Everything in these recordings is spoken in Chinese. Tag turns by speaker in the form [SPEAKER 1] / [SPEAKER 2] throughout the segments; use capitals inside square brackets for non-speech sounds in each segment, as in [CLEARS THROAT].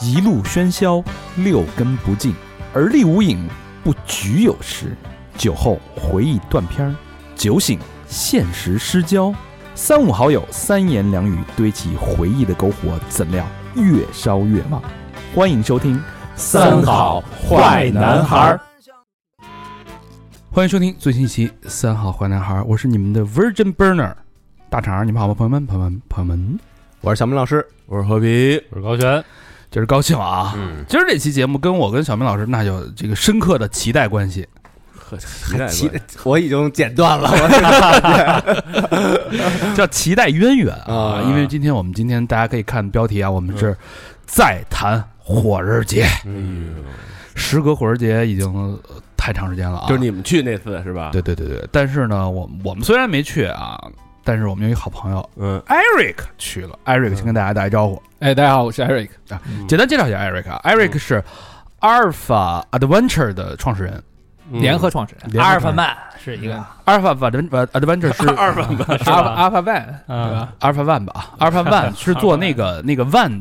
[SPEAKER 1] 一路喧嚣，六根不净，而立无影，不局有时。酒后回忆断片儿，酒醒现实失焦。三五好友，三言两语堆起回忆的篝火，怎料越烧越旺。欢迎收听《
[SPEAKER 2] 儿。
[SPEAKER 1] 欢迎收听最新一期《三好坏男孩》，我是你们的 Virgin Burner 大肠，你们好吗？朋友们，朋友们，朋友们，
[SPEAKER 2] 我是小明老师，我是何皮，
[SPEAKER 3] 我是高璇，
[SPEAKER 1] 今儿高兴啊！
[SPEAKER 2] 嗯，
[SPEAKER 1] 今儿这期节目跟我跟小明老师那有这个深刻的脐带关
[SPEAKER 2] [GASPS]
[SPEAKER 1] 系。
[SPEAKER 2] 期待
[SPEAKER 4] 其我已经剪断了，
[SPEAKER 2] 哎
[SPEAKER 4] 我
[SPEAKER 1] 叫脐带渊源啊
[SPEAKER 2] 啊，
[SPEAKER 1] 因为今天我们今天大家可以看标题啊，我们是再谈火人节，
[SPEAKER 4] [LAUGHS]
[SPEAKER 2] 嗯，
[SPEAKER 1] 时隔火人节已经呃太长时间了啊，
[SPEAKER 2] 就是你们去那次是吧？，
[SPEAKER 1] 对对对对，但是呢，我我们虽然没去啊，但是我们有一个好朋友
[SPEAKER 2] 嗯，
[SPEAKER 1] Eric 去了，Eric 先跟大家打一招呼，
[SPEAKER 3] 哎，大家好，我是 Eric。
[SPEAKER 1] 简单介绍一下 Eric 啊，Eric
[SPEAKER 2] 嗯
[SPEAKER 1] 是 Alpha Adventure 的创始人，
[SPEAKER 4] 嗯
[SPEAKER 3] 联合创始人，
[SPEAKER 1] 嗯联合创始人嗯
[SPEAKER 3] 阿尔法曼是一个
[SPEAKER 1] ，Alpha Adven- 呃 Adventure
[SPEAKER 2] [LAUGHS]
[SPEAKER 1] 是
[SPEAKER 2] 二万吧，
[SPEAKER 3] 阿尔法阿尔法曼，对吧？
[SPEAKER 2] 嗯
[SPEAKER 1] Alpha One 吧，Alpha 啊
[SPEAKER 2] [LAUGHS]
[SPEAKER 1] One 是做那个那个 One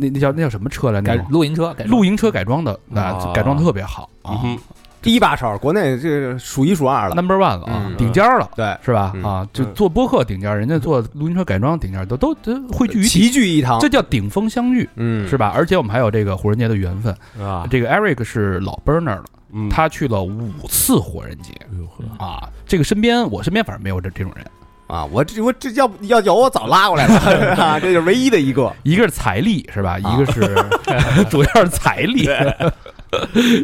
[SPEAKER 1] 那那叫那叫什么车来着？
[SPEAKER 3] 改
[SPEAKER 1] 那种
[SPEAKER 3] 露营车，改
[SPEAKER 1] 露营车改装的，那、
[SPEAKER 2] 哦
[SPEAKER 1] 改装特别好啊、
[SPEAKER 2] 嗯哼
[SPEAKER 4] 第一把手，国内这个数一数二了。
[SPEAKER 1] n u m b e r One 了啊，
[SPEAKER 4] 嗯
[SPEAKER 1] 顶尖儿了，
[SPEAKER 4] 对，
[SPEAKER 1] 是吧？
[SPEAKER 4] 嗯
[SPEAKER 1] 啊，就做播客顶尖儿，人家做露营车改装顶尖儿，都都都汇
[SPEAKER 2] 呃
[SPEAKER 1] 聚于一
[SPEAKER 4] 齐
[SPEAKER 1] 起，
[SPEAKER 4] 聚一堂，
[SPEAKER 1] 这叫顶峰相遇，
[SPEAKER 4] 嗯
[SPEAKER 1] 是吧？而且我们还有这个火人节的缘分，
[SPEAKER 2] 啊，
[SPEAKER 1] 这个 Eric 是老 burner 了，
[SPEAKER 2] 嗯，
[SPEAKER 1] 他去了五次火人节
[SPEAKER 2] 哎呦呵
[SPEAKER 1] 啊，这个身边我身边反正没有这这种人，
[SPEAKER 4] 啊，我这我这要不要有我早拉过来
[SPEAKER 2] [LAUGHS]
[SPEAKER 4] 了，是吧？这就是唯一的一个。
[SPEAKER 1] 一个是财力是吧？一个是、主要是财力，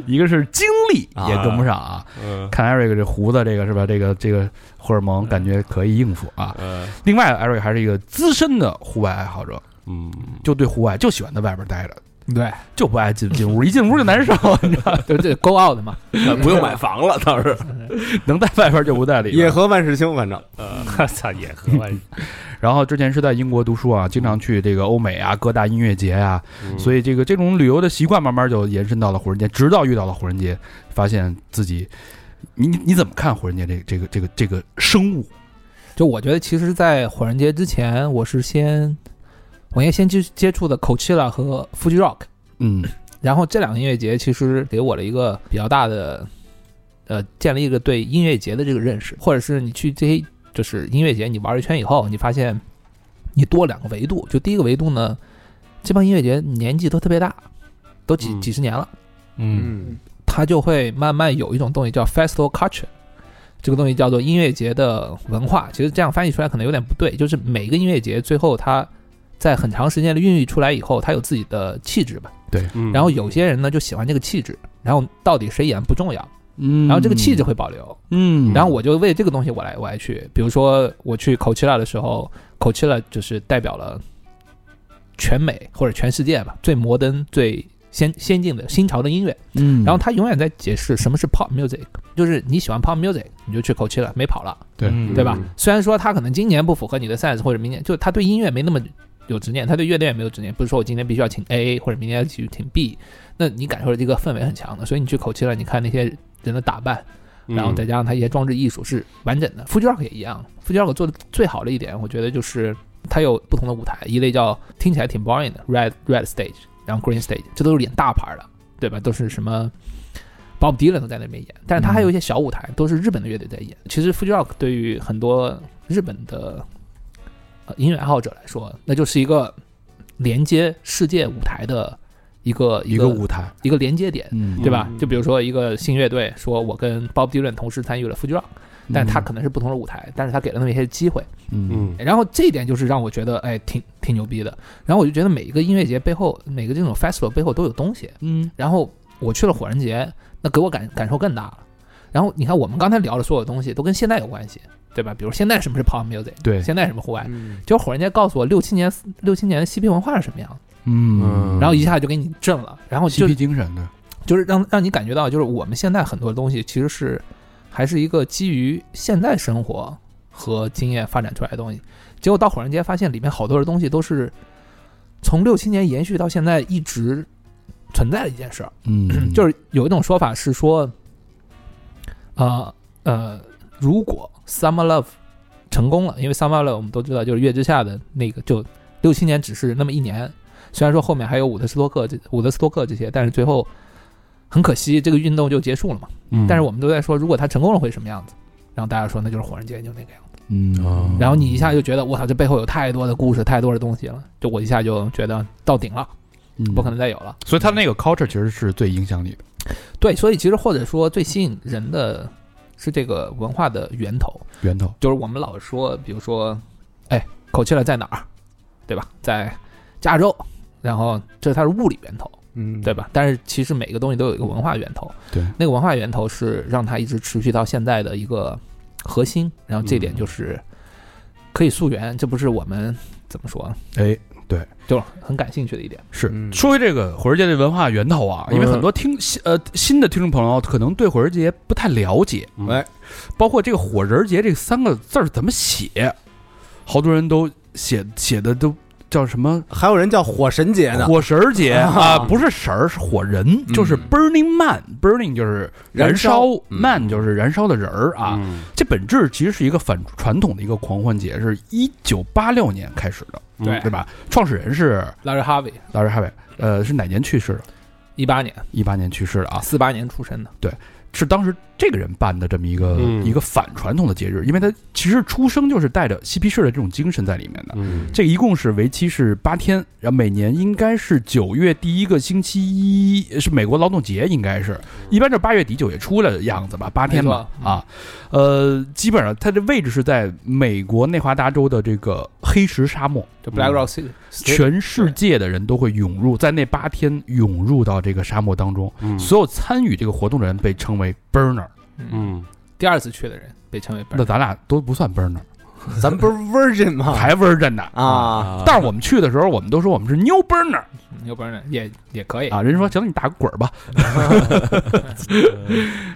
[SPEAKER 1] 一个是精力也跟不上啊
[SPEAKER 2] 嗯
[SPEAKER 1] 看 Eric 这胡子，这个是吧？这个这个荷尔蒙感觉可以应付啊。
[SPEAKER 2] 呃
[SPEAKER 1] 另外，Eric 还是一个资深的户外爱好者，
[SPEAKER 2] 嗯，
[SPEAKER 1] 就对户外就喜欢在外边待着，
[SPEAKER 3] [LAUGHS] 对，
[SPEAKER 1] 就不爱进进屋，一进屋就难受， [LAUGHS] 你知道吗，
[SPEAKER 3] 就是这 go out 嘛，
[SPEAKER 2] 不用买房了，倒是，
[SPEAKER 1] 能在外边就不在里
[SPEAKER 4] 嗯野
[SPEAKER 1] 边。
[SPEAKER 4] 河万事兴，反正
[SPEAKER 3] 我操，也喝
[SPEAKER 1] [LAUGHS]
[SPEAKER 3] 完
[SPEAKER 1] 然后之前是在英国读书啊，经常去这个欧美啊各大音乐节啊，所
[SPEAKER 2] 以
[SPEAKER 1] 以这个这种旅游的习惯慢慢就延伸到了火人节，直到遇到了火人节，发现自己。你你你怎么看火人节这这个这个这个生物？
[SPEAKER 3] 就我觉得，其实，在火人节之前，我是先，我应该先接接触的 Coachella 和 Fuji Rock，
[SPEAKER 1] 嗯
[SPEAKER 3] 然后这两个音乐节其实给我了一个比较大的，呃，建立一个对音乐节的这个认识，或者是你去这些就是音乐节，你玩一圈以后，你发现你多两个维度。就第一个维度呢，这帮音乐节年纪都特别大，都几
[SPEAKER 2] 嗯
[SPEAKER 3] 几十年了，
[SPEAKER 1] 嗯
[SPEAKER 3] 它就会慢慢有一种东西叫 festival culture。这个东西叫做音乐节的文化，其实这样翻译出来可能有点不对，就是每个音乐节最后它在很长时间的孕育出来以后，它有自己的气质吧。
[SPEAKER 4] 嗯
[SPEAKER 1] 嗯
[SPEAKER 3] 然后有些人呢就喜欢这个气质，然后到底谁演不重要，
[SPEAKER 1] 嗯，
[SPEAKER 3] 然后这个气质会保留。
[SPEAKER 1] 嗯，
[SPEAKER 3] 然后我就为这个东西我来我来去，比如说我去 Coachella 的时候，Coachella 就是代表了全美或者全世界吧，最摩登、最先先进的新潮的音乐。
[SPEAKER 1] 嗯，
[SPEAKER 3] 然后他永远在解释什么是 pop music，就是你喜欢 pop music，你就去 Coachella，没跑了，
[SPEAKER 1] 对
[SPEAKER 2] 嗯
[SPEAKER 3] 对吧
[SPEAKER 2] 嗯？
[SPEAKER 3] 虽然说他可能今年不符合你的 sense，或者明年，就他对音乐没那么有执念，他对乐队也没有执念，不是说我今天必须要请 A 或者明天要去请 B，那你感受的这个氛围很强的，所以你去口气了，你看那些人的打扮，
[SPEAKER 2] 嗯
[SPEAKER 3] 然后
[SPEAKER 1] 嗯
[SPEAKER 3] 再加上他一些装置艺术是完整的。Fuji Rock 也一样，Fuji Rock 做的最好的一点，我觉得就是它有不同的舞台，一类叫听起来挺 boring 的 Red Red Stage，然后 Green Stage，这都是演大牌的，对吧？都是什么 Bob Dylan 都在那边演，但是它还有一些小舞台，都是日本的乐队在演。其实 Fuji Rock 对于很多日本的呃音乐爱好者来说，那就是一个连接世界舞台的一个
[SPEAKER 1] 一个
[SPEAKER 3] 个
[SPEAKER 1] 舞台，
[SPEAKER 3] 一个连接点。
[SPEAKER 1] 嗯
[SPEAKER 3] 对吧
[SPEAKER 2] 嗯？
[SPEAKER 3] 就比如说一个新乐队，说我跟 Bob Dylan 同时参与了 Fuji Rock，但是他可能是不同的舞台，但是他给了那么一些机会。
[SPEAKER 1] 嗯
[SPEAKER 2] 嗯
[SPEAKER 3] 然后这一点就是让我觉得，哎，挺挺牛逼的。然后我就觉得每一个音乐节背后，每个这种 festival 背后都有东西。
[SPEAKER 1] 嗯
[SPEAKER 3] 然后我去了火人节，那给我感感受更大了。然后你看，我们刚才聊的所有东西都跟现在有关系，对吧？比如现在什么是 pop music，
[SPEAKER 1] 对
[SPEAKER 3] 现在什么户外，
[SPEAKER 4] 嗯
[SPEAKER 3] 就火人节告诉我六七年六七年的嬉皮文化是什么样的，
[SPEAKER 1] 嗯，
[SPEAKER 3] 然后一下就给你震了，然后
[SPEAKER 1] 嬉
[SPEAKER 3] 就
[SPEAKER 1] 皮精神的，
[SPEAKER 3] 就是让让你感觉到，就是我们现在很多东西其实是还是一个基于现在生活和经验发展出来的东西。结果到火人节发现，里面好多的东西都是从六七年延续到现在一直存在的一件事儿。
[SPEAKER 1] 嗯
[SPEAKER 3] [CLEARS THROAT] 就是是有一种说法是说，呃呃，如果 Summer Love 成功了，因为 Summer Love 我们都知道就是月之下的那个，就六七年只是那么一年，虽然说后面还有伍德斯托克这伍德斯托克这些，但是最后很可惜，这个运动就结束了嘛。
[SPEAKER 1] 嗯
[SPEAKER 3] 但是我们都在说，如果他成功了会什么样子？然后大家说那就是火人节就那个样子。
[SPEAKER 1] 嗯
[SPEAKER 5] 哦
[SPEAKER 3] 然后你一下就觉得我操，这背后有太多的故事，太多的东西了。就我一下就觉得到顶了，不可能再有了。
[SPEAKER 1] 嗯所以他那个 culture 其实是最影响你的。
[SPEAKER 3] 对，所以其实或者说最吸引人的是这个文化的源头，
[SPEAKER 1] 源头。
[SPEAKER 3] 就是我们老说，比如说，哎，口切了在哪儿，对吧？在加州，然后这是它是物理源头，
[SPEAKER 2] 嗯
[SPEAKER 3] 对吧？但是其实每个东西都有一个文化源头，
[SPEAKER 1] 对，
[SPEAKER 3] 那个文化源头是让它一直持续到现在的一个核心，然后这点就是可以溯源，这不是我们怎么说，
[SPEAKER 1] 哎，
[SPEAKER 3] 就很感兴趣的一点。
[SPEAKER 1] 是
[SPEAKER 2] 嗯
[SPEAKER 1] 说回这个火人节的文化源头啊，因为
[SPEAKER 5] 嗯
[SPEAKER 1] 很多听新呃新的听众朋友可能对火人节不太了解，
[SPEAKER 5] 嗯
[SPEAKER 2] 哎，
[SPEAKER 1] 包括这个火人节这三个字儿怎么写，好多人都写写的都叫什么
[SPEAKER 2] 还有人叫火神节呢，
[SPEAKER 1] 火神儿节啊
[SPEAKER 2] 啊，
[SPEAKER 1] 不是神儿，是火人，就是 Burning Man，Burning 就是燃
[SPEAKER 2] 燃
[SPEAKER 1] 烧
[SPEAKER 2] 烧
[SPEAKER 5] 嗯
[SPEAKER 1] ，Man 就是燃烧的人儿啊。
[SPEAKER 5] 嗯
[SPEAKER 1] 这本质其实是一个反传统的一个狂欢节，是一九八六年开始的，
[SPEAKER 3] 对
[SPEAKER 1] 对吧？创始人是
[SPEAKER 3] 拉瑞哈维，
[SPEAKER 1] 老师哈维，呃，是哪年去世的？
[SPEAKER 3] 一八年，
[SPEAKER 1] 一八年去世的啊，
[SPEAKER 3] 四八年出生的，
[SPEAKER 1] 是当时这个人办的这么一个、
[SPEAKER 5] 嗯
[SPEAKER 1] 一个反传统的节日，因为他其实出生就是带着嬉皮士的这种精神在里面的。
[SPEAKER 5] 嗯
[SPEAKER 1] 这个一共是为期是八天，然后每年应该是九月第一个星期一是美国劳动节，应该是一般就是八月底九月初的样子吧，八天吧
[SPEAKER 3] 没错
[SPEAKER 1] 啊，呃，基本上它的位置是在美国内华达州的这个黑石沙漠，
[SPEAKER 3] 就 Black Rock City，、
[SPEAKER 1] 全世界的人都会涌入，在那八天涌入到这个沙漠当中，
[SPEAKER 5] 嗯
[SPEAKER 1] 所有参与这个活动的人被称为 burner，
[SPEAKER 3] 嗯，
[SPEAKER 5] 嗯
[SPEAKER 3] 第二次去的人被称为
[SPEAKER 1] 那咱俩都不算 burner，
[SPEAKER 2] 咱们不是 virgin 吗？
[SPEAKER 1] 还 virgin 呢
[SPEAKER 2] 啊，
[SPEAKER 1] 但是我们去的时候，我们都说我们是 new burner
[SPEAKER 3] 要不然也也可以
[SPEAKER 1] 啊，人家说行，你打个滚儿吧。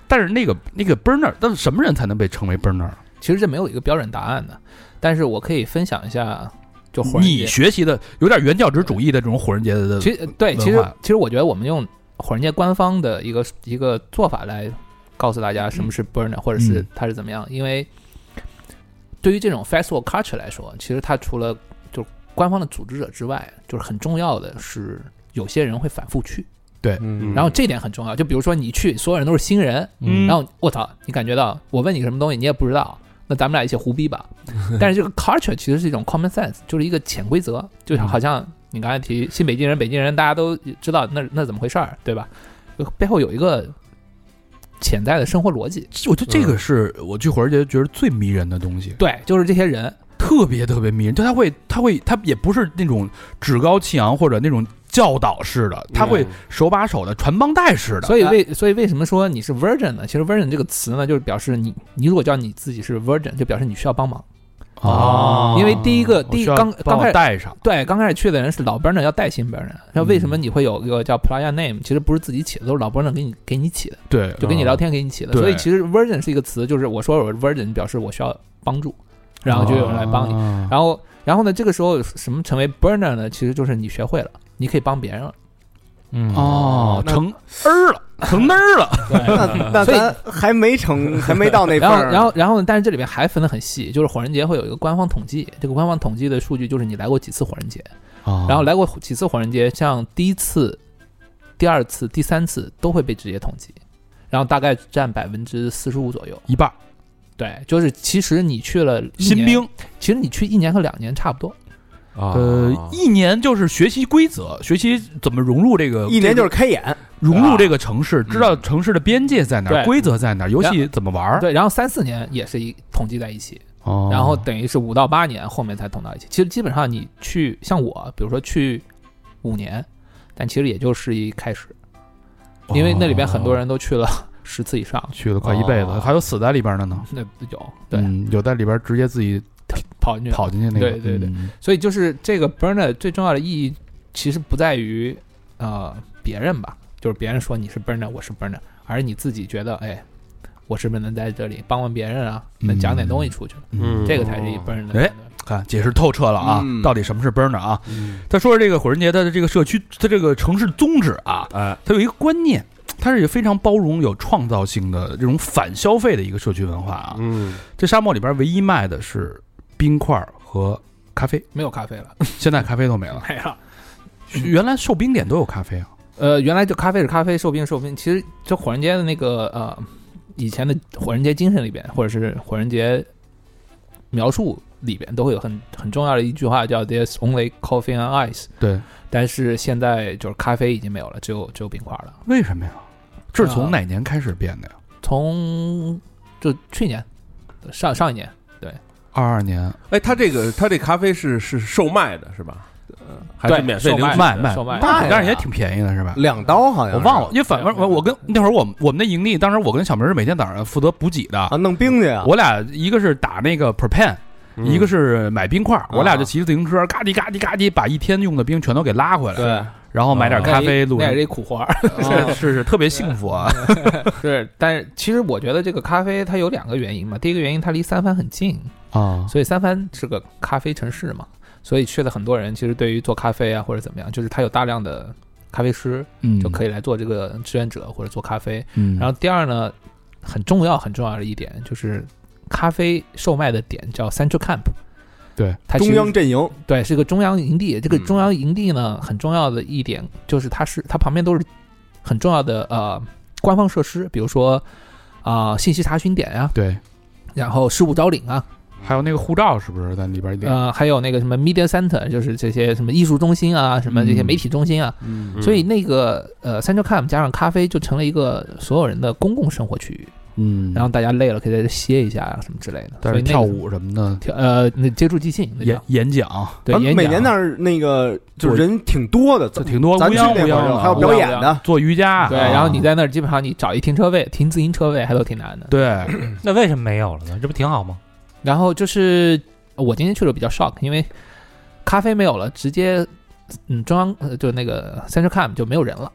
[SPEAKER 1] 但是那个那个 burner，但是什么人才能被称为 burner？
[SPEAKER 3] 其实这没有一个标准答案的，但是我可以分享一下，就火人
[SPEAKER 1] 你
[SPEAKER 3] 节。
[SPEAKER 1] 学习的有点原教旨主义的这种火人节的，
[SPEAKER 3] 其实呃对，
[SPEAKER 1] 文
[SPEAKER 3] 其实
[SPEAKER 1] 化
[SPEAKER 3] 其实我觉得我们用火人节官方的一个一个做法来告诉大家什么是 burner，、或者是
[SPEAKER 1] 嗯
[SPEAKER 3] 它是怎么样，因为对于这种 festival culture 来说，其实它除了就是官方的组织者之外，就是很重要的是有些人会反复去，
[SPEAKER 2] 嗯
[SPEAKER 3] 然后这点很重要。就比如说你去，所有人都是新人，
[SPEAKER 1] 嗯
[SPEAKER 3] 然后我操，你感觉到我问你什么东西你也不知道，那咱们俩一起胡逼吧。但是这个 culture 其实是一种 common sense，就是一个潜规则，就好像你刚才提新北京人，北京人大家都知道那那怎么回事儿，对吧？背后有一个潜在的生活逻辑，
[SPEAKER 1] 我觉得这个是我去火人节觉得最迷人的东西，
[SPEAKER 3] 对，就是这些人，
[SPEAKER 1] 特别特别迷人。就他会，他会，他也不是那种趾高气扬或者那种教导式的，他会手把手的传帮带式的。
[SPEAKER 3] 嗯所以为所以为什么说你是 virgin 呢？其实 virgin 这个词呢，就是表示你你如果叫你自己是 virgin，就表示你需要帮忙，
[SPEAKER 2] 哦
[SPEAKER 1] 啊
[SPEAKER 3] 因为第一个第一
[SPEAKER 1] 我需要
[SPEAKER 3] 刚
[SPEAKER 1] 帮
[SPEAKER 3] 刚
[SPEAKER 1] 我
[SPEAKER 3] 开始
[SPEAKER 1] 带上，
[SPEAKER 3] 对，刚开始去的人是老 burner 要带新 burner，那为什么你会有一个叫 playa name？其实不是自己起的，都是老 burner 给你给你起的，
[SPEAKER 1] 对，啊
[SPEAKER 3] 就跟你聊天给你起的。
[SPEAKER 1] 对
[SPEAKER 3] 所以其实 virgin 是一个词，就是我说我是 virgin 表示我需要帮助，然后就有人来帮你。
[SPEAKER 1] 你。
[SPEAKER 3] 然后然后呢，这个时候什么成为 burner 呢？其实就是你学会了，你可以帮别人了。
[SPEAKER 5] 嗯
[SPEAKER 1] 哦，
[SPEAKER 2] 那
[SPEAKER 1] 成儿
[SPEAKER 3] [LAUGHS]
[SPEAKER 1] 了，成那儿了。
[SPEAKER 2] 那那
[SPEAKER 3] 所以
[SPEAKER 2] 咱还没成，还没到那份
[SPEAKER 3] 然后
[SPEAKER 2] 儿，
[SPEAKER 3] 然后然后呢？但是这里面还分得很细，就是火人节会有一个官方统计，这个官方统计的数据就是你来过几次火人节，然后来过几次火人节，像第一次、第二次、第三次都会被直接统计，然后大概占百分之四十五左右。
[SPEAKER 1] 一半儿
[SPEAKER 3] 对，就是其实你去了一
[SPEAKER 1] 新
[SPEAKER 3] 年，啊
[SPEAKER 1] 兵，
[SPEAKER 3] 其实你去一年和两年差不多。
[SPEAKER 1] 呃，一年就是学习规则，学习怎么融入这个，
[SPEAKER 2] 一年就是是开眼，
[SPEAKER 1] 融入这个城市，知道城市的边界在哪儿，
[SPEAKER 3] 啊对
[SPEAKER 1] 规则在哪儿，游戏怎么玩儿。
[SPEAKER 3] 对，然后三四年也是一统计在一起，
[SPEAKER 1] 啊哦，
[SPEAKER 3] 然后等于是五到八年后面才统到一起。其实基本上你去像我，比如说去五年，但其实也就是一开始，
[SPEAKER 1] 哦
[SPEAKER 3] 因为那里边很多人都去了十次以上。
[SPEAKER 1] 去了快一辈子，
[SPEAKER 5] 哦
[SPEAKER 1] 还有死在里边的呢。
[SPEAKER 3] 那有对、
[SPEAKER 1] 嗯有在里边直接自己
[SPEAKER 3] 跑进去
[SPEAKER 1] 跑进去那个。
[SPEAKER 3] 对对对
[SPEAKER 1] 嗯，
[SPEAKER 3] 所以就是这个 burner 最重要的意义，其实不在于呃别人吧，就是别人说你是 burner，我是 burner，而是你自己觉得，哎，我是不是能在这里帮帮别人啊？能讲点东西出去，
[SPEAKER 1] 嗯，
[SPEAKER 3] 这个才是一 burner 的。
[SPEAKER 1] 哎看解释透彻了啊
[SPEAKER 2] 嗯，
[SPEAKER 1] 到底什么是 burner 啊？
[SPEAKER 5] 嗯
[SPEAKER 1] 再说说这个火人节它的这个社区，它这个城市宗旨啊，
[SPEAKER 5] 哎
[SPEAKER 1] 它有一个观念，它是一个非常包容、有创造性的这种反消费的一个社区文化啊。
[SPEAKER 5] 嗯
[SPEAKER 1] 这沙漠里边唯一卖的是冰块和咖啡，
[SPEAKER 3] 没有咖啡了，
[SPEAKER 2] 哎
[SPEAKER 1] 现在咖啡都没了。
[SPEAKER 3] 没了。
[SPEAKER 1] 原来寿冰点都有咖啡啊，
[SPEAKER 3] 呃，原来就咖啡是咖啡，寿冰是寿冰。其实这火人节的那个呃，以前的火人节精神里边，或者是火人节描述里边，都会有很很重要的一句话叫 “There's only coffee and ice”。
[SPEAKER 1] 对，
[SPEAKER 3] 但是现在就是咖啡已经没有了，只有只有冰块了。
[SPEAKER 1] 为什么呀？这是
[SPEAKER 3] 啊
[SPEAKER 1] 从哪年开始变的呀？
[SPEAKER 3] 从就去年上上一年，
[SPEAKER 1] 二二年，
[SPEAKER 6] 哎，他这个他这咖啡是是售卖的是吧？呃还是
[SPEAKER 3] 对
[SPEAKER 6] 免费领
[SPEAKER 3] 售卖
[SPEAKER 6] 取
[SPEAKER 1] 卖
[SPEAKER 6] 的
[SPEAKER 1] 卖
[SPEAKER 3] 售卖
[SPEAKER 1] 但
[SPEAKER 2] 的
[SPEAKER 1] 但是也挺便宜的是吧？
[SPEAKER 2] 两刀
[SPEAKER 3] 哎
[SPEAKER 2] 好像
[SPEAKER 1] 我
[SPEAKER 2] 是
[SPEAKER 1] 忘了，因为反正
[SPEAKER 3] 对
[SPEAKER 1] 我我跟那会儿我们我们的营地，当时我跟小明是每天早上负责补给的
[SPEAKER 2] 啊，，弄冰去啊，
[SPEAKER 1] 我俩一个是打那个 prepan，
[SPEAKER 6] 嗯
[SPEAKER 1] 一个是买冰块，我俩
[SPEAKER 3] 啊
[SPEAKER 1] 就骑着自行车，嘎叽嘎叽嘎叽，把一天用的冰全都给拉回来，
[SPEAKER 3] 对，啊
[SPEAKER 1] 然后买点咖啡路
[SPEAKER 3] 那
[SPEAKER 1] 上
[SPEAKER 3] 也是一苦活儿。 [LAUGHS]
[SPEAKER 1] 是 [LAUGHS] 是是，特别幸福啊！
[SPEAKER 3] 是，但是其实我觉得这个咖啡它有两个原因嘛。第一个原因它离三藩很近，
[SPEAKER 1] 啊，
[SPEAKER 3] 所以三藩是个咖啡城市嘛，所以去了很多人，其实对于做咖啡啊或者怎么样，就是它有大量的咖啡师
[SPEAKER 1] 嗯
[SPEAKER 3] 就可以来做这个志愿者或者做咖啡。
[SPEAKER 1] 嗯，
[SPEAKER 3] 然后第二呢，很重要很重要的一点就是咖啡售卖的点叫 Central Camp，
[SPEAKER 1] 对，
[SPEAKER 3] 它其
[SPEAKER 2] 中
[SPEAKER 3] 实
[SPEAKER 2] 央阵营
[SPEAKER 3] 对是个中央营地。这个
[SPEAKER 6] 嗯
[SPEAKER 3] 中央营地呢，很重要的一点就是它是它旁边都是很重要的呃官方设施，比如说啊、信息查询点呀、
[SPEAKER 1] 对，
[SPEAKER 3] 然后事务招领啊，
[SPEAKER 1] 还有那个护照是不是在里边一点？
[SPEAKER 3] 呃，还有那个什么 media center，就是这些什么艺术中心啊，什么这些媒体中心啊，
[SPEAKER 1] 嗯
[SPEAKER 6] 嗯
[SPEAKER 3] 所以那个呃 Central Camp 加上咖啡就成了一个所有人的公共生活区域，
[SPEAKER 1] 嗯
[SPEAKER 3] 然后大家累了可以在这歇一下啊什么之类的，
[SPEAKER 1] 但
[SPEAKER 3] 所
[SPEAKER 1] 是
[SPEAKER 3] 以那个
[SPEAKER 1] 跳舞什么的，
[SPEAKER 3] 跳呃那接触即兴那
[SPEAKER 1] 演
[SPEAKER 3] 叫
[SPEAKER 1] 演讲
[SPEAKER 3] 对
[SPEAKER 2] 咱们
[SPEAKER 3] 演
[SPEAKER 2] 每
[SPEAKER 3] 讲
[SPEAKER 2] 年那儿那个就是
[SPEAKER 1] 我
[SPEAKER 2] 人挺多的，
[SPEAKER 1] 这
[SPEAKER 2] 咱
[SPEAKER 1] 挺多
[SPEAKER 2] 咱
[SPEAKER 1] 乌
[SPEAKER 2] 去
[SPEAKER 1] 泱乌
[SPEAKER 2] 那会
[SPEAKER 1] 泱
[SPEAKER 2] 儿
[SPEAKER 1] 的，
[SPEAKER 2] 还有表演
[SPEAKER 3] 乌泱乌
[SPEAKER 2] 的，
[SPEAKER 1] 做瑜伽，
[SPEAKER 3] 对，
[SPEAKER 1] 啊
[SPEAKER 3] 然后你在那儿基本上你找一停车位停自行车位还都挺难的，
[SPEAKER 1] 对
[SPEAKER 7] 那为什么没有了呢？这不挺好吗？
[SPEAKER 3] 然后就是我今天去了比较 shock，因为咖啡没有了，直接嗯中央呃就那个 Central Camp 就没有人了。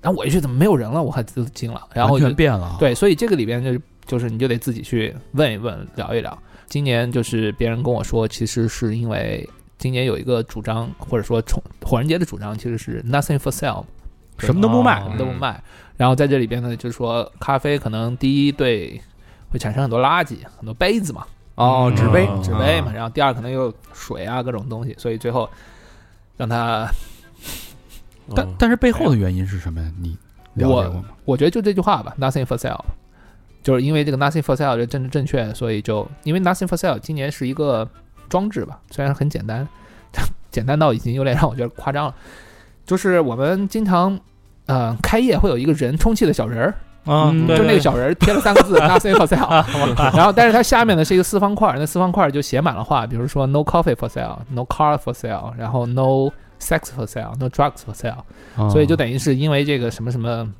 [SPEAKER 3] 然后我一去怎么没有人了，我还都惊了。然后
[SPEAKER 1] 完
[SPEAKER 3] 就
[SPEAKER 1] 全变了啊，
[SPEAKER 3] 对，所以这个里边就是就是你就得自己去问一问，聊一聊。今年就是别人跟我说，其实是因为今年有一个主张，或者说重火人节的主张，其实是 nothing for sale，
[SPEAKER 1] 什么都不卖
[SPEAKER 3] 什
[SPEAKER 7] 哦
[SPEAKER 3] 么都不卖。然后在这里边呢，就是说咖啡可能第一对会产生很多垃圾，很多杯子嘛，
[SPEAKER 2] 哦，纸杯
[SPEAKER 1] 嗯
[SPEAKER 2] 纸
[SPEAKER 3] 纸
[SPEAKER 2] 杯
[SPEAKER 3] 杯嘛，然后第二可能又有水啊各种东西，所以最后让他，
[SPEAKER 6] 嗯
[SPEAKER 1] 但但是背后的原因是什么呀？你了解过吗？
[SPEAKER 3] 我觉得就这句话吧，nothing for sale，就是因为这个 nothing for sale 这政治正确，所以就因为 nothing for sale 今年是一个装置吧，虽然很简单， [LAUGHS] 简单到已经有点让我觉得夸张了，就是我们经常。呃，开业会有一个人充气的小人儿，
[SPEAKER 7] 啊
[SPEAKER 1] 嗯
[SPEAKER 7] 对
[SPEAKER 3] 就那
[SPEAKER 7] 对啊
[SPEAKER 3] 个小人儿贴了三个
[SPEAKER 7] [LAUGHS]
[SPEAKER 3] 字 “nothing for sale”，然后但是它下面呢是一个四方块儿，那四方块儿就写满了话，比如说 “no coffee for sale”、“no car for sale”，然后 “no sex for sale”、“no drugs for sale”，
[SPEAKER 1] 啊
[SPEAKER 3] 所以就等于是因为这个什么什么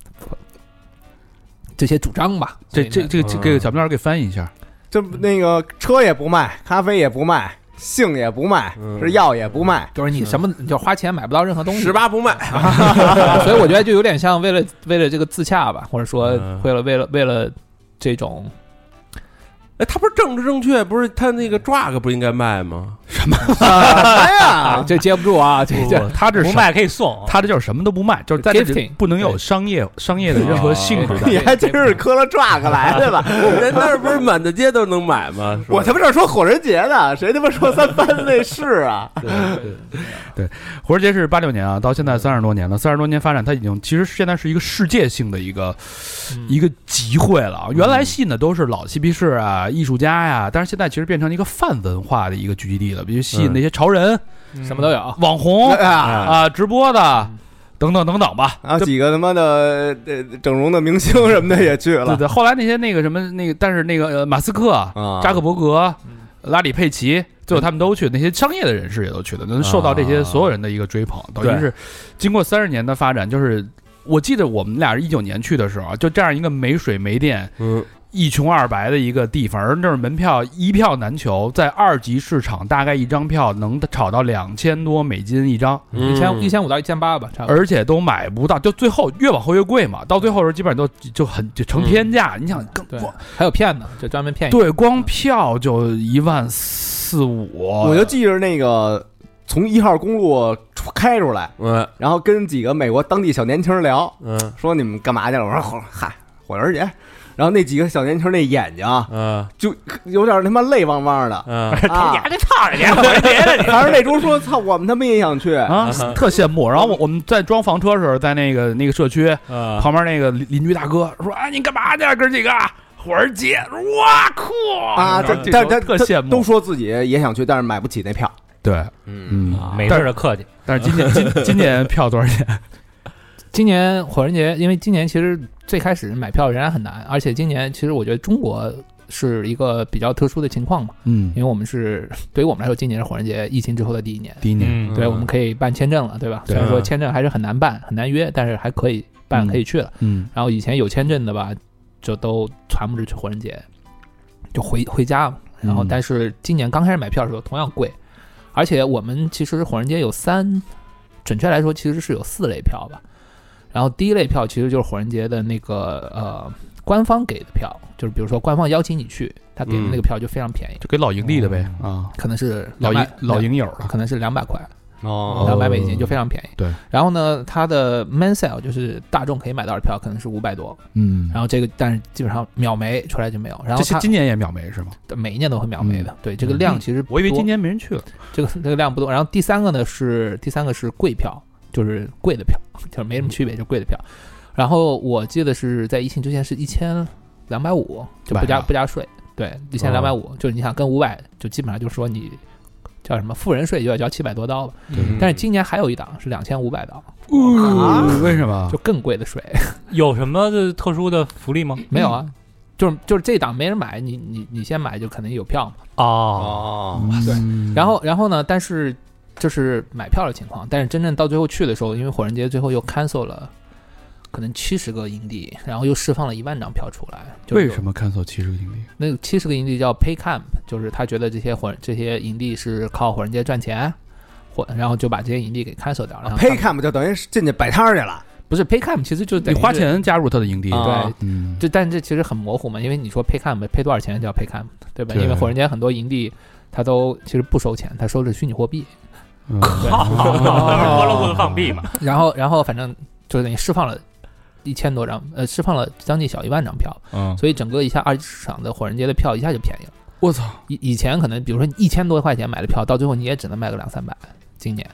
[SPEAKER 3] 这些主张吧。
[SPEAKER 1] 这
[SPEAKER 3] 所以
[SPEAKER 1] 这
[SPEAKER 3] 呢
[SPEAKER 1] 这个这个小明老师给翻译一 [LAUGHS] 下，
[SPEAKER 2] 这不那个车也不卖，咖啡也不卖，性也不卖，
[SPEAKER 6] 嗯
[SPEAKER 2] 是药也不卖，
[SPEAKER 3] 就是你什么你就花钱买不到任何东西，
[SPEAKER 6] 十八不卖，
[SPEAKER 3] [LAUGHS]
[SPEAKER 1] [LAUGHS]
[SPEAKER 3] 所以我觉得就有点像为了为了这个自洽吧，或者说
[SPEAKER 6] 嗯
[SPEAKER 3] 为了为了为了
[SPEAKER 1] [LAUGHS]
[SPEAKER 3] 这种
[SPEAKER 6] 哎，他不是政治正确，不是他那个 drug 不应该卖吗？
[SPEAKER 2] 哎
[SPEAKER 3] 啊，
[SPEAKER 2] 呀，
[SPEAKER 3] 这接不
[SPEAKER 1] [LAUGHS]
[SPEAKER 3] 住啊，这这
[SPEAKER 7] 不
[SPEAKER 1] 他这
[SPEAKER 7] 不
[SPEAKER 1] 是
[SPEAKER 7] 卖可以送啊，
[SPEAKER 1] 他这就是什么都不卖，就是在这里
[SPEAKER 3] Gifting
[SPEAKER 1] 不能有商业商业的任
[SPEAKER 7] 啊
[SPEAKER 1] 何性质的。
[SPEAKER 2] 你还真是磕了 drug 来的吧？
[SPEAKER 6] 人那儿不是满大街都能买吗？是吧
[SPEAKER 2] 我他妈这说火人节呢，谁他妈说三番那是
[SPEAKER 1] [LAUGHS]
[SPEAKER 2] 啊？
[SPEAKER 1] 火人节是八六年啊，到现在三十多年了，三十多年发展，它已经其实现在是一个世界性的一个一
[SPEAKER 7] 嗯
[SPEAKER 3] 个
[SPEAKER 1] 个集会了啊。原来信的都是老嬉皮士啊、艺术家呀，但是现在其实变成一个泛文化的一个聚集地了，比
[SPEAKER 7] 嗯
[SPEAKER 1] 如吸引那些潮人、
[SPEAKER 8] 嗯
[SPEAKER 3] 什么都有，
[SPEAKER 1] 网
[SPEAKER 7] [LAUGHS]
[SPEAKER 1] 红
[SPEAKER 2] 啊
[SPEAKER 1] 啊、直播的
[SPEAKER 3] 嗯
[SPEAKER 1] 等等等等吧。
[SPEAKER 2] 啊，几个他妈的呃整容的明星什么的也去
[SPEAKER 1] 对
[SPEAKER 2] 了
[SPEAKER 1] 对，后来那些那个什么那个，但是那个呃马斯克、
[SPEAKER 2] 啊
[SPEAKER 1] 扎克伯格、
[SPEAKER 3] 嗯
[SPEAKER 1] 拉里佩奇，最后他们都去，那些商业的人士也都去的，能受到这些所有人的一个追捧，等于
[SPEAKER 6] 对
[SPEAKER 1] 是经过三十年的发展，就是我记得我们俩是一九年去的时候啊，就这样一个没水没电。
[SPEAKER 6] 嗯，
[SPEAKER 1] 一穷二白的一个地方，而那儿门票一票难求，在二级市场大概一张票能炒到两千多美金一张，
[SPEAKER 3] 一
[SPEAKER 6] 以
[SPEAKER 3] 千一千五到一千八吧，差不多。
[SPEAKER 1] 嗯而且都买不到，就最后越往后越贵嘛，到最后的时候基本上都就很就成天价。你想更
[SPEAKER 3] 对
[SPEAKER 1] 光，
[SPEAKER 3] 还有骗的，就专门骗你。
[SPEAKER 1] 对光票就一万四五，
[SPEAKER 2] 我 [LAUGHS] 就记着那个从一号公路出开出来，
[SPEAKER 6] 嗯
[SPEAKER 2] 然后跟几个美国当地小年轻聊，
[SPEAKER 6] 嗯
[SPEAKER 2] 说你们干嘛去了？我说火嗨火人节，然后那几个小年轻那眼睛啊，
[SPEAKER 6] 嗯。
[SPEAKER 2] 有点他妈泪汪汪的 [LAUGHS]
[SPEAKER 6] 嗯，
[SPEAKER 2] 啊！
[SPEAKER 8] 这操人家，我是别的你。
[SPEAKER 2] 还是那猪说：“操，我们他妈也想去。
[SPEAKER 6] 啊
[SPEAKER 1] 啊， [LAUGHS] 特羡慕。然后我我们在装房车的时候，在那个那个社区 [LAUGHS]
[SPEAKER 6] 啊
[SPEAKER 1] 旁边那个邻邻居大哥说：“哎，你干嘛去啊？哥几个火儿节，哇酷
[SPEAKER 2] 啊
[SPEAKER 1] 这
[SPEAKER 2] 这这
[SPEAKER 1] 这特羡慕。”
[SPEAKER 2] 都说自己也想去，但是买不起那票。
[SPEAKER 1] 对，
[SPEAKER 2] 嗯，
[SPEAKER 1] 嗯，
[SPEAKER 8] 啊
[SPEAKER 3] 啊
[SPEAKER 8] 没事的客气，
[SPEAKER 1] 但是今年今今年票多少钱？
[SPEAKER 3] 今年火人节，因为今年其实最开始买票仍然很难，而且今年其实我觉得中国是一个比较特殊的情况嘛，
[SPEAKER 1] 嗯
[SPEAKER 3] 因为我们是对于我们来说，今年是火人节疫情之后的第一年，
[SPEAKER 1] 第一年，
[SPEAKER 8] 嗯，
[SPEAKER 3] 对，我们可以办签证了，对吧？
[SPEAKER 1] 对
[SPEAKER 3] 虽然说签证还是很难办，很难约，但是还可以
[SPEAKER 1] 嗯
[SPEAKER 3] 办，可以去了。
[SPEAKER 1] 嗯
[SPEAKER 3] 然后以前有签证的吧，就都全部是去火人节，就回回家嘛。然后
[SPEAKER 1] 嗯
[SPEAKER 3] 但是今年刚开始买票的时候同样贵，而且我们其实火人节有三，准确来说其实是有四类票吧。然后第一类票其实就是火人节的那个呃官方给的票，就是比如说官方邀请你去，他给
[SPEAKER 1] 嗯
[SPEAKER 3] 的那个票就非常便宜，
[SPEAKER 1] 就给老营地的呗啊，
[SPEAKER 3] 可能是
[SPEAKER 1] 老
[SPEAKER 3] 200
[SPEAKER 1] 营老营友了，
[SPEAKER 3] 可能是两百块，
[SPEAKER 6] 哦
[SPEAKER 3] 两百美金就非常便宜。
[SPEAKER 1] 对，
[SPEAKER 3] 然后呢，它的 man sale 就是大众可以买到的票，可能是五百多。
[SPEAKER 1] 嗯，
[SPEAKER 3] 然后这个，但是基本上秒没出来就没有。然后
[SPEAKER 1] 这些
[SPEAKER 3] 它
[SPEAKER 1] 今嗯年也秒没是吗？
[SPEAKER 3] 每一年都会秒没的，对这个量其实不多
[SPEAKER 1] 我以为今年没人去了，
[SPEAKER 3] 这个这个量不多。然后第三个呢是第三个是贵票，就是贵的票， [LAUGHS] 就是没什么区别，就贵的票。然后我记得是在疫情之前是一千两百啊哦五，就不
[SPEAKER 1] 晚
[SPEAKER 3] 加
[SPEAKER 1] 上
[SPEAKER 3] 不加税，对，一千两百五，就是你想跟五百，就基本上就是说你叫什么富人税就要交七百多刀了。
[SPEAKER 6] 嗯
[SPEAKER 3] 但是今年还有一档是两千五百刀，
[SPEAKER 1] 呃 [LAUGHS] 为什么
[SPEAKER 3] 就？更贵的税。
[SPEAKER 8] 有什么的特殊的福利吗？
[SPEAKER 3] 没有啊，就是就是这档没人买，你你你先买就肯定有票嘛。
[SPEAKER 8] 哦，
[SPEAKER 2] 哦，
[SPEAKER 1] 对，
[SPEAKER 3] 然后然后呢，但是就是买票的情况，但是真正到最后去的时候，因为火人节最后又 cancel 了。可能七十个营地，然后又释放了一万张票出来。就是
[SPEAKER 1] 为
[SPEAKER 3] 有
[SPEAKER 1] 什么 cancel 七十个营地？
[SPEAKER 3] 那七十个营地叫 pay camp，就是他觉得这些火这些营地是靠火人节赚钱，火然后就把这些营地给 cancel 掉。然 [LAUGHS]
[SPEAKER 1] 啊
[SPEAKER 3] 后他
[SPEAKER 2] 呸看啊不就等于是进去摆摊儿去了？
[SPEAKER 3] 不是 pay camp，其实就等
[SPEAKER 1] 你
[SPEAKER 3] 于
[SPEAKER 1] 花
[SPEAKER 3] 是
[SPEAKER 1] 钱加入他的营地，
[SPEAKER 2] 啊
[SPEAKER 3] 对，
[SPEAKER 1] 嗯，
[SPEAKER 3] 就但这其实很模糊嘛，因为你说 pay camp 配多少钱叫 pay camp，对吧？
[SPEAKER 1] 对
[SPEAKER 3] 因为火人节很多营地它都其实不收钱，它收的是虚拟货币。
[SPEAKER 1] 嗯
[SPEAKER 8] 摸了裤
[SPEAKER 1] 哦
[SPEAKER 3] [LAUGHS]
[SPEAKER 8] 子放屁嘛。
[SPEAKER 3] 然后然后反正就是等于释放了一千多张，呃，释放了将近小一万张票，
[SPEAKER 1] 嗯，
[SPEAKER 3] 所以整个一下二级市场的火人节的票一下就便宜了。
[SPEAKER 1] 我操
[SPEAKER 3] 以以前可能比如说一千多块钱买的票，到最后你也只能卖个两三百。今年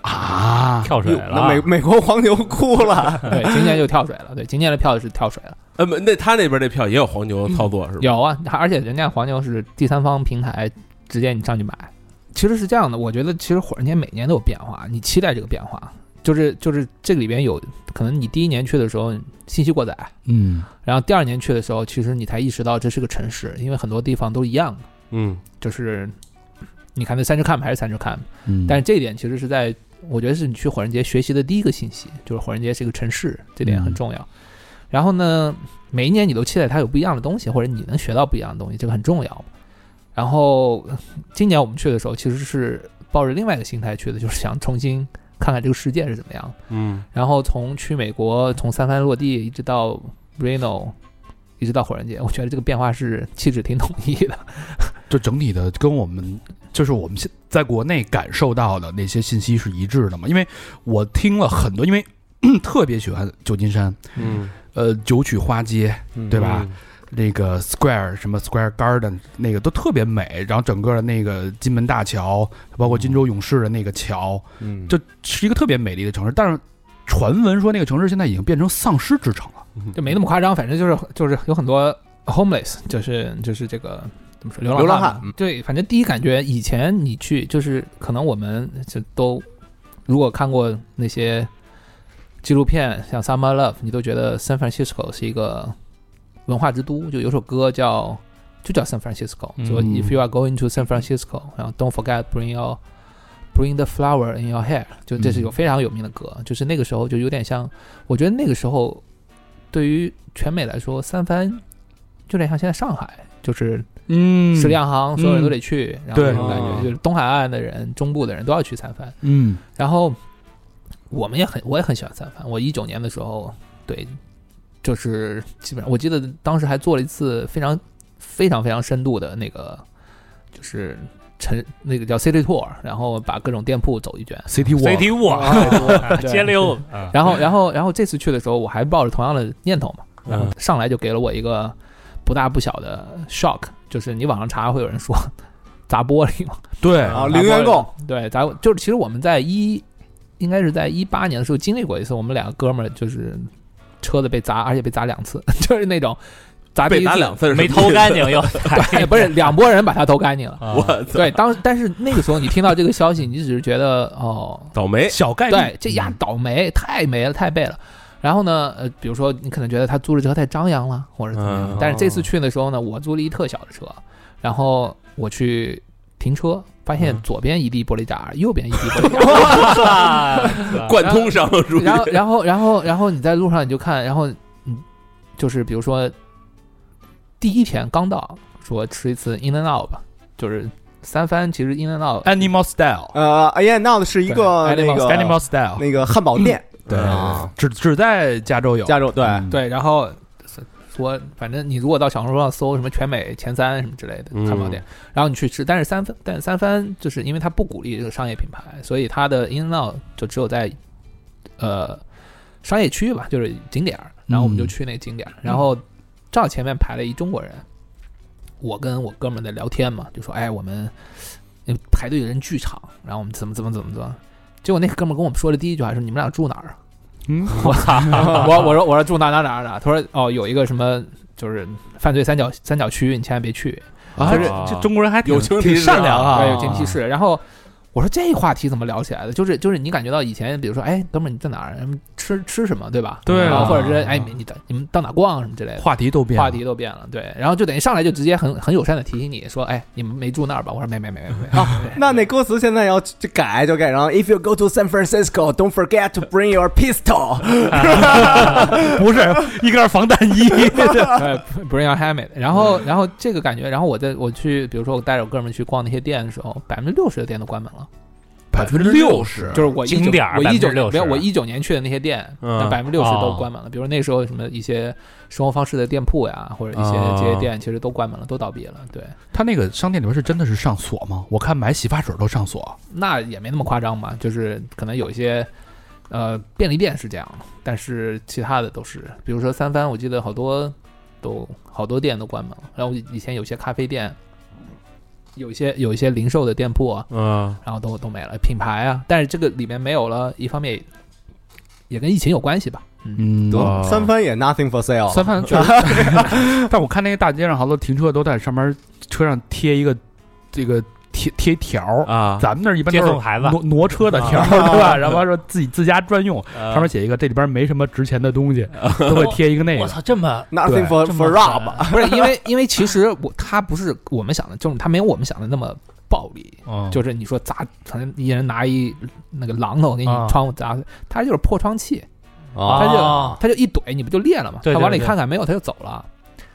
[SPEAKER 1] 啊！
[SPEAKER 8] 跳水
[SPEAKER 2] 哟那美
[SPEAKER 8] 了，
[SPEAKER 2] 美国黄牛哭了。
[SPEAKER 3] 对，今年就跳水了。对，今年的票是跳水了。
[SPEAKER 6] 呃，不那他那边那票也有黄牛操作是吧？
[SPEAKER 3] 有啊，而且人家黄牛是第三方平台直接你上去买。其实是这样的，我觉得其实火人节每年都有变化，你期待这个变化，就是就是这个里边有可能你第一年去的时候信息过载，
[SPEAKER 1] 嗯，
[SPEAKER 3] 然后第二年去的时候，其实你才意识到这是个城市，因为很多地方都一样，
[SPEAKER 6] 嗯
[SPEAKER 3] 就是你看那三只 camp 还是三只 camp，
[SPEAKER 1] 嗯
[SPEAKER 3] 但是这一点其实是在我觉得是你去火人节学习的第一个信息，就是火人节是一个城市，这点很重要。然后呢，每一年你都期待它有不一样的东西，或者你能学到不一样的东西，这个很重要。然后呃今年我们去的时候，其实是抱着另外一个心态去的，就是想重新看看这个世界是怎么样。
[SPEAKER 6] 嗯
[SPEAKER 3] 然后从去美国，从三藩落地，一直到 Reno，一直到火人节，我觉得这个变化是气质挺统一的。
[SPEAKER 1] 就整体的跟我们就是我们现在国内感受到的那些信息是一致的嘛？因为我听了很多，因为 [CLEARS THROAT] 特别喜欢旧金山，
[SPEAKER 6] 嗯，
[SPEAKER 1] 呃，九曲花街，对
[SPEAKER 6] 对
[SPEAKER 1] 吧？？那个 Square 什么 Square Garden 那个都特别美，然后整个的那个金门大桥，包括金州勇士的那个桥，
[SPEAKER 2] 嗯
[SPEAKER 1] 就是一个特别美丽的城市。但是传闻说那个城市现在已经变成丧尸之城了，
[SPEAKER 2] 嗯
[SPEAKER 3] 就没那么夸张，反正就是就是有很多 homeless，就是就是这个怎么说流
[SPEAKER 2] 流浪
[SPEAKER 3] 浪
[SPEAKER 2] 汉
[SPEAKER 3] 嘛
[SPEAKER 2] 嗯
[SPEAKER 3] 对，反正第一感觉，以前你去就是可能我们就都如果看过那些纪录片，像《Summer Love》，你都觉得 San Francisco 是一个文化之都，就有首歌叫就叫 San Francisco，
[SPEAKER 8] 嗯
[SPEAKER 3] 说 If you are going to San Francisco，然后 Don't forget bring your Bring the flower in your hair，就这是有
[SPEAKER 1] 嗯
[SPEAKER 3] 非常有名的歌，就是那个时候就有点像，我觉得那个时候对于全美来说，三藩就有点像现在上海，就是
[SPEAKER 1] 嗯
[SPEAKER 3] 十里洋行，所有人都得去，然后
[SPEAKER 1] 对
[SPEAKER 3] 那种感觉
[SPEAKER 6] 哦
[SPEAKER 3] 就是东海岸的人、中部的人都要去三藩。
[SPEAKER 1] 嗯
[SPEAKER 3] 然后我们也很，我也很喜欢三藩。我一九年的时候，对，就是基本上我记得当时还做了一次非常非常非常深度的那个，就是城那个叫 City Tour，然后把各种店铺走一圈。
[SPEAKER 1] ，City Walk，
[SPEAKER 8] CT
[SPEAKER 6] [LAUGHS] 啊
[SPEAKER 8] 我接
[SPEAKER 3] [LAUGHS]
[SPEAKER 8] 溜子，
[SPEAKER 3] 啊然后，然后，然后这次去的时候，我还抱着同样的念头嘛，然后
[SPEAKER 6] 嗯
[SPEAKER 3] 上来就给了我一个不大不小的 shock，就是你网上查会有人说砸玻璃嘛，
[SPEAKER 1] 对
[SPEAKER 2] 啊，零元购，
[SPEAKER 3] 对，砸就是其实我们在一应该是在一八年的时候经历过一次，我们两个哥们儿就是车子被砸，而且被砸两次， [LAUGHS] 就是那种砸第一
[SPEAKER 6] 被
[SPEAKER 3] 次
[SPEAKER 6] 打两次
[SPEAKER 9] 没偷干净
[SPEAKER 1] [LAUGHS]
[SPEAKER 9] 又，
[SPEAKER 3] 对，哎不是两拨人把他偷干净了。
[SPEAKER 6] [LAUGHS] 我
[SPEAKER 9] 啊
[SPEAKER 6] 操，
[SPEAKER 3] 对，当但是那个时候你听到这个消息，你只是觉得哦，
[SPEAKER 6] 倒霉，
[SPEAKER 9] 小概率
[SPEAKER 3] 对，这
[SPEAKER 1] 嗯
[SPEAKER 3] 丫倒霉，太霉了，太背了。然后呢，呃，比如说你可能觉得他租了车太张扬了，或者怎么样。
[SPEAKER 6] 嗯
[SPEAKER 3] 但是这次去的时候呢，我租了一特小的车，然后我去停车，发现
[SPEAKER 9] 嗯
[SPEAKER 3] 左边一地玻璃渣，右边一地玻璃渣。
[SPEAKER 6] [LAUGHS] 贯通商属于
[SPEAKER 3] 然后，然后，然后，然后你在路上你就看，然后你就是比如说第一天刚到，说吃一次 In and Out 吧，就是三番其实 In and Out
[SPEAKER 1] ，Animal Style，
[SPEAKER 2] 呃，A N Now 是一个
[SPEAKER 3] 对
[SPEAKER 2] 那个
[SPEAKER 1] Animal Style，
[SPEAKER 2] 那个汉堡店，
[SPEAKER 1] 嗯对
[SPEAKER 2] 啊，
[SPEAKER 1] 只只在加州有，
[SPEAKER 2] 加州对，
[SPEAKER 1] 嗯，
[SPEAKER 3] 对，然后说，反正你如果到小红书上搜什么全美前三什么之类的
[SPEAKER 6] 嗯
[SPEAKER 3] 汉堡店，然后你去吃，但是三番，但是三番就是因为它不鼓励这个商业品牌，所以它的 In Now 就只有在呃商业区吧，就是景点儿。然后我们就
[SPEAKER 1] 嗯
[SPEAKER 3] 去那景点儿，然后正好前面排了一中国人，我跟我哥们儿在聊天嘛，就说哎我们那排队的人巨长，然后我们怎么怎么怎么怎么。结果那哥们儿跟我们说的第一句话是：“你们俩住哪儿啊？”
[SPEAKER 1] 嗯，
[SPEAKER 3] [LAUGHS] 我操！
[SPEAKER 1] [LAUGHS]
[SPEAKER 3] 我我说我说住哪哪哪哪，他说哦有一个什么就是犯罪三角三角区，你千万别去，
[SPEAKER 1] 啊，这
[SPEAKER 9] 啊
[SPEAKER 1] 这中国人还挺
[SPEAKER 6] 有情
[SPEAKER 1] 挺
[SPEAKER 6] 提示啊
[SPEAKER 1] 善良啊，
[SPEAKER 3] 哎对，有前提示。然后我说这话题怎么聊起来的？就是就是你感觉到以前，比如说哎哥们儿你在哪儿嗯吃吃什么对吧？
[SPEAKER 1] 对
[SPEAKER 3] 然
[SPEAKER 1] 啊
[SPEAKER 3] 后或者是哎你你到你们到哪逛什么之类的。
[SPEAKER 1] 话题都变了
[SPEAKER 3] 话题都变了，对，然后就等于上来就直接很很友善的提醒你说，哎，你们没住那儿吧？我说没没没没没，啊
[SPEAKER 2] 那那歌词现在要去改就改成 If you go to San Francisco, don't forget to bring your pistol
[SPEAKER 1] [LAUGHS] 不是一根防弹 [LAUGHS] 衣，
[SPEAKER 6] [LAUGHS]
[SPEAKER 3] 对呃 Bring Your Helmet。然后，
[SPEAKER 6] 嗯
[SPEAKER 3] 然后这个感觉，然后我在我去，比如说我带着我哥们儿去逛那些店的时候，百分之六十的店都关门了。
[SPEAKER 1] 百分之六十
[SPEAKER 3] 就是我一九
[SPEAKER 9] 经典儿
[SPEAKER 3] 我一九
[SPEAKER 9] 60%
[SPEAKER 3] 没有我一九年去的那些店，
[SPEAKER 6] 嗯
[SPEAKER 3] 那百分之六十都
[SPEAKER 9] 哦
[SPEAKER 3] 关门了。比如那时候什么一些生活方式的店铺呀，或者一些
[SPEAKER 6] 哦
[SPEAKER 3] 这些店，其实都关门了，都倒闭了。对，
[SPEAKER 1] 他那个商店里边是真的是上锁吗？我看买洗发水都上锁，
[SPEAKER 3] 那也没那么夸张嘛，就是可能有一些。呃，便利店是这样的，但是其他的都是，比如说三番，我记得好多都好多店都关门了。然后以前有些咖啡店，有一些有一些零售的店铺啊，
[SPEAKER 6] 嗯
[SPEAKER 3] 然后都都没了品牌啊。但是这个里面没有了，一方面也也跟疫情有关系吧。嗯，
[SPEAKER 1] 嗯
[SPEAKER 6] 哦
[SPEAKER 2] 三番也 nothing for sale，
[SPEAKER 1] 三番确实，但我看那个大街上好多停车都在上面车上贴一个这个贴贴条儿，
[SPEAKER 6] 啊，
[SPEAKER 1] 咱们那儿一般
[SPEAKER 9] 接
[SPEAKER 1] 都
[SPEAKER 9] 送
[SPEAKER 1] 是
[SPEAKER 9] 孩子
[SPEAKER 1] 挪挪车的条儿，
[SPEAKER 2] 啊
[SPEAKER 1] 对吧？然后说自己自家专用，
[SPEAKER 9] 上
[SPEAKER 1] 上面写一个这里边没什么值钱的东西，都会贴一个那
[SPEAKER 9] 我
[SPEAKER 1] 个。
[SPEAKER 9] 操，这么
[SPEAKER 2] nothing for
[SPEAKER 9] 这
[SPEAKER 2] for
[SPEAKER 9] 么
[SPEAKER 2] rob，
[SPEAKER 9] 狠
[SPEAKER 3] 不是因为因为其实我他不是我们想的，就是他没有我们想的那么暴力。
[SPEAKER 1] 嗯
[SPEAKER 3] 就是你说砸，反正一人拿一那个榔头给你
[SPEAKER 9] 啊
[SPEAKER 3] 窗户砸，他就是破窗器，
[SPEAKER 2] 啊
[SPEAKER 3] 他就
[SPEAKER 9] 哦
[SPEAKER 3] 他就一怼，你不就裂了吗？
[SPEAKER 9] 对对
[SPEAKER 3] 他往里
[SPEAKER 9] 对
[SPEAKER 3] 看看没有，他就走了。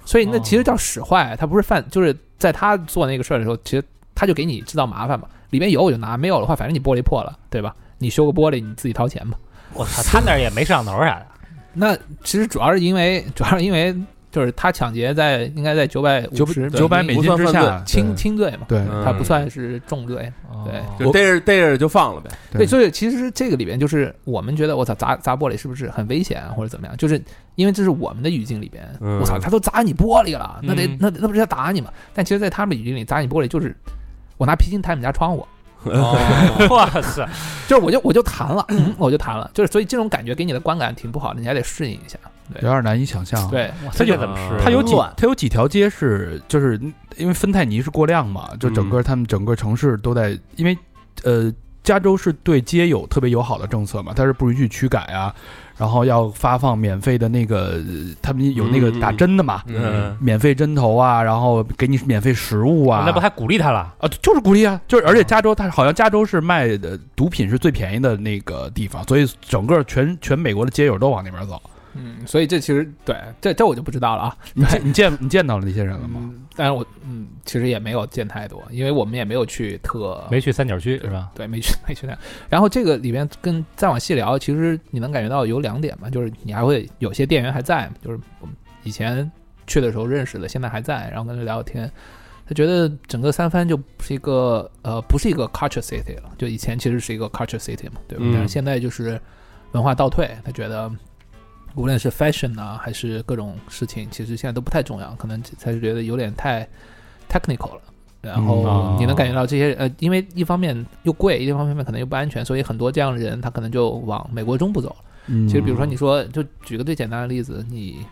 [SPEAKER 3] 所以那
[SPEAKER 9] 哦
[SPEAKER 3] 其实叫使坏，他不是犯，就是在他做那个事儿的时候，其实他就给你制造麻烦嘛。里面有我就拿，没有的话，反正你玻璃破了，对吧？你修个玻璃你自己掏钱嘛。
[SPEAKER 9] 我操，他那儿也没摄像头啥的，
[SPEAKER 3] 那其实主要是因为，主要是因为就是他抢劫在应该在九百
[SPEAKER 1] 九九百美金之
[SPEAKER 6] 不算
[SPEAKER 1] 下
[SPEAKER 6] 犯，
[SPEAKER 3] 轻轻罪嘛，
[SPEAKER 1] 对嗯
[SPEAKER 6] 嗯
[SPEAKER 3] 他不算是重罪。对
[SPEAKER 9] 哦
[SPEAKER 6] 就逮着逮着就放了呗，
[SPEAKER 1] 对
[SPEAKER 3] 对，所以其实这个里边就是我们觉得我操砸砸玻璃是不是很危险啊或者怎么样？就是因为这是我们的语境里边，
[SPEAKER 6] 嗯
[SPEAKER 3] 我操他都砸你玻璃了，那得
[SPEAKER 9] 嗯
[SPEAKER 3] 那那不是要打你嘛？但其实，在他们的语境里，砸你玻璃就是我拿皮筋弹你们家窗户，
[SPEAKER 9] 哦哇塞，
[SPEAKER 3] 就是我就我就弹了，嗯我就弹了，就是所以这种感觉给你的观感挺不好的，你还得适应一下。
[SPEAKER 1] 有点难以想象。，
[SPEAKER 3] 对，
[SPEAKER 1] 他
[SPEAKER 9] 这
[SPEAKER 6] 嗯
[SPEAKER 1] 有
[SPEAKER 9] 怎么吃？
[SPEAKER 1] 它有几
[SPEAKER 2] 乱
[SPEAKER 1] 它有几条街是就是因为芬太尼是过量嘛，就整个他们整个城市都在因为呃加州是对街友特别友好的政策嘛，它是不允许驱赶啊，然后要发放免费的那个呃他们有那个
[SPEAKER 6] 嗯嗯嗯
[SPEAKER 1] 打针的嘛，
[SPEAKER 6] 嗯，
[SPEAKER 1] 免费针头啊，然后给你免费食物啊，
[SPEAKER 9] 那不还鼓励他了？
[SPEAKER 1] 啊，就是鼓励啊，就是而且加州它好像加州是卖的毒品是最便宜的那个地方，所以整个全全美国的街友都往那边走。
[SPEAKER 3] 嗯，所以这其实对这这我就不知道了啊。
[SPEAKER 1] 你见你见你见到了那些人了吗？
[SPEAKER 3] 嗯但是我嗯，其实也没有见太多，因为我们也没有去特
[SPEAKER 9] 没去三角区是
[SPEAKER 6] 啊
[SPEAKER 9] 吧？
[SPEAKER 3] 对没去 [LAUGHS] 没去那。然后这个里面跟再往细聊，其实你能感觉到有两点嘛，就是你还会有些店员还在，就是我们以前去的时候认识的，现在还在，然后跟他聊天。他觉得整个三藩就不是一个呃，不是一个 culture city 了，就以前其实是一个 culture city 嘛，对吧？
[SPEAKER 6] 嗯
[SPEAKER 3] 但是现在就是文化倒退，他觉得无论是 fashion 啊，还是各种事情，其实现在都不太重要，可能才是觉得有点太 technical 了。然
[SPEAKER 9] 嗯
[SPEAKER 3] 后
[SPEAKER 9] 哦
[SPEAKER 3] 你能感觉到这些呃，因为一方面又贵，一方面可能又不安全，所以很多这样的人他可能就往美国中部走了。
[SPEAKER 10] 嗯
[SPEAKER 3] 其实比如说你说，就举个最简单的例子，你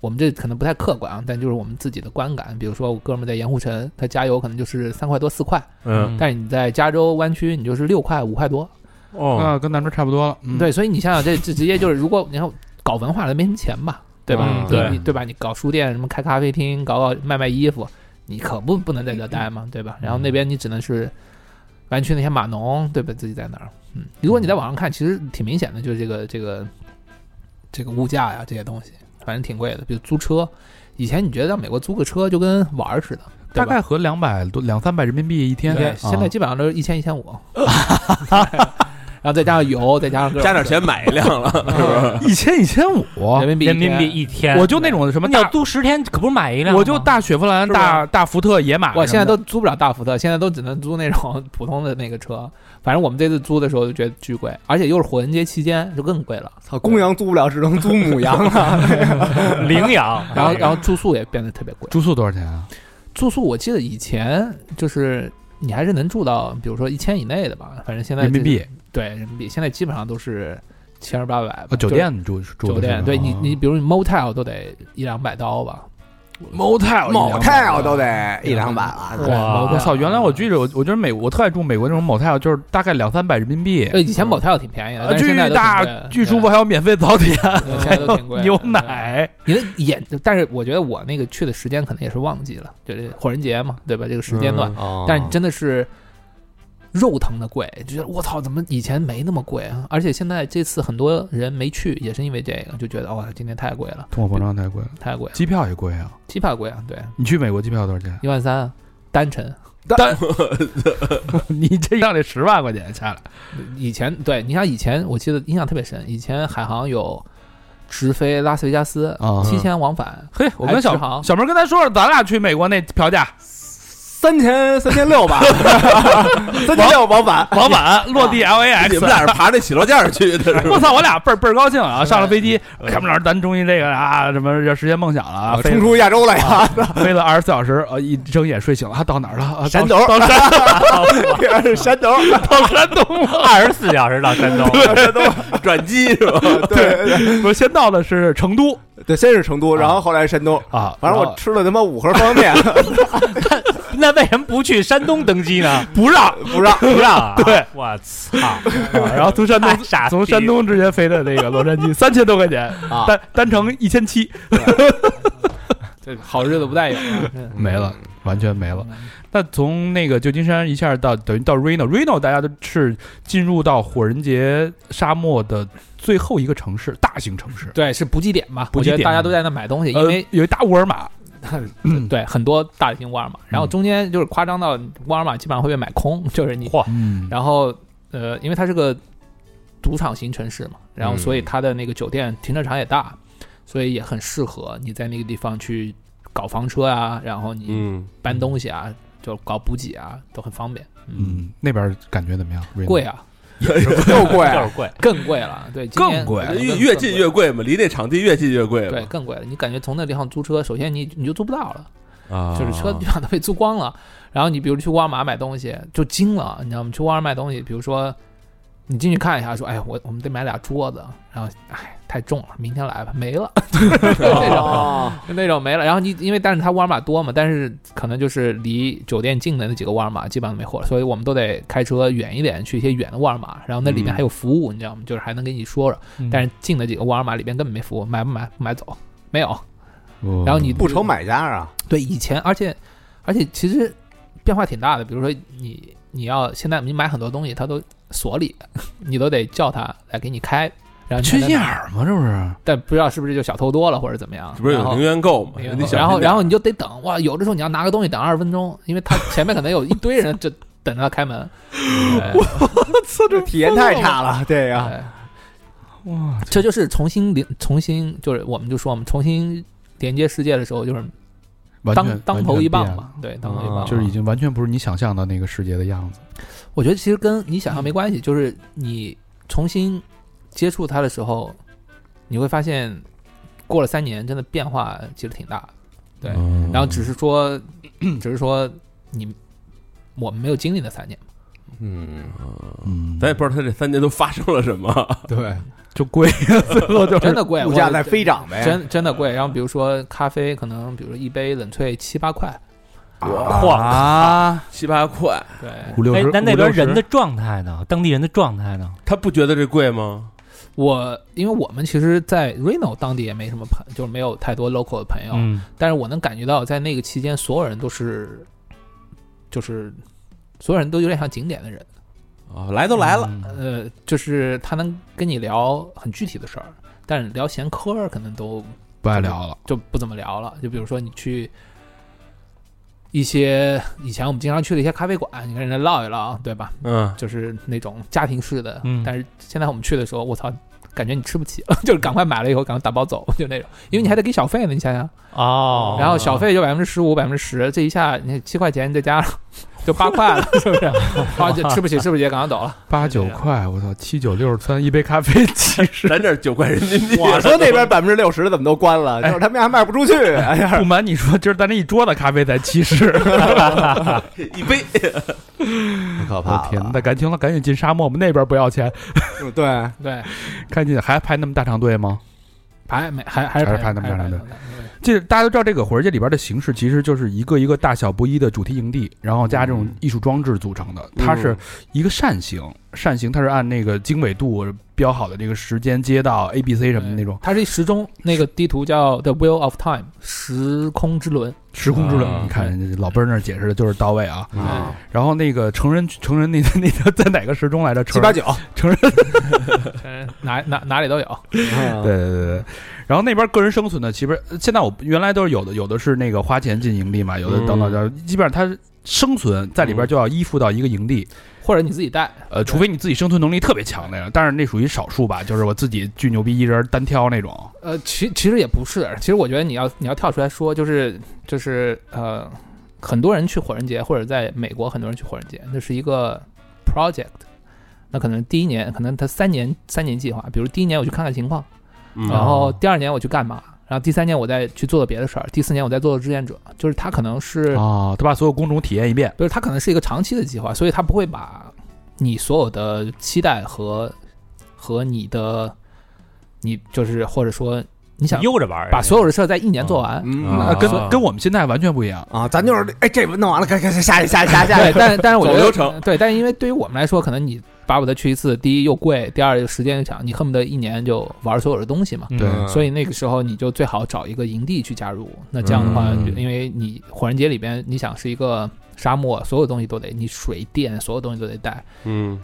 [SPEAKER 3] 我们这可能不太客观啊，但就是我们自己的观感。比如说我哥们儿在盐湖城，他加油可能就是三块多四块，
[SPEAKER 6] 嗯
[SPEAKER 3] 但是你在加州湾区，你就是六块五块多。
[SPEAKER 6] 哦，
[SPEAKER 1] 啊，跟咱们差不多了。嗯
[SPEAKER 3] 对，，所以你想想，这这直接就是，如果你要搞文化的没什么钱吧，对吧？
[SPEAKER 9] 嗯
[SPEAKER 3] 你
[SPEAKER 9] 对
[SPEAKER 3] 你对吧？你搞书店，什么开咖啡厅，搞搞卖卖衣服，你可不不能在这待
[SPEAKER 6] 嗯
[SPEAKER 3] 嘛，对吧？然后那边你只能是湾区那些码农，对吧？自己在那儿，嗯，如果你在网上看，其实挺明显的，就是这个这个这个物价呀，这些东西，反正挺贵的。比如租车，以前你觉得在美国租个车就跟玩儿似的，对
[SPEAKER 1] 大
[SPEAKER 3] 吧
[SPEAKER 1] 概合两百多两三百人民币一天。
[SPEAKER 3] 对，
[SPEAKER 6] 哎
[SPEAKER 3] 现
[SPEAKER 6] 啊
[SPEAKER 1] [LAUGHS]
[SPEAKER 3] 在基本上都是一千一千
[SPEAKER 6] [LAUGHS]
[SPEAKER 3] 五，然后再加上油，再加上各种
[SPEAKER 6] 加点钱买一辆了，是不是？
[SPEAKER 1] 一千一千五，
[SPEAKER 3] 人民币
[SPEAKER 9] 人民
[SPEAKER 3] 一
[SPEAKER 9] 币
[SPEAKER 3] 天
[SPEAKER 9] 一天，
[SPEAKER 1] 我哎就那种什
[SPEAKER 9] 什
[SPEAKER 1] 么
[SPEAKER 9] 么你要
[SPEAKER 1] 大，
[SPEAKER 9] 租十天，可不是买一辆吗，
[SPEAKER 1] 我就大雪佛兰、
[SPEAKER 9] 是吧
[SPEAKER 1] 大大福特、野啊马什么的。
[SPEAKER 3] 我现在都租不了大福特，现在都只能租那种 [LAUGHS] 普通的那个车。反正我们这次租的时候就觉得巨贵，而且又是火人节期间，就更贵了。
[SPEAKER 2] 操，公羊租不了，只能租母羊啊了。
[SPEAKER 9] [LAUGHS] 领养，
[SPEAKER 1] 哎
[SPEAKER 3] 然后，然后住宿也变得特别贵。
[SPEAKER 1] 住宿多少钱啊？
[SPEAKER 3] 住宿我记得以前就是你还是能住到，比如说一千以内的吧，反正现在
[SPEAKER 1] 人民
[SPEAKER 3] 这
[SPEAKER 1] 币，
[SPEAKER 3] 对人民币，现在基本上都是千八百吧
[SPEAKER 1] 呃，。酒店住
[SPEAKER 3] 就是
[SPEAKER 1] 住
[SPEAKER 3] 酒
[SPEAKER 1] 的是吧
[SPEAKER 3] 店，对你
[SPEAKER 1] 哦
[SPEAKER 3] 你比如你 motel 都得一两百刀吧，
[SPEAKER 1] motel
[SPEAKER 2] 某
[SPEAKER 1] 一两百
[SPEAKER 2] l 都得一两百了。
[SPEAKER 3] 对
[SPEAKER 9] 哇
[SPEAKER 1] 我
[SPEAKER 3] motel
[SPEAKER 1] 操！原来我记着，我我觉得美，我特爱住美国那种 motel，就是大概两三百人民币，
[SPEAKER 3] 对以前 motel 挺便宜的，
[SPEAKER 1] 呃
[SPEAKER 3] 但是
[SPEAKER 1] 巨
[SPEAKER 3] 现在都挺
[SPEAKER 1] 大
[SPEAKER 3] 贵的
[SPEAKER 1] 巨舒
[SPEAKER 3] 对
[SPEAKER 1] 服，还有免费早点、
[SPEAKER 3] 对现在都挺贵
[SPEAKER 1] [LAUGHS]
[SPEAKER 3] 的，
[SPEAKER 1] 牛
[SPEAKER 3] 对
[SPEAKER 1] 奶。
[SPEAKER 3] 你的眼，但是我觉得我那个去的时间可能也是旺季了，就是火人节嘛，对吧？这个时间段，
[SPEAKER 6] 哦
[SPEAKER 3] 但是
[SPEAKER 2] 啊
[SPEAKER 3] 你真的是肉疼的贵，就觉得我操，怎么以前没那么贵啊？而且现在这次很多人没去，也是因为这个，就觉得哇，今天太贵了，
[SPEAKER 1] [LAUGHS] 通货膨胀太贵了，
[SPEAKER 3] 太贵了，
[SPEAKER 1] 机票也贵啊！
[SPEAKER 3] 机票贵啊，对，
[SPEAKER 1] 你去美国机票多少钱？ [LAUGHS]
[SPEAKER 3] 一万三单程。
[SPEAKER 1] 你这让这十万块钱下来，
[SPEAKER 3] 以前对，你像以前我记得印象特别深，以前海航有直飞拉斯维加斯
[SPEAKER 1] 啊
[SPEAKER 3] 七千往返，
[SPEAKER 1] 嘿，我
[SPEAKER 3] 还
[SPEAKER 1] 跟小
[SPEAKER 3] 直航
[SPEAKER 1] 小明跟他说说，咱俩去美国那票价，
[SPEAKER 2] 三千三千六吧，三千六往返。
[SPEAKER 1] 往返落地 L A
[SPEAKER 6] 哎你
[SPEAKER 1] X
[SPEAKER 6] 们。俩是爬那起落架儿去
[SPEAKER 3] [LAUGHS]
[SPEAKER 6] 的，是吧？
[SPEAKER 1] 我操！我俩倍儿倍儿高兴啊！上了飞机，小明老师，咱终于这个啊，什么要实现梦想了啊！
[SPEAKER 2] 啊，
[SPEAKER 1] 飞
[SPEAKER 2] 冲出亚洲来呀！
[SPEAKER 1] 飞了二十四小时，呃，一睁眼睡醒了，啊到哪儿了？啊
[SPEAKER 2] 山
[SPEAKER 1] 到
[SPEAKER 2] 头
[SPEAKER 1] 到山
[SPEAKER 2] 山 [LAUGHS] 头，
[SPEAKER 1] 到山东了。
[SPEAKER 9] 二十 [LAUGHS] 四小时到山东，
[SPEAKER 6] 转机是吧？
[SPEAKER 2] 对
[SPEAKER 1] 我先到的是成都
[SPEAKER 2] 对，先是成都，然后后来是山东。
[SPEAKER 1] 啊，
[SPEAKER 2] 反正
[SPEAKER 1] 然
[SPEAKER 2] 我
[SPEAKER 1] 后
[SPEAKER 2] 吃了他妈五盒方便面，
[SPEAKER 9] 那为什么不去山东登机呢？
[SPEAKER 1] 不让，
[SPEAKER 2] 不让。
[SPEAKER 9] [LAUGHS] 不让 [LAUGHS] 啊，
[SPEAKER 1] 对
[SPEAKER 9] 我操，
[SPEAKER 1] 啊然后从山
[SPEAKER 9] 太
[SPEAKER 1] 东
[SPEAKER 9] 傻逼
[SPEAKER 1] 从山东直接飞的那个洛杉矶，三千多块钱
[SPEAKER 2] 啊，
[SPEAKER 1] 单单程一千七，
[SPEAKER 3] 这好日子不带有 [LAUGHS] 啊，真的
[SPEAKER 1] 没了，完全没了。那从那个旧金山一下到等于到 Reno，Reno 大家都是进入到火人节沙漠的最后一个城市，大型城市。
[SPEAKER 3] 对，是补给点吧？
[SPEAKER 1] 补
[SPEAKER 3] 我
[SPEAKER 1] 给
[SPEAKER 3] 觉
[SPEAKER 1] 点
[SPEAKER 3] 得大家都在那买东西，因
[SPEAKER 1] 呃
[SPEAKER 3] 为，
[SPEAKER 1] 有一大沃尔
[SPEAKER 3] [LAUGHS]
[SPEAKER 1] 玛，
[SPEAKER 3] 对很多大型沃尔玛，然后
[SPEAKER 1] 嗯
[SPEAKER 3] 中间就是夸张到沃尔玛基本上会被买空，就是你，
[SPEAKER 1] 嗯，
[SPEAKER 3] 然后呃，因为它是个赌场型城市嘛，然后所以它的那个酒店停车场也大，所以也很适合你在那个地方去搞房车啊，然后你
[SPEAKER 6] 嗯，
[SPEAKER 3] 搬东西啊，就搞补给啊，都很方便。
[SPEAKER 1] 嗯，那边感觉怎么样？
[SPEAKER 3] 贵，啊，
[SPEAKER 2] 又贵，
[SPEAKER 9] 就是贵，
[SPEAKER 3] 更贵了，对，今年
[SPEAKER 1] 更贵
[SPEAKER 6] 啊越越近越贵嘛，离那场地越近越贵
[SPEAKER 3] 对
[SPEAKER 6] 嘛。
[SPEAKER 3] 更贵了。你感觉从那地方租车，首先你你就租不到了。
[SPEAKER 6] 啊
[SPEAKER 3] 就是车基本上都被租光了。然后你比如去沃尔玛买东西就惊了，你知道吗？去沃尔玛买东西，比如说你进去看一下，说哎我我们得买俩桌子，然后哎太重了，明天来吧，没了， [LAUGHS] 那种
[SPEAKER 2] 哦，
[SPEAKER 3] 就那种没了。然后你因为但是它沃尔玛多嘛，但是可能就是离酒店近的那几个沃尔玛基本上没货了，所以我们都得开车远一点去一些远的沃尔玛，然后那里面
[SPEAKER 6] 嗯
[SPEAKER 3] 还有服务，你知道吗？就是还能给你说说，但是近的几个沃尔玛里边根本没服务，买不买不买走，没有。然后你
[SPEAKER 2] 不愁买家啊！
[SPEAKER 3] 对，以前而且而且其实变化挺大的，比如说你你要现在你买很多东西，它都锁里，你都得叫他来给你开，然后
[SPEAKER 1] 缺
[SPEAKER 3] 你才能
[SPEAKER 1] 心眼
[SPEAKER 3] 买，
[SPEAKER 1] 儿吗？这不是？
[SPEAKER 3] 但不知道是不是就小偷多了或者怎么样，
[SPEAKER 6] 这不是
[SPEAKER 3] 然
[SPEAKER 6] 有
[SPEAKER 3] 后
[SPEAKER 6] 零元购嘛？
[SPEAKER 3] 没有
[SPEAKER 6] 你小心
[SPEAKER 3] 然后
[SPEAKER 6] 点
[SPEAKER 3] 然后你就得等哇，有的时候你要拿个东西等二十分钟，因为他前面可能有一堆人就等着他开
[SPEAKER 6] [LAUGHS]
[SPEAKER 3] 门，对
[SPEAKER 2] 这体验太差了，这个
[SPEAKER 3] 对
[SPEAKER 1] 哇，
[SPEAKER 3] 这就是重新连重新就是我们就说我们重新连接世界的时候，就是
[SPEAKER 1] 完全
[SPEAKER 3] 当当头一棒，
[SPEAKER 1] 完
[SPEAKER 3] 嘛，对，当头一
[SPEAKER 6] 啊
[SPEAKER 3] 棒，
[SPEAKER 1] 全变了就是已经完全不是你想象的那个世界的样子。
[SPEAKER 3] 我觉得其实跟你想象没关系，就是你重新接触它的时候，你会发现过了三年，真的变化其实挺大的。对
[SPEAKER 6] 嗯
[SPEAKER 3] 然后只是说， [CLEARS THROAT] 只是说你我们没有经历那三年，
[SPEAKER 6] 嗯，
[SPEAKER 1] 嗯，
[SPEAKER 6] 咱也不知道他这三年都发生了什么。
[SPEAKER 2] 对，
[SPEAKER 1] 就贵，最后就是
[SPEAKER 3] 真的贵，
[SPEAKER 2] 物
[SPEAKER 3] 我
[SPEAKER 2] 价在飞涨呗。
[SPEAKER 3] 真真的贵。然后比如说咖啡，可能比如说一杯冷萃七八块，
[SPEAKER 1] 啊，
[SPEAKER 6] 七八块，
[SPEAKER 3] 对，
[SPEAKER 1] 五六
[SPEAKER 9] 哎
[SPEAKER 1] 十，，
[SPEAKER 9] 那那
[SPEAKER 1] 五六
[SPEAKER 9] 边
[SPEAKER 1] 十
[SPEAKER 9] 人的状态呢？当地人的状态呢？
[SPEAKER 6] 他不觉得这贵吗？
[SPEAKER 3] 我因为我们其实，在 Reno 当地也没什么朋，就是没有太多 local 的朋友，
[SPEAKER 9] 嗯，
[SPEAKER 3] 但是我能感觉到，在那个期间，所有人都是，就是所有人都有点像景点的人，
[SPEAKER 6] 啊，来都来了，
[SPEAKER 9] 嗯
[SPEAKER 3] 呃，就是他能跟你聊很具体的事儿，但是聊闲嗑儿可能都
[SPEAKER 1] 不爱聊了，
[SPEAKER 3] 就不怎么聊了。就比如说你去一些以前我们经常去的一些咖啡馆，你跟人家唠一唠，对吧？
[SPEAKER 6] 嗯，
[SPEAKER 3] 就是那种家庭式的，
[SPEAKER 9] 嗯
[SPEAKER 3] 但是现在我们去的时候，我操，感觉你吃不起， [LAUGHS] 就是赶快买了以后赶快打包走，就那种，因为你还得给小费呢，你想想，
[SPEAKER 9] 哦，
[SPEAKER 3] 然后小费就百分之十五、百分之十，这一下你七块钱你再加上 [LAUGHS] 就八块了，是不是？啊，就吃不起，吃不起，赶快走了。
[SPEAKER 1] 八九块，我操，七九六十三，一杯咖啡七十。
[SPEAKER 6] 咱这儿九块人民币，
[SPEAKER 2] 我说那
[SPEAKER 6] [LAUGHS]
[SPEAKER 2] 边百分之六十怎么都关了，
[SPEAKER 1] 哎
[SPEAKER 2] 就是他们还卖不出去。哎
[SPEAKER 1] [LAUGHS]
[SPEAKER 2] 呀，
[SPEAKER 1] 不瞒你说，今儿咱这一桌子咖啡才七十，
[SPEAKER 6] 一杯，
[SPEAKER 2] 太可
[SPEAKER 1] 我天，那赶紧了，赶紧进沙漠，我们那边不要钱，
[SPEAKER 2] 嗯对，
[SPEAKER 3] 对，
[SPEAKER 1] 赶紧还排那么大长队吗？
[SPEAKER 3] 排没还还是
[SPEAKER 1] 还是排
[SPEAKER 3] 排
[SPEAKER 1] 那么长
[SPEAKER 3] 还是
[SPEAKER 1] 队
[SPEAKER 3] 排
[SPEAKER 1] 这大家都知道，这个火人节里边的形式其实就是一个一个大小不一的主题营地，然后加这种艺术装置组成的。它是一个扇形，扇形它是按那个经纬度标好的这个时间、街道、A、B、C 什么的那种
[SPEAKER 3] 它是一时钟，那个地图叫 The Wheel of Time，时空之轮。
[SPEAKER 1] 时空之轮。
[SPEAKER 6] 啊
[SPEAKER 1] 你看人家老辈儿那儿解释的就是到位啊。
[SPEAKER 2] 啊，
[SPEAKER 1] 然后那个成人成人那 [LAUGHS] 那条在哪个时钟来着？
[SPEAKER 2] 七
[SPEAKER 1] 成
[SPEAKER 2] 八
[SPEAKER 1] 人
[SPEAKER 2] 九，
[SPEAKER 1] 成人
[SPEAKER 3] 嗯，哪哪哪里都有。
[SPEAKER 1] 对
[SPEAKER 2] 嗯
[SPEAKER 1] 对对对。然后那边个人生存的，其实呃现在我原来都是有的，有的是那个花钱进营地嘛，有的等等，
[SPEAKER 6] 嗯
[SPEAKER 1] 然后基本上它生存在里边就要依附到一个营地。
[SPEAKER 3] 或者你自己带，
[SPEAKER 1] 呃，除非你自己生存能力特别强那样，但是那属于少数吧，就是我自己巨牛逼一人单挑那种。
[SPEAKER 3] 呃，其其实也不是，其实我觉得你要你要跳出来说，就是就是呃，很多人去火人节，或者在美国很多人去火人节，那是一个 project，那可能第一年可能他三年三年计划，比如第一年我去看看情况，
[SPEAKER 6] 嗯
[SPEAKER 3] 然后第二年我去干嘛，然后第三年我再去做做别的事儿，第四年我再做做志愿者，就是他可能是，
[SPEAKER 1] 哦，他把所有工种体验一遍。
[SPEAKER 3] 就是他可能是一个长期的计划，所以他不会把你所有的期待和和你的你就是或者说你想
[SPEAKER 9] 悠着玩儿，
[SPEAKER 3] 把所有的事儿在一年做完。
[SPEAKER 2] 嗯
[SPEAKER 6] 啊
[SPEAKER 1] 那跟跟我们现在完全不一样。
[SPEAKER 2] 啊，咱就是哎，这弄完了，该该该下一下一下一下
[SPEAKER 1] [LAUGHS]
[SPEAKER 3] 对
[SPEAKER 2] 一，，
[SPEAKER 3] 但但是我觉得
[SPEAKER 6] 走流程
[SPEAKER 3] 对，但是因为对于我们来说，可能你巴不得去一次，第一又贵，第二时间又长，你恨不得一年就玩所有的东西嘛。
[SPEAKER 9] 嗯
[SPEAKER 1] 对
[SPEAKER 2] 嗯
[SPEAKER 3] 所以那个时候你就最好找一个营地去加入。那这样的话，
[SPEAKER 1] 嗯
[SPEAKER 3] 就因为你火人节里边，你想是一个沙漠，所有东西都得，你水电所有东西都得带，
[SPEAKER 6] 嗯，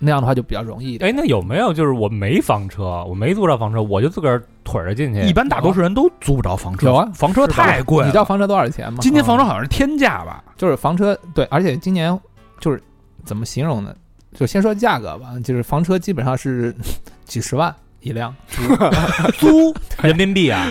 [SPEAKER 3] 那样的话就比较容易一点。
[SPEAKER 9] 哎，那有没有就是我没房车，我没租着房车，我就自个儿腿着进去？哦
[SPEAKER 1] 一般大多数人都租不着房车，
[SPEAKER 3] 有啊
[SPEAKER 1] 房车太贵
[SPEAKER 3] 你知道
[SPEAKER 1] 了。
[SPEAKER 3] 房车多少钱吗？
[SPEAKER 1] 今天房车好像是天价吧？
[SPEAKER 3] 就是房车对，而且今年就是怎么形容呢？就先说价格吧，就是房车基本上是 [LAUGHS] 几十万一辆，
[SPEAKER 9] [LAUGHS] 租人民币啊，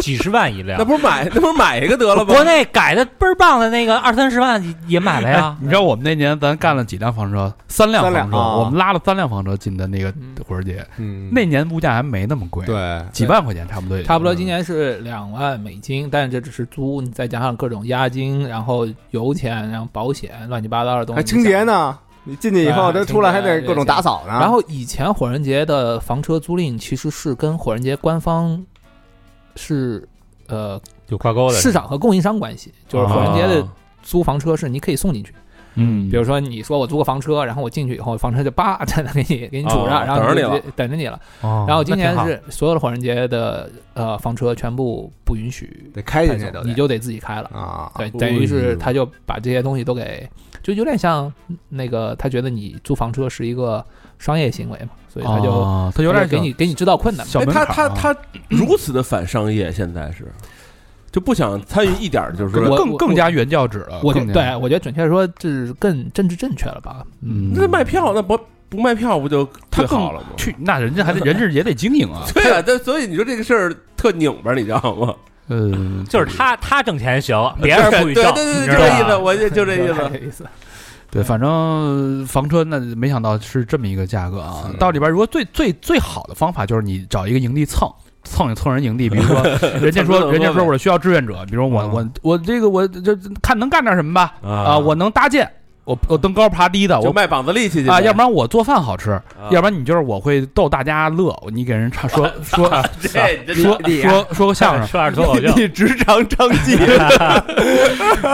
[SPEAKER 9] 几十万一辆
[SPEAKER 6] 那。不是买，那不是买一个得了吗？
[SPEAKER 9] 国内改的倍儿棒的那个二三十万也也买了呀
[SPEAKER 1] 哎，你知道我们那年咱干了几辆房车？三辆
[SPEAKER 2] 三
[SPEAKER 1] 房
[SPEAKER 2] 辆
[SPEAKER 1] 车，
[SPEAKER 2] 啊
[SPEAKER 1] 我们拉了三辆房车进的那个
[SPEAKER 3] 嗯
[SPEAKER 1] 火人节。
[SPEAKER 2] 嗯
[SPEAKER 1] 那年物价还没那么贵，，
[SPEAKER 2] 对
[SPEAKER 1] 几万块钱差不多也就。
[SPEAKER 3] 差不多今年是两万美金，但是这只是租，你再加上各种押金，然后油钱，然后保险，乱七八糟的东西。
[SPEAKER 2] 还清洁？呢，你进去以后，
[SPEAKER 3] 哎
[SPEAKER 2] 这出来还得各种打扫呢。
[SPEAKER 3] 然后以前火人节的房车租赁其实是跟火人节官方是呃
[SPEAKER 9] 有挂钩的。
[SPEAKER 3] 市场和供应商关系，就是火人节的
[SPEAKER 6] 啊
[SPEAKER 3] 租房车是你可以送进去，
[SPEAKER 1] 嗯，
[SPEAKER 3] 比如说你说我租个房车，然后我进去以后房车就叭 [LAUGHS] 在那给你给你杵
[SPEAKER 6] 哦
[SPEAKER 3] 上，然后
[SPEAKER 6] 等
[SPEAKER 3] 就
[SPEAKER 6] 着你了
[SPEAKER 3] 直接等着你了。
[SPEAKER 9] 哦
[SPEAKER 3] 然后今年
[SPEAKER 9] 那挺好
[SPEAKER 3] 是所有的火人节的呃房车全部不允许
[SPEAKER 2] 得开进去
[SPEAKER 3] 带走
[SPEAKER 2] 都得
[SPEAKER 3] 你就得自己开了。
[SPEAKER 2] 啊，
[SPEAKER 3] 对，
[SPEAKER 1] 哦
[SPEAKER 3] 等于是
[SPEAKER 1] 呦
[SPEAKER 3] 他就把这些东西都给，就有点像那个他觉得你租房车是一个商业行为嘛，所以他就、
[SPEAKER 1] 哦他有
[SPEAKER 3] 他
[SPEAKER 1] 点
[SPEAKER 3] 就给
[SPEAKER 1] 想
[SPEAKER 3] 你给你制造困难嘛。
[SPEAKER 1] 小
[SPEAKER 6] 哎，
[SPEAKER 1] 门
[SPEAKER 6] 他
[SPEAKER 1] 槛
[SPEAKER 6] 他
[SPEAKER 1] 啊
[SPEAKER 6] 他如此的反商业，现在是就不想参与一点儿，就是
[SPEAKER 3] 我
[SPEAKER 6] 说
[SPEAKER 1] 更更加原教旨了。
[SPEAKER 3] 我觉
[SPEAKER 1] 更
[SPEAKER 3] 得
[SPEAKER 1] 加
[SPEAKER 3] 对，我觉得准确地说，这是更政治正确了吧？
[SPEAKER 1] 嗯
[SPEAKER 6] 那卖票那不不卖票不就
[SPEAKER 1] 他
[SPEAKER 6] 最
[SPEAKER 1] 更
[SPEAKER 6] 好了吗？。
[SPEAKER 1] 去，那人家还得人家也得经
[SPEAKER 3] [LAUGHS]
[SPEAKER 1] 营啊
[SPEAKER 6] 对啊，但所以你说这个事儿特拧巴，你知道吗？
[SPEAKER 1] 嗯，
[SPEAKER 9] 就是他他挣钱行，别人不许
[SPEAKER 6] 对
[SPEAKER 9] 挣，
[SPEAKER 6] 对对，
[SPEAKER 9] 你
[SPEAKER 6] 就
[SPEAKER 9] 知道
[SPEAKER 6] 这意思，
[SPEAKER 3] [LAUGHS]
[SPEAKER 6] [LAUGHS]
[SPEAKER 9] 吧
[SPEAKER 6] 我就就这意
[SPEAKER 3] 对
[SPEAKER 6] 思。
[SPEAKER 3] 这意思。
[SPEAKER 1] 对，反正房车那没想到是这么一个价格啊。到里边，如果最最最好的方法就是你找一个营地蹭。蹭蹭人营地，比如
[SPEAKER 3] [LAUGHS]
[SPEAKER 1] 说人家
[SPEAKER 6] 蹭
[SPEAKER 1] 说
[SPEAKER 6] 个
[SPEAKER 1] 人家
[SPEAKER 6] 座
[SPEAKER 1] 说
[SPEAKER 6] 位
[SPEAKER 1] 我需要志愿者，比如我
[SPEAKER 9] 嗯
[SPEAKER 1] 我我这个我这看能干点什么吧
[SPEAKER 6] 啊
[SPEAKER 1] 啊，我能搭建，我我登高爬低的，
[SPEAKER 6] 就
[SPEAKER 1] 我
[SPEAKER 6] 卖膀子力气去
[SPEAKER 1] 啊，要
[SPEAKER 6] 不
[SPEAKER 1] 不然我做饭好吃，
[SPEAKER 6] 啊
[SPEAKER 1] 要不然你就是我会逗大家乐，你给人唱说说
[SPEAKER 6] 哎这啊这
[SPEAKER 1] 说说说个相
[SPEAKER 9] [LAUGHS]
[SPEAKER 1] 声，
[SPEAKER 9] 说点脱
[SPEAKER 1] [LAUGHS]
[SPEAKER 9] 口秀，
[SPEAKER 6] 你职场张继，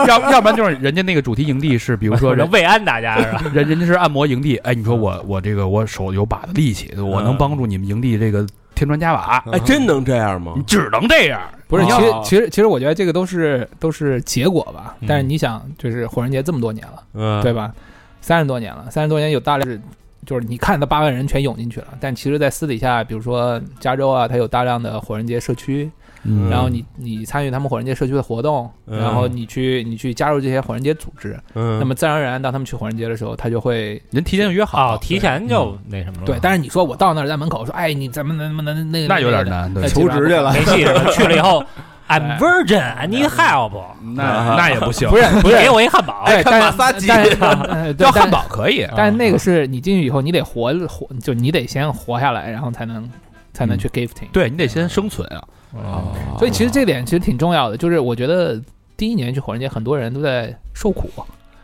[SPEAKER 1] 要要不然就是人家那个主题营地是，比如说
[SPEAKER 9] 我 [LAUGHS] 这
[SPEAKER 1] 人
[SPEAKER 9] 慰安大家是吧？
[SPEAKER 1] 人人家是按摩营地，哎，你说我我这个我手有把子力气，我能帮助你们营地这个添砖加瓦，
[SPEAKER 2] 啊
[SPEAKER 6] 哎，真能这样吗
[SPEAKER 1] 你？只能这样。
[SPEAKER 3] 不是，
[SPEAKER 6] 哦
[SPEAKER 3] 其实其实其实我觉得这个都是都是结果吧
[SPEAKER 9] 嗯。
[SPEAKER 3] 但是你想，就是火人节这么多年了，
[SPEAKER 6] 嗯
[SPEAKER 3] 对吧？三十多年了，三十多年有大量是就是你看那八万人全涌进去了，但其实，在私底下，比如说加州啊，它有大量的火人节社区，
[SPEAKER 6] 嗯
[SPEAKER 3] 然后你你参与他们火人节社区的活动，
[SPEAKER 6] 嗯
[SPEAKER 3] 然后你去你去加入这些火人节组织，
[SPEAKER 6] 嗯，
[SPEAKER 3] 那么自然而然，当他们去火人节的时候，他就会
[SPEAKER 1] 人提前约 [LAUGHS] 好
[SPEAKER 9] 哦，，提前就那什么了，
[SPEAKER 3] 对。但是你说我到那儿在门口说，哎，你咱们能不能那个
[SPEAKER 1] 那有点，难，对
[SPEAKER 2] [LAUGHS]
[SPEAKER 3] 那，
[SPEAKER 2] 求职去了，
[SPEAKER 9] 没戏是吧？去了以后
[SPEAKER 3] 哎
[SPEAKER 9] ，I'm virgin, I need help，
[SPEAKER 1] 那那也不行，哎
[SPEAKER 3] 不是不
[SPEAKER 9] 你
[SPEAKER 3] 是，
[SPEAKER 9] 给我一汉堡，
[SPEAKER 3] 哎，但
[SPEAKER 6] 马
[SPEAKER 3] 是
[SPEAKER 6] 萨基
[SPEAKER 3] [LAUGHS]
[SPEAKER 1] [LAUGHS]
[SPEAKER 3] 但是呃对
[SPEAKER 1] 要
[SPEAKER 3] 但
[SPEAKER 1] 汉堡可以，
[SPEAKER 3] 但是那个是你进去以后，你得活活，就你得先活下来，然后才能才能去 gifting。
[SPEAKER 1] 对你得先生存啊，
[SPEAKER 6] 哦
[SPEAKER 3] 所以其实这点其实挺重要的，就是我觉得第一年去火人节，很多人都在受苦。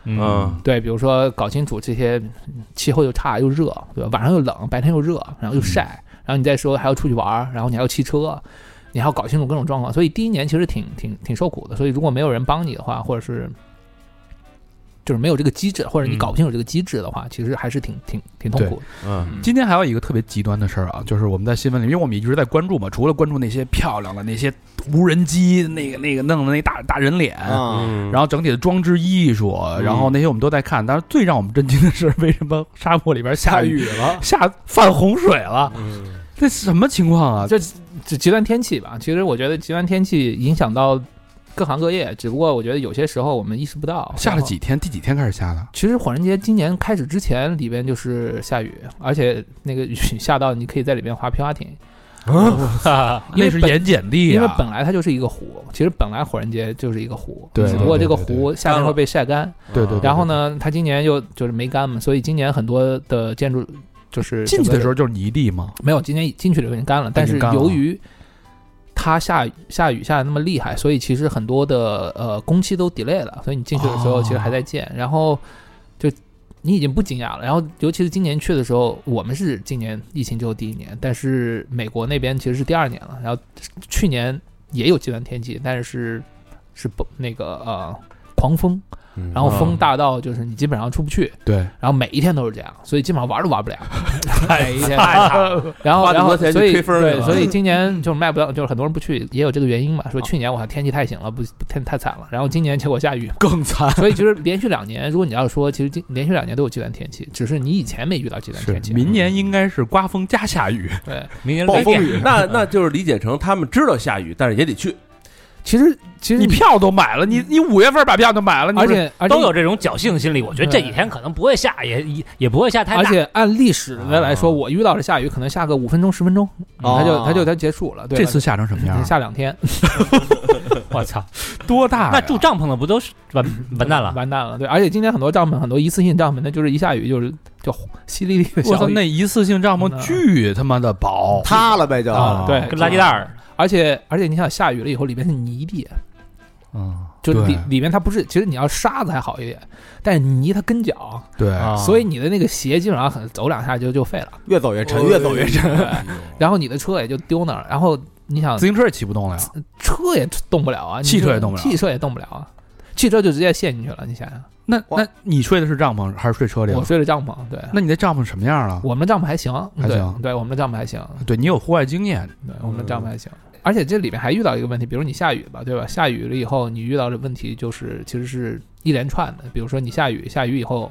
[SPEAKER 6] 嗯
[SPEAKER 3] 对，比如说搞清楚这些嗯气候又差又热，对吧？晚上又冷，白天又热，然后又晒，然后你再说还要出去玩儿，然后你还要骑车，你还要搞清楚各种状况。所以第一年其实挺挺挺受苦的。所以如果没有人帮你的话，或者是就是没有这个机制，或者你
[SPEAKER 9] 嗯
[SPEAKER 3] 搞不清楚这个机制的话，其实还是挺挺挺痛
[SPEAKER 1] 对
[SPEAKER 3] 苦的。
[SPEAKER 6] 嗯
[SPEAKER 1] 今天还有一个特别极端的事儿啊，就是我们在新闻里，因为我们一直在关注嘛，除了关注那些漂亮的那些无人机，那个那个弄的那大大人脸。
[SPEAKER 2] [LAUGHS] 啊，
[SPEAKER 6] 嗯，
[SPEAKER 1] 然后整体的装置艺术，
[SPEAKER 3] 嗯
[SPEAKER 1] 然后那些我们都在看，但是最让我们震惊的是， [LAUGHS] 为什么沙漠里边下
[SPEAKER 2] [LAUGHS] 下
[SPEAKER 1] 雨
[SPEAKER 2] 雨 [LAUGHS] 了，
[SPEAKER 1] 下泛洪水了？
[SPEAKER 6] 嗯
[SPEAKER 1] 这什么情况啊？
[SPEAKER 3] 这这极端天气吧，其实我觉得极端天气影响到各行各业，只不过我觉得有些时候我们意识不到。
[SPEAKER 1] 下
[SPEAKER 3] 然
[SPEAKER 1] 了
[SPEAKER 3] 后
[SPEAKER 1] 几天？第几天开始下的？
[SPEAKER 3] 其实火人节今年开始之前，里边就是下雨，而且那个雨下到你可以在里边划皮划艇，因为
[SPEAKER 9] 嗯
[SPEAKER 3] [LAUGHS]
[SPEAKER 1] 那是
[SPEAKER 3] 本
[SPEAKER 1] 盐碱地
[SPEAKER 3] 因为
[SPEAKER 1] 啊！
[SPEAKER 3] 本来它就是一个湖，其实本来火人节就是一个湖，
[SPEAKER 1] 对
[SPEAKER 3] 只不过
[SPEAKER 1] 对
[SPEAKER 3] 这个
[SPEAKER 1] 对对
[SPEAKER 3] 湖夏天会被晒干，
[SPEAKER 1] 对对对
[SPEAKER 3] 然后呢，它今年又就是没干嘛，所以今年很多的建筑就是
[SPEAKER 1] 进去的时
[SPEAKER 3] 候
[SPEAKER 1] 候就是泥地嘛，
[SPEAKER 3] 没有，今年进去了有点干了，但
[SPEAKER 1] 已经
[SPEAKER 3] 是
[SPEAKER 1] 干了
[SPEAKER 3] 由于它下雨下雨下的那么厉害，所以其实很多的呃工期都 delay 了，所以你进去的时候
[SPEAKER 1] 哦
[SPEAKER 3] 其实还在建，然后就你已经不惊讶了。然后尤其是今年去的时候，我们是今年疫情只有第一年，但是美国那边其实是第二年了。然后去年也有极端天气，但是是是不那个呃狂风，
[SPEAKER 6] 嗯
[SPEAKER 3] 然后风大到就是你基本上出不去，
[SPEAKER 1] 对，
[SPEAKER 3] 然后每一天都是这样，所以基本上玩都玩不了。每一天
[SPEAKER 9] 太惨了，
[SPEAKER 3] 然后
[SPEAKER 6] 花那
[SPEAKER 3] 然
[SPEAKER 6] 么
[SPEAKER 3] 后
[SPEAKER 6] 多钱去
[SPEAKER 3] 所以
[SPEAKER 6] 吹风去
[SPEAKER 3] 对，
[SPEAKER 6] 了
[SPEAKER 3] 所以今年就卖不到，就是很多人不去，也有这个原因嘛。说去年我靠天气太行了，不天太惨了，然后今年结果下雨，
[SPEAKER 1] 更惨。
[SPEAKER 3] [LAUGHS] 所以其实连续两年，如果你要说，其实今连续两年都有极端天气，只是你以前没遇到极端
[SPEAKER 1] 是
[SPEAKER 3] 天，气。
[SPEAKER 1] 明年应该是刮风加下雨，
[SPEAKER 3] 对，
[SPEAKER 9] 明年
[SPEAKER 6] 暴
[SPEAKER 9] 雷
[SPEAKER 6] 风
[SPEAKER 9] 电
[SPEAKER 6] 雨，那那就是理解成他们知道下雨，但是也得去。
[SPEAKER 3] 其实其实
[SPEAKER 1] 你票都买了，你你五月份把票都买了，你
[SPEAKER 3] 嗯而
[SPEAKER 1] 不是
[SPEAKER 3] 且而且
[SPEAKER 9] 都有这种侥幸心理。我觉得这几天可能不会下，也也也不会下太
[SPEAKER 3] 而
[SPEAKER 9] 大。
[SPEAKER 3] 且按历史的来说，我遇到的下雨可能下个五分钟十分钟，
[SPEAKER 2] 哦
[SPEAKER 3] 它就它就它结束了。对吧，
[SPEAKER 1] 这次下成什么样啊？
[SPEAKER 3] 下两天，
[SPEAKER 9] 我操，
[SPEAKER 1] 多大呀？
[SPEAKER 3] 啊
[SPEAKER 9] 那住帐篷的不都是完完蛋了？
[SPEAKER 3] 完蛋了。对，而且今年很多帐篷，很多一次性帐篷，那就是一下雨就是就淅沥沥的
[SPEAKER 1] 我操，
[SPEAKER 3] 小雨
[SPEAKER 1] 那一次性帐篷
[SPEAKER 3] 嗯
[SPEAKER 1] 巨他妈的薄，
[SPEAKER 2] 塌了呗就，
[SPEAKER 3] 啊，对，
[SPEAKER 9] 哦跟垃圾袋儿，
[SPEAKER 3] 而且而且你想下雨了以后，里面是泥地，啊
[SPEAKER 1] 嗯，
[SPEAKER 3] 就
[SPEAKER 1] 对
[SPEAKER 3] 里里面它不是，其实你要沙子还好一点，但是泥它跟脚，
[SPEAKER 1] 对，
[SPEAKER 9] 啊
[SPEAKER 3] 所 [LAUGHS] 以你的那个鞋基本上很走两下就就废
[SPEAKER 1] 哦
[SPEAKER 3] 了，
[SPEAKER 2] 越走越沉，越走越沉。
[SPEAKER 3] 然后你的车也就丢那儿，然后你想
[SPEAKER 1] 自行车也骑不动了呀。
[SPEAKER 3] 车也动不了啊，你
[SPEAKER 1] 汽车
[SPEAKER 3] 就
[SPEAKER 1] 也动不了
[SPEAKER 3] 汽车也动不了啊。汽车就直接陷进去了，你想想，
[SPEAKER 1] 那
[SPEAKER 2] 哇
[SPEAKER 1] 那你睡的是帐篷还是睡车里
[SPEAKER 3] 我
[SPEAKER 1] 了？
[SPEAKER 3] 睡的帐篷，对，
[SPEAKER 1] 那你那帐篷什么样了？
[SPEAKER 3] 我们的帐篷还行，
[SPEAKER 1] 还
[SPEAKER 3] 对
[SPEAKER 1] 行
[SPEAKER 3] 对，我们的帐篷还行，
[SPEAKER 1] 对你有户外经验，
[SPEAKER 3] 对，我们的帐篷还行。而且这里面还遇到一个问题，比如你下雨吧，对吧？下雨了以后，你遇到的问题就是其实是一连串的，比如说你下雨，下雨以后，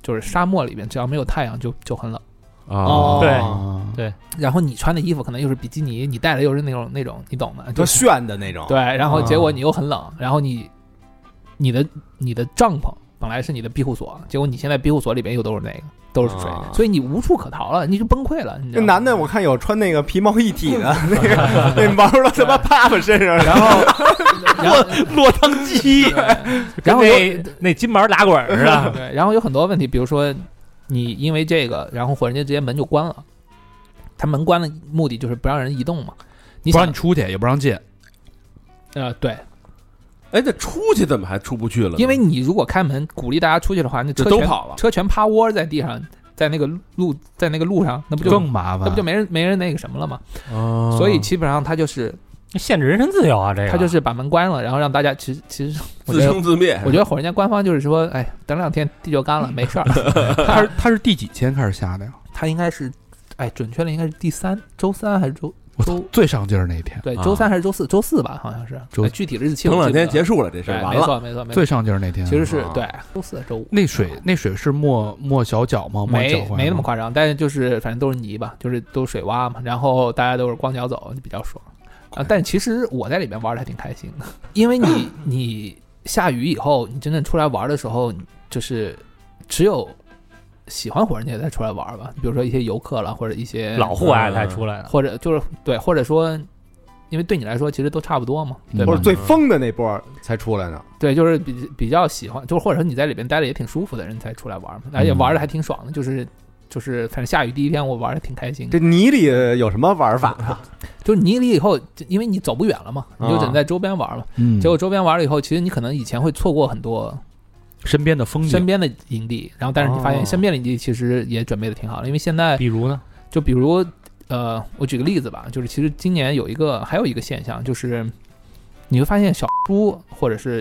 [SPEAKER 3] 就是沙漠里面只要没有太阳就就很冷，哦
[SPEAKER 6] 啊
[SPEAKER 9] 对
[SPEAKER 1] 啊
[SPEAKER 3] 然后你穿的衣服可能又是比基尼，你戴的又是那种那种，你懂的，
[SPEAKER 2] [LAUGHS] 多
[SPEAKER 3] 就是
[SPEAKER 2] 炫的那种，
[SPEAKER 3] 对，然后结
[SPEAKER 1] 啊
[SPEAKER 3] 果你又很冷，然后你你的你的帐篷。本来是你的庇护所，结果你现在庇护所里边又都是那个，都是水
[SPEAKER 6] 啊，
[SPEAKER 3] 所以你无处可逃了，你就崩溃了。你知
[SPEAKER 2] 那
[SPEAKER 3] 道吗
[SPEAKER 2] 男的我看有穿那个皮毛一体的，那个那毛都他妈趴我身上，然后
[SPEAKER 3] 然后
[SPEAKER 9] 落汤鸡， [LAUGHS]
[SPEAKER 3] 然后有
[SPEAKER 9] 那那金毛打滚儿啊，
[SPEAKER 3] [LAUGHS] 对，然后有很多问题，比如说你因为这个，然后火人家直接门就关了，他门关了，目的就是不让人移动嘛。你
[SPEAKER 1] 不
[SPEAKER 3] 想
[SPEAKER 1] 让你出去，也不让进。
[SPEAKER 3] 呃对，
[SPEAKER 6] 哎，那出去怎么还出不去了呢？
[SPEAKER 3] 因为你如果开门鼓励大家出去的话，那
[SPEAKER 6] 这
[SPEAKER 3] 车
[SPEAKER 6] 都
[SPEAKER 3] 全
[SPEAKER 6] 跑了。
[SPEAKER 3] 车全趴窝在地上，在那个路在那个路上，那不就
[SPEAKER 1] 更麻烦，
[SPEAKER 3] 那不就没人没人那个什么了吗？
[SPEAKER 6] 哦
[SPEAKER 3] 所以基本上他就是
[SPEAKER 9] 限制人身自由啊，这个
[SPEAKER 3] 他就是把门关了，然后让大家其实其实我
[SPEAKER 6] 自
[SPEAKER 3] 觉得
[SPEAKER 6] 生自灭。
[SPEAKER 3] 我觉得火人家官方就是说，哎，等两天地就干了，没事儿。
[SPEAKER 1] 他是他是第几天开始下的呀？
[SPEAKER 3] 他应该是，哎，准确的应该是第三周三还是周
[SPEAKER 1] 我操
[SPEAKER 3] 周，
[SPEAKER 1] 最上劲儿那一天，
[SPEAKER 3] 对
[SPEAKER 6] 啊
[SPEAKER 3] 周三还是周四？周四吧，好像是。
[SPEAKER 1] 周
[SPEAKER 3] 哎具体的日期
[SPEAKER 6] 等两天结
[SPEAKER 3] 束，
[SPEAKER 6] 束了，这事
[SPEAKER 3] 对
[SPEAKER 6] 儿，完
[SPEAKER 3] 哎没
[SPEAKER 6] 了。
[SPEAKER 3] 错没错没错
[SPEAKER 1] 最。上劲儿那天。
[SPEAKER 3] 其实是
[SPEAKER 6] 啊
[SPEAKER 3] 对周四周五，
[SPEAKER 1] 那水那水是没没小脚吗？没
[SPEAKER 3] 没没那么。夸张，但是就是反正都是泥吧，就是都是水洼嘛，然后大家都是光脚走，就比较爽。啊，但其实我在里面玩的还挺开心的， [LAUGHS] 因为
[SPEAKER 6] [LAUGHS]
[SPEAKER 3] 你你下雨以后，你真正出来玩的时候，就是只有喜欢火人节才出来玩吧，比如说一些游客啦，或者一些
[SPEAKER 9] 老户外才出来的。
[SPEAKER 3] 或者就是对，或者说，因为对你来说其实都差不多嘛，对吧？
[SPEAKER 2] 我是最疯的那波才出来呢。
[SPEAKER 3] 对，就是比比较喜欢，就是或者说你在里边待着也挺舒服的人才出来玩嘛，而且
[SPEAKER 2] 嗯
[SPEAKER 3] 玩的还挺爽的，就是就是反正下雨第一天我玩的挺开心的
[SPEAKER 2] 这，泥里有什么玩法啊？
[SPEAKER 3] 就是泥里以后，就因为你走不远了嘛，你就只能
[SPEAKER 2] 啊
[SPEAKER 3] 在周边玩嘛。
[SPEAKER 1] 嗯，
[SPEAKER 3] 结果周边玩了以后，其实你可能以前会错过很多
[SPEAKER 1] 身边的风
[SPEAKER 3] 身
[SPEAKER 1] 景，
[SPEAKER 3] 边的营地，然后但是你发
[SPEAKER 2] 嗯哦
[SPEAKER 3] 现身边的营地其实也准备的挺好的，因为现在
[SPEAKER 9] 比如呢，
[SPEAKER 3] 就比如呃，我举个例子吧，就是其实今年有一个还有一个现象，就是你会发现小猪或
[SPEAKER 1] [LAUGHS]
[SPEAKER 3] 者是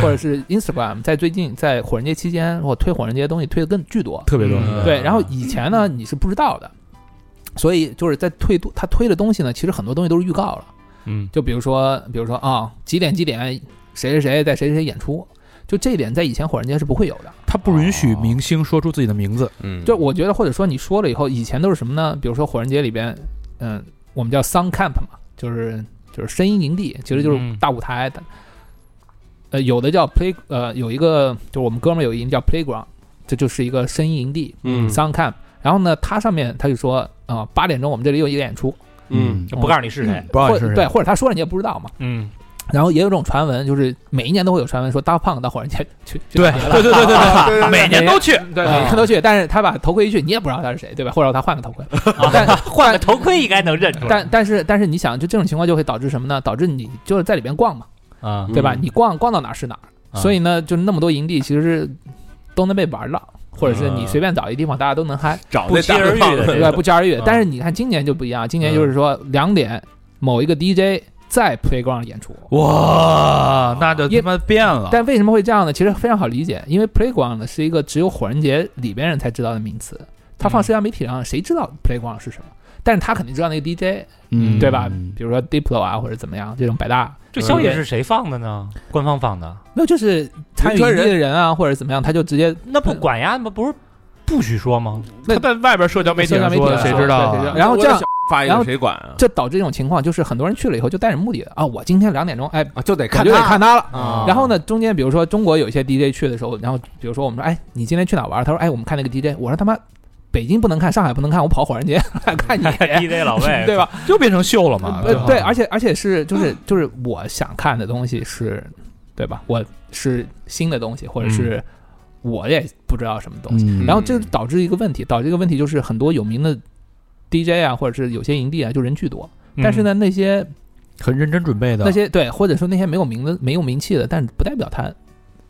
[SPEAKER 3] 或者是 Instagram 在最近在火人节期间，我推火人节的东西推的更巨多，
[SPEAKER 1] 特别多。
[SPEAKER 9] 嗯
[SPEAKER 3] 对，然后以前呢你是不知道的，所以就是在推多他推的东西呢，其实很多东西都是预告了，
[SPEAKER 9] 嗯，
[SPEAKER 3] 就比如说比如说啊、几点几点谁谁谁在谁谁谁演出。就这一点，在以前火人节是不会有的。
[SPEAKER 1] 他不允许明星说出自己的名字，
[SPEAKER 6] 嗯
[SPEAKER 3] 就我觉得，或者说你说了以后，以前都是什么呢？比如说火人节里边，嗯，我们叫 sun camp 嘛，就是就是声音营地，其实就是
[SPEAKER 9] 嗯
[SPEAKER 3] 大舞台的。呃，有的叫 play，呃，有一个就是我们哥们儿有一营叫 playground，这就是一个声音营地、
[SPEAKER 6] 嗯
[SPEAKER 3] sun camp。然后呢，它上面他就说，啊、八点钟我们这里有一个演出，
[SPEAKER 6] 嗯，
[SPEAKER 9] 就不告诉你是谁。
[SPEAKER 1] 不让
[SPEAKER 3] 或
[SPEAKER 1] 啊你是
[SPEAKER 3] 对，或者他说了你也不知道嘛。
[SPEAKER 9] 嗯，
[SPEAKER 3] 然后也有这种传闻，就是每一年都会有传闻说大胖到火人节去去 [LAUGHS]
[SPEAKER 1] 对
[SPEAKER 3] 打劫了
[SPEAKER 1] 对 [LAUGHS] 对对对，
[SPEAKER 2] 对对对
[SPEAKER 9] 每年都去，
[SPEAKER 3] 对，
[SPEAKER 9] 啊
[SPEAKER 3] 每个人都去，但是他把头盔一去，你也不知道他是谁，对吧？或者他换个头盔，但换
[SPEAKER 9] 那头盔应该能认出来
[SPEAKER 3] 但但是但是你想，就这种情况就会导致什么呢？导致你就是在里边逛嘛，
[SPEAKER 9] 啊
[SPEAKER 3] 对吧？
[SPEAKER 6] 嗯
[SPEAKER 3] 你逛逛到哪儿是哪儿，
[SPEAKER 9] 啊
[SPEAKER 3] 所以呢，就那么多营地其实是都能被玩到，或者是你随便找一地方大家都能嗨，
[SPEAKER 6] 找
[SPEAKER 9] 不
[SPEAKER 6] 那
[SPEAKER 9] 期
[SPEAKER 6] 大
[SPEAKER 9] 而遇的
[SPEAKER 3] 对
[SPEAKER 9] 这
[SPEAKER 3] 吧？
[SPEAKER 9] 个
[SPEAKER 3] 不期而遇
[SPEAKER 9] 啊。
[SPEAKER 3] 但是你看今年就不一样，今年就是说两点某一个 DJ 在 playground 演出。
[SPEAKER 1] 啊哇，那就
[SPEAKER 3] 因
[SPEAKER 1] 他妈变了。
[SPEAKER 3] 但为什么会这样呢？其实非常好理解，因为 playground 呢是一个只有火人节里边人才知道的名词，它放
[SPEAKER 9] 嗯
[SPEAKER 3] 社交媒体上谁知道 playground 是什么？但是他肯定知道那个 DJ，
[SPEAKER 1] 嗯，
[SPEAKER 3] 对吧
[SPEAKER 1] 嗯？
[SPEAKER 3] 比如说 Diplo 啊，或者怎么样，这种百大
[SPEAKER 9] 这消息是谁放的呢？官方放的，
[SPEAKER 3] 没有，就是参与
[SPEAKER 6] 人传
[SPEAKER 3] 营
[SPEAKER 6] 人
[SPEAKER 3] 地的人啊，或者怎么样，他就直接
[SPEAKER 9] 那不管呀，那不是不许说 [LAUGHS] 吗？
[SPEAKER 1] 他在外边社交媒体
[SPEAKER 3] 社交
[SPEAKER 1] 上
[SPEAKER 3] 媒体
[SPEAKER 1] 说，
[SPEAKER 3] 上
[SPEAKER 1] 谁
[SPEAKER 3] 说
[SPEAKER 1] 知道
[SPEAKER 3] 对谁知
[SPEAKER 1] 啊
[SPEAKER 3] 道？然后这样
[SPEAKER 6] 我的小发一
[SPEAKER 3] 然
[SPEAKER 6] 个
[SPEAKER 3] 后
[SPEAKER 6] 谁管啊？
[SPEAKER 3] 这导致一种情况，就是很多人去了以后就带着目的的啊，我今天两点钟，哎，
[SPEAKER 2] 啊就得
[SPEAKER 3] 我
[SPEAKER 2] 看
[SPEAKER 3] 就得
[SPEAKER 2] 他
[SPEAKER 3] 看他了。
[SPEAKER 2] 啊
[SPEAKER 3] 然后呢，中间比如说中国有一些 DJ 去的时候，然后比如说我们说，哎，你今天去哪玩？他说，哎，我们看那个 DJ。我说他妈，北京不能看，上海不能看，我跑火人节来 [LAUGHS] 看你，
[SPEAKER 9] [LAUGHS] DJ 老魏
[SPEAKER 3] 对吧？
[SPEAKER 1] 就变成秀了嘛？
[SPEAKER 3] 呃，对，而
[SPEAKER 1] 且
[SPEAKER 3] 且而且是就是就是我想看的东西是，对吧？我是新的东西，或者是我也不知道什么东西。
[SPEAKER 1] 嗯，
[SPEAKER 3] 然后这
[SPEAKER 6] 嗯
[SPEAKER 3] 导致一个问题，导致一个问题就是很多有名的 DJ 啊，或者是有些营地啊，就人巨多，
[SPEAKER 1] 嗯
[SPEAKER 9] 嗯
[SPEAKER 3] 但是呢，那些
[SPEAKER 1] 很认真准备的
[SPEAKER 3] 那些对，或者说那些没有名的、没有名气的，但不代表他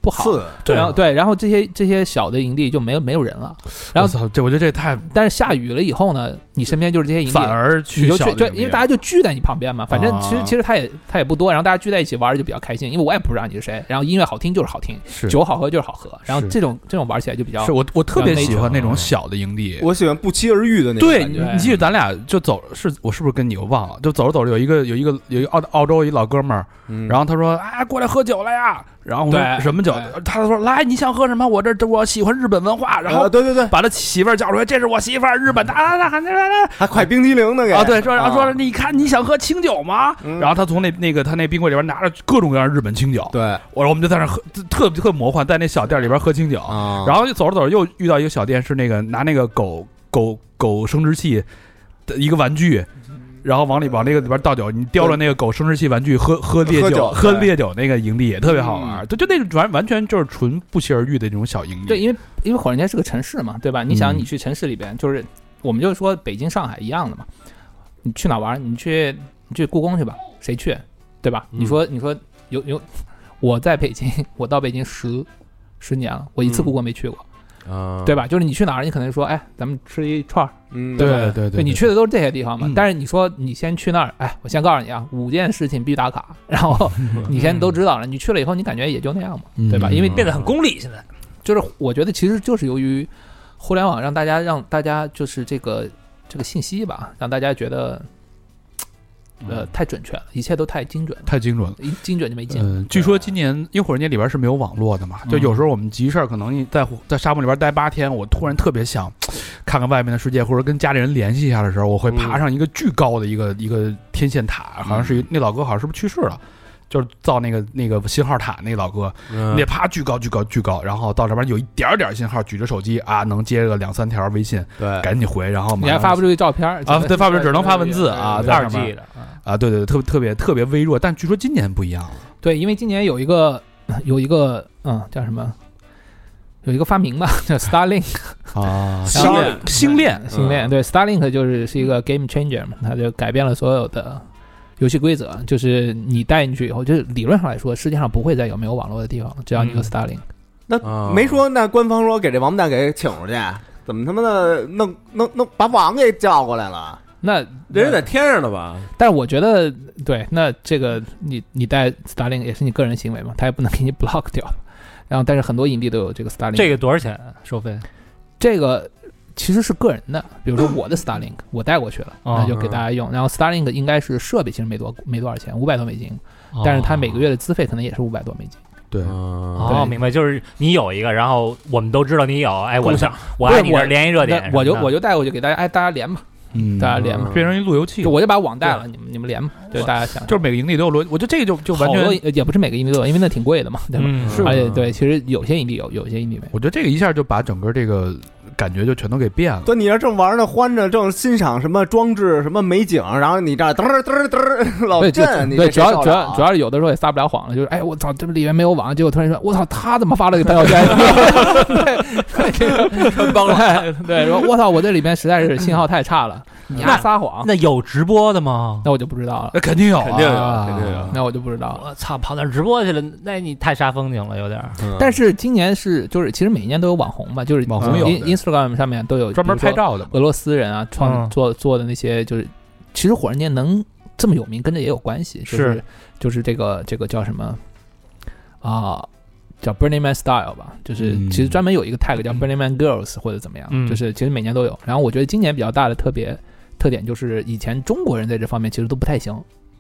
[SPEAKER 3] 不好。
[SPEAKER 2] 次
[SPEAKER 9] 对
[SPEAKER 1] 啊
[SPEAKER 3] 然后对，然后这些这些小的营地就没有没有人了。然后
[SPEAKER 1] 我操，这我觉得这太
[SPEAKER 3] 但是下雨了以后呢，你身边就是这些营地，
[SPEAKER 1] 反而
[SPEAKER 3] 你
[SPEAKER 1] 去
[SPEAKER 3] 就
[SPEAKER 1] 小
[SPEAKER 3] 去
[SPEAKER 1] 的
[SPEAKER 3] 对，
[SPEAKER 1] 那个
[SPEAKER 3] 因为大家就聚在你旁边嘛。反正其实
[SPEAKER 1] 啊
[SPEAKER 3] 其实他也他也不多，然后大家聚在一起玩儿就比较开心，因为我也不知道你是谁，然后音乐好听就是好听，
[SPEAKER 1] 是
[SPEAKER 3] 酒好喝就是好喝，然后
[SPEAKER 1] 是
[SPEAKER 3] 这种这种玩起来就比较
[SPEAKER 1] 是我我特别
[SPEAKER 3] 那
[SPEAKER 1] 喜
[SPEAKER 3] 种
[SPEAKER 1] 欢那种小的营地。
[SPEAKER 2] 我喜欢不期而遇的那种
[SPEAKER 1] 对
[SPEAKER 2] 感
[SPEAKER 1] 你，
[SPEAKER 2] 觉。
[SPEAKER 3] 觉
[SPEAKER 1] 你记得咱俩就走是，我是不是跟你我忘了？就走着走着有一个有一个有一个澳澳洲一老哥们儿，
[SPEAKER 2] 嗯
[SPEAKER 1] 哎然后他说啊，过来喝酒了呀。然后我说
[SPEAKER 3] 对
[SPEAKER 1] 什么酒
[SPEAKER 3] 对？
[SPEAKER 1] 他说来，你想喝什么？我这这我喜欢日本文化，然后
[SPEAKER 2] 啊对对对，
[SPEAKER 1] 把他媳妇儿叫出来，这是我媳妇儿，日
[SPEAKER 2] 嗯
[SPEAKER 1] 本的啊，那喊那那那
[SPEAKER 2] 还快冰激凌呢给
[SPEAKER 1] 啊，对，说然后说你看你想喝清酒吗？
[SPEAKER 2] 嗯
[SPEAKER 1] 然后他从那那个他那冰柜里边拿着各种各样的日本清酒，
[SPEAKER 2] 对
[SPEAKER 1] 我说我们就在那儿喝，特特魔幻，在那小店里边喝清酒，
[SPEAKER 2] 啊
[SPEAKER 1] 然后就走着走着又遇到一个小店，是那个拿那个狗狗狗生殖器的一个玩具。然后往里往那个里边倒酒，你叼着那个狗生殖器玩具喝喝烈
[SPEAKER 2] 喝
[SPEAKER 1] 酒，
[SPEAKER 2] 酒
[SPEAKER 1] 喝
[SPEAKER 2] 对嗯
[SPEAKER 1] 烈酒那个营地也特别好玩，就就那种完完全就是纯不期而遇的那种小营地。
[SPEAKER 3] 对，因为因为火人街是个城市嘛，对吧？你想，
[SPEAKER 1] 嗯
[SPEAKER 3] 你去城市里边，就是我们就说北京、上海一样的嘛。你去哪玩儿？你去你去故宫去吧，谁去？对吧？
[SPEAKER 6] 嗯
[SPEAKER 3] 你说你说有有，我在北京，我到北京十十年了，我一次
[SPEAKER 6] 嗯
[SPEAKER 3] 故宫没去过，
[SPEAKER 6] 啊，
[SPEAKER 1] 嗯
[SPEAKER 3] 对吧？就是你去哪儿，你可能说，哎，咱们吃一串儿，
[SPEAKER 2] 嗯
[SPEAKER 1] 对
[SPEAKER 3] 吧
[SPEAKER 1] 对对对
[SPEAKER 3] 你去的都是这些地方嘛。
[SPEAKER 1] 嗯
[SPEAKER 3] 但是你说你先去那儿，哎，我先告诉你啊，五件事情必须打卡，
[SPEAKER 1] [LAUGHS]
[SPEAKER 3] 然后你先都知道了，你去了以后，你感觉也就那样嘛，
[SPEAKER 1] 嗯
[SPEAKER 3] 对吧？因为
[SPEAKER 9] 变得很功利。现在
[SPEAKER 3] 就是我觉得其实就是由于互联网让大家让大家就是这个这个信息吧，让大家觉得呃
[SPEAKER 1] 嗯
[SPEAKER 3] 太准确了，一切都太精准了，
[SPEAKER 1] 太精准了。
[SPEAKER 3] 一精准就没劲。
[SPEAKER 1] 嗯，据说今年因为火人节里边是没有网络的嘛，就
[SPEAKER 9] 嗯
[SPEAKER 1] 有时候我们急事儿，可能你在火在沙漠里边待八天，我突然特别想看看外面的世界，或者跟家里人联系一下的时候，我会
[SPEAKER 3] 嗯
[SPEAKER 1] 爬上一个巨高的一个一个天线塔，好像是一那老哥好像是不是去世了，就是造那个那个信号塔那老哥，
[SPEAKER 6] 嗯
[SPEAKER 1] 那爬巨高巨高巨高，然后到这边有一点儿点儿信号，举着手机啊能接个两三条微信，
[SPEAKER 2] 对
[SPEAKER 1] 赶紧回，然后马
[SPEAKER 3] 你还
[SPEAKER 1] 上
[SPEAKER 3] 发不出去照片儿
[SPEAKER 1] 啊对发不出只能发文字啊在
[SPEAKER 9] 二
[SPEAKER 1] 上面
[SPEAKER 9] G 的，啊
[SPEAKER 1] 啊对对对，特特别特别微弱，但据说今年不一样了，
[SPEAKER 3] 对，因为今年有一个有一个嗯叫什么，有一个发明吧，叫 Starlink。
[SPEAKER 1] 啊，
[SPEAKER 2] 星
[SPEAKER 3] 然后
[SPEAKER 2] 链
[SPEAKER 1] 星链
[SPEAKER 3] 星
[SPEAKER 9] 嗯
[SPEAKER 3] 链，对 Starlink 就是是一个 game changer 嘛，它就改变了所有的游戏规则，就是你带进去以后，就是理论上来说，世界上不会再有没有网络的地方了，只要你有
[SPEAKER 9] 嗯
[SPEAKER 3] Starlink。
[SPEAKER 6] 啊
[SPEAKER 2] 没说那官方说给这王八蛋给请出去，怎么他妈的弄弄弄把网给叫过来了？
[SPEAKER 3] 那
[SPEAKER 6] 人家在天上呢吧？
[SPEAKER 3] 但是我觉得对，那这个你你带 Starlink 也是你个人行为嘛，他也不能给你 [LAUGHS] block 掉。然后，但是很多营地都有这个 Starlink，
[SPEAKER 9] 这个多少钱收费？
[SPEAKER 3] 这个其实是个人的，比如说我的 Starlink 我带过去了，
[SPEAKER 9] 哦
[SPEAKER 3] 那就给大家用。然后 Starlink 应该是设备其实没多没多少钱，五百多美金，
[SPEAKER 9] 哦
[SPEAKER 3] 但是它每个月的资费可能也是五百多美金。
[SPEAKER 1] 对
[SPEAKER 6] 啊，
[SPEAKER 9] 哦，
[SPEAKER 3] 对
[SPEAKER 9] 明白，就是你有一个，然后我们都知道你有，哎，我
[SPEAKER 3] 共享
[SPEAKER 9] 我来
[SPEAKER 3] 对
[SPEAKER 9] 你这
[SPEAKER 3] 我
[SPEAKER 9] 儿连一热点什么
[SPEAKER 3] 那
[SPEAKER 9] 的，
[SPEAKER 3] 我就我就带过去给大家，哎，大家连吧，
[SPEAKER 1] 嗯
[SPEAKER 3] 大家连吧，
[SPEAKER 6] 嗯
[SPEAKER 1] 变成一路由器
[SPEAKER 3] 就，我就把网带了，你们你们连吧，就大家想，
[SPEAKER 1] 就是每个营地都有轮，我觉得这个就就完
[SPEAKER 3] 好多呃
[SPEAKER 1] 全，
[SPEAKER 3] 也不是每个营地都有，因为那挺贵的嘛，对吧？
[SPEAKER 9] 嗯
[SPEAKER 6] 是吧
[SPEAKER 3] 而且对，其实有些营地有，有些营地没。
[SPEAKER 1] 我觉得这个一下就把整个这个感觉就全都给变了。
[SPEAKER 2] 说你这正玩呢，欢着，正欣赏什么装置、什么美景，然后你这儿嘚儿嘚儿嘚儿老
[SPEAKER 3] 对，就
[SPEAKER 2] 震，你
[SPEAKER 3] 对，
[SPEAKER 2] 这啊谁
[SPEAKER 3] 主
[SPEAKER 2] 受
[SPEAKER 3] 要主
[SPEAKER 2] 得
[SPEAKER 3] 要
[SPEAKER 2] 了
[SPEAKER 3] 主要是有的时候也撒不了谎了，就是哎，我操，这里面没有网，结果突然说，我操，他怎么发了个朋友圈？ [LAUGHS] 对，对这个帮了，
[SPEAKER 9] 嗯
[SPEAKER 3] 对，说我操，我这里面实在是信号太差了，你还
[SPEAKER 9] 那
[SPEAKER 3] 撒谎，
[SPEAKER 9] [LAUGHS] 那有直播的吗？
[SPEAKER 3] 那我就不知道了，
[SPEAKER 1] 那肯定有啊，
[SPEAKER 6] 肯定有肯定有
[SPEAKER 3] 那我就不知道了。
[SPEAKER 9] 我操，跑那儿直播去了，那你太煞风景了，有点儿。
[SPEAKER 6] 嗯
[SPEAKER 3] 但是今年是就是其实每一年都有网红嘛，就是
[SPEAKER 1] 网红有
[SPEAKER 3] In- Instagram 上面都有
[SPEAKER 1] 专门
[SPEAKER 3] 比如
[SPEAKER 1] 拍
[SPEAKER 3] 说
[SPEAKER 1] 照的嘛。
[SPEAKER 3] 俄罗斯人啊创
[SPEAKER 9] 嗯
[SPEAKER 3] 做做的那些就是，其实火人节能这么有名，跟这也有关系，就是
[SPEAKER 9] 是
[SPEAKER 3] 就是这个这个叫什么啊？叫 Burning Man Style 吧，就是
[SPEAKER 1] 嗯
[SPEAKER 3] 其实专门有一个 tag 叫 Burning Man Girls 或者怎么样，
[SPEAKER 9] 嗯
[SPEAKER 3] 就是其实每年都有。然后我觉得今年比较大的特别特点就是以前中国人在这方面其实都不太行，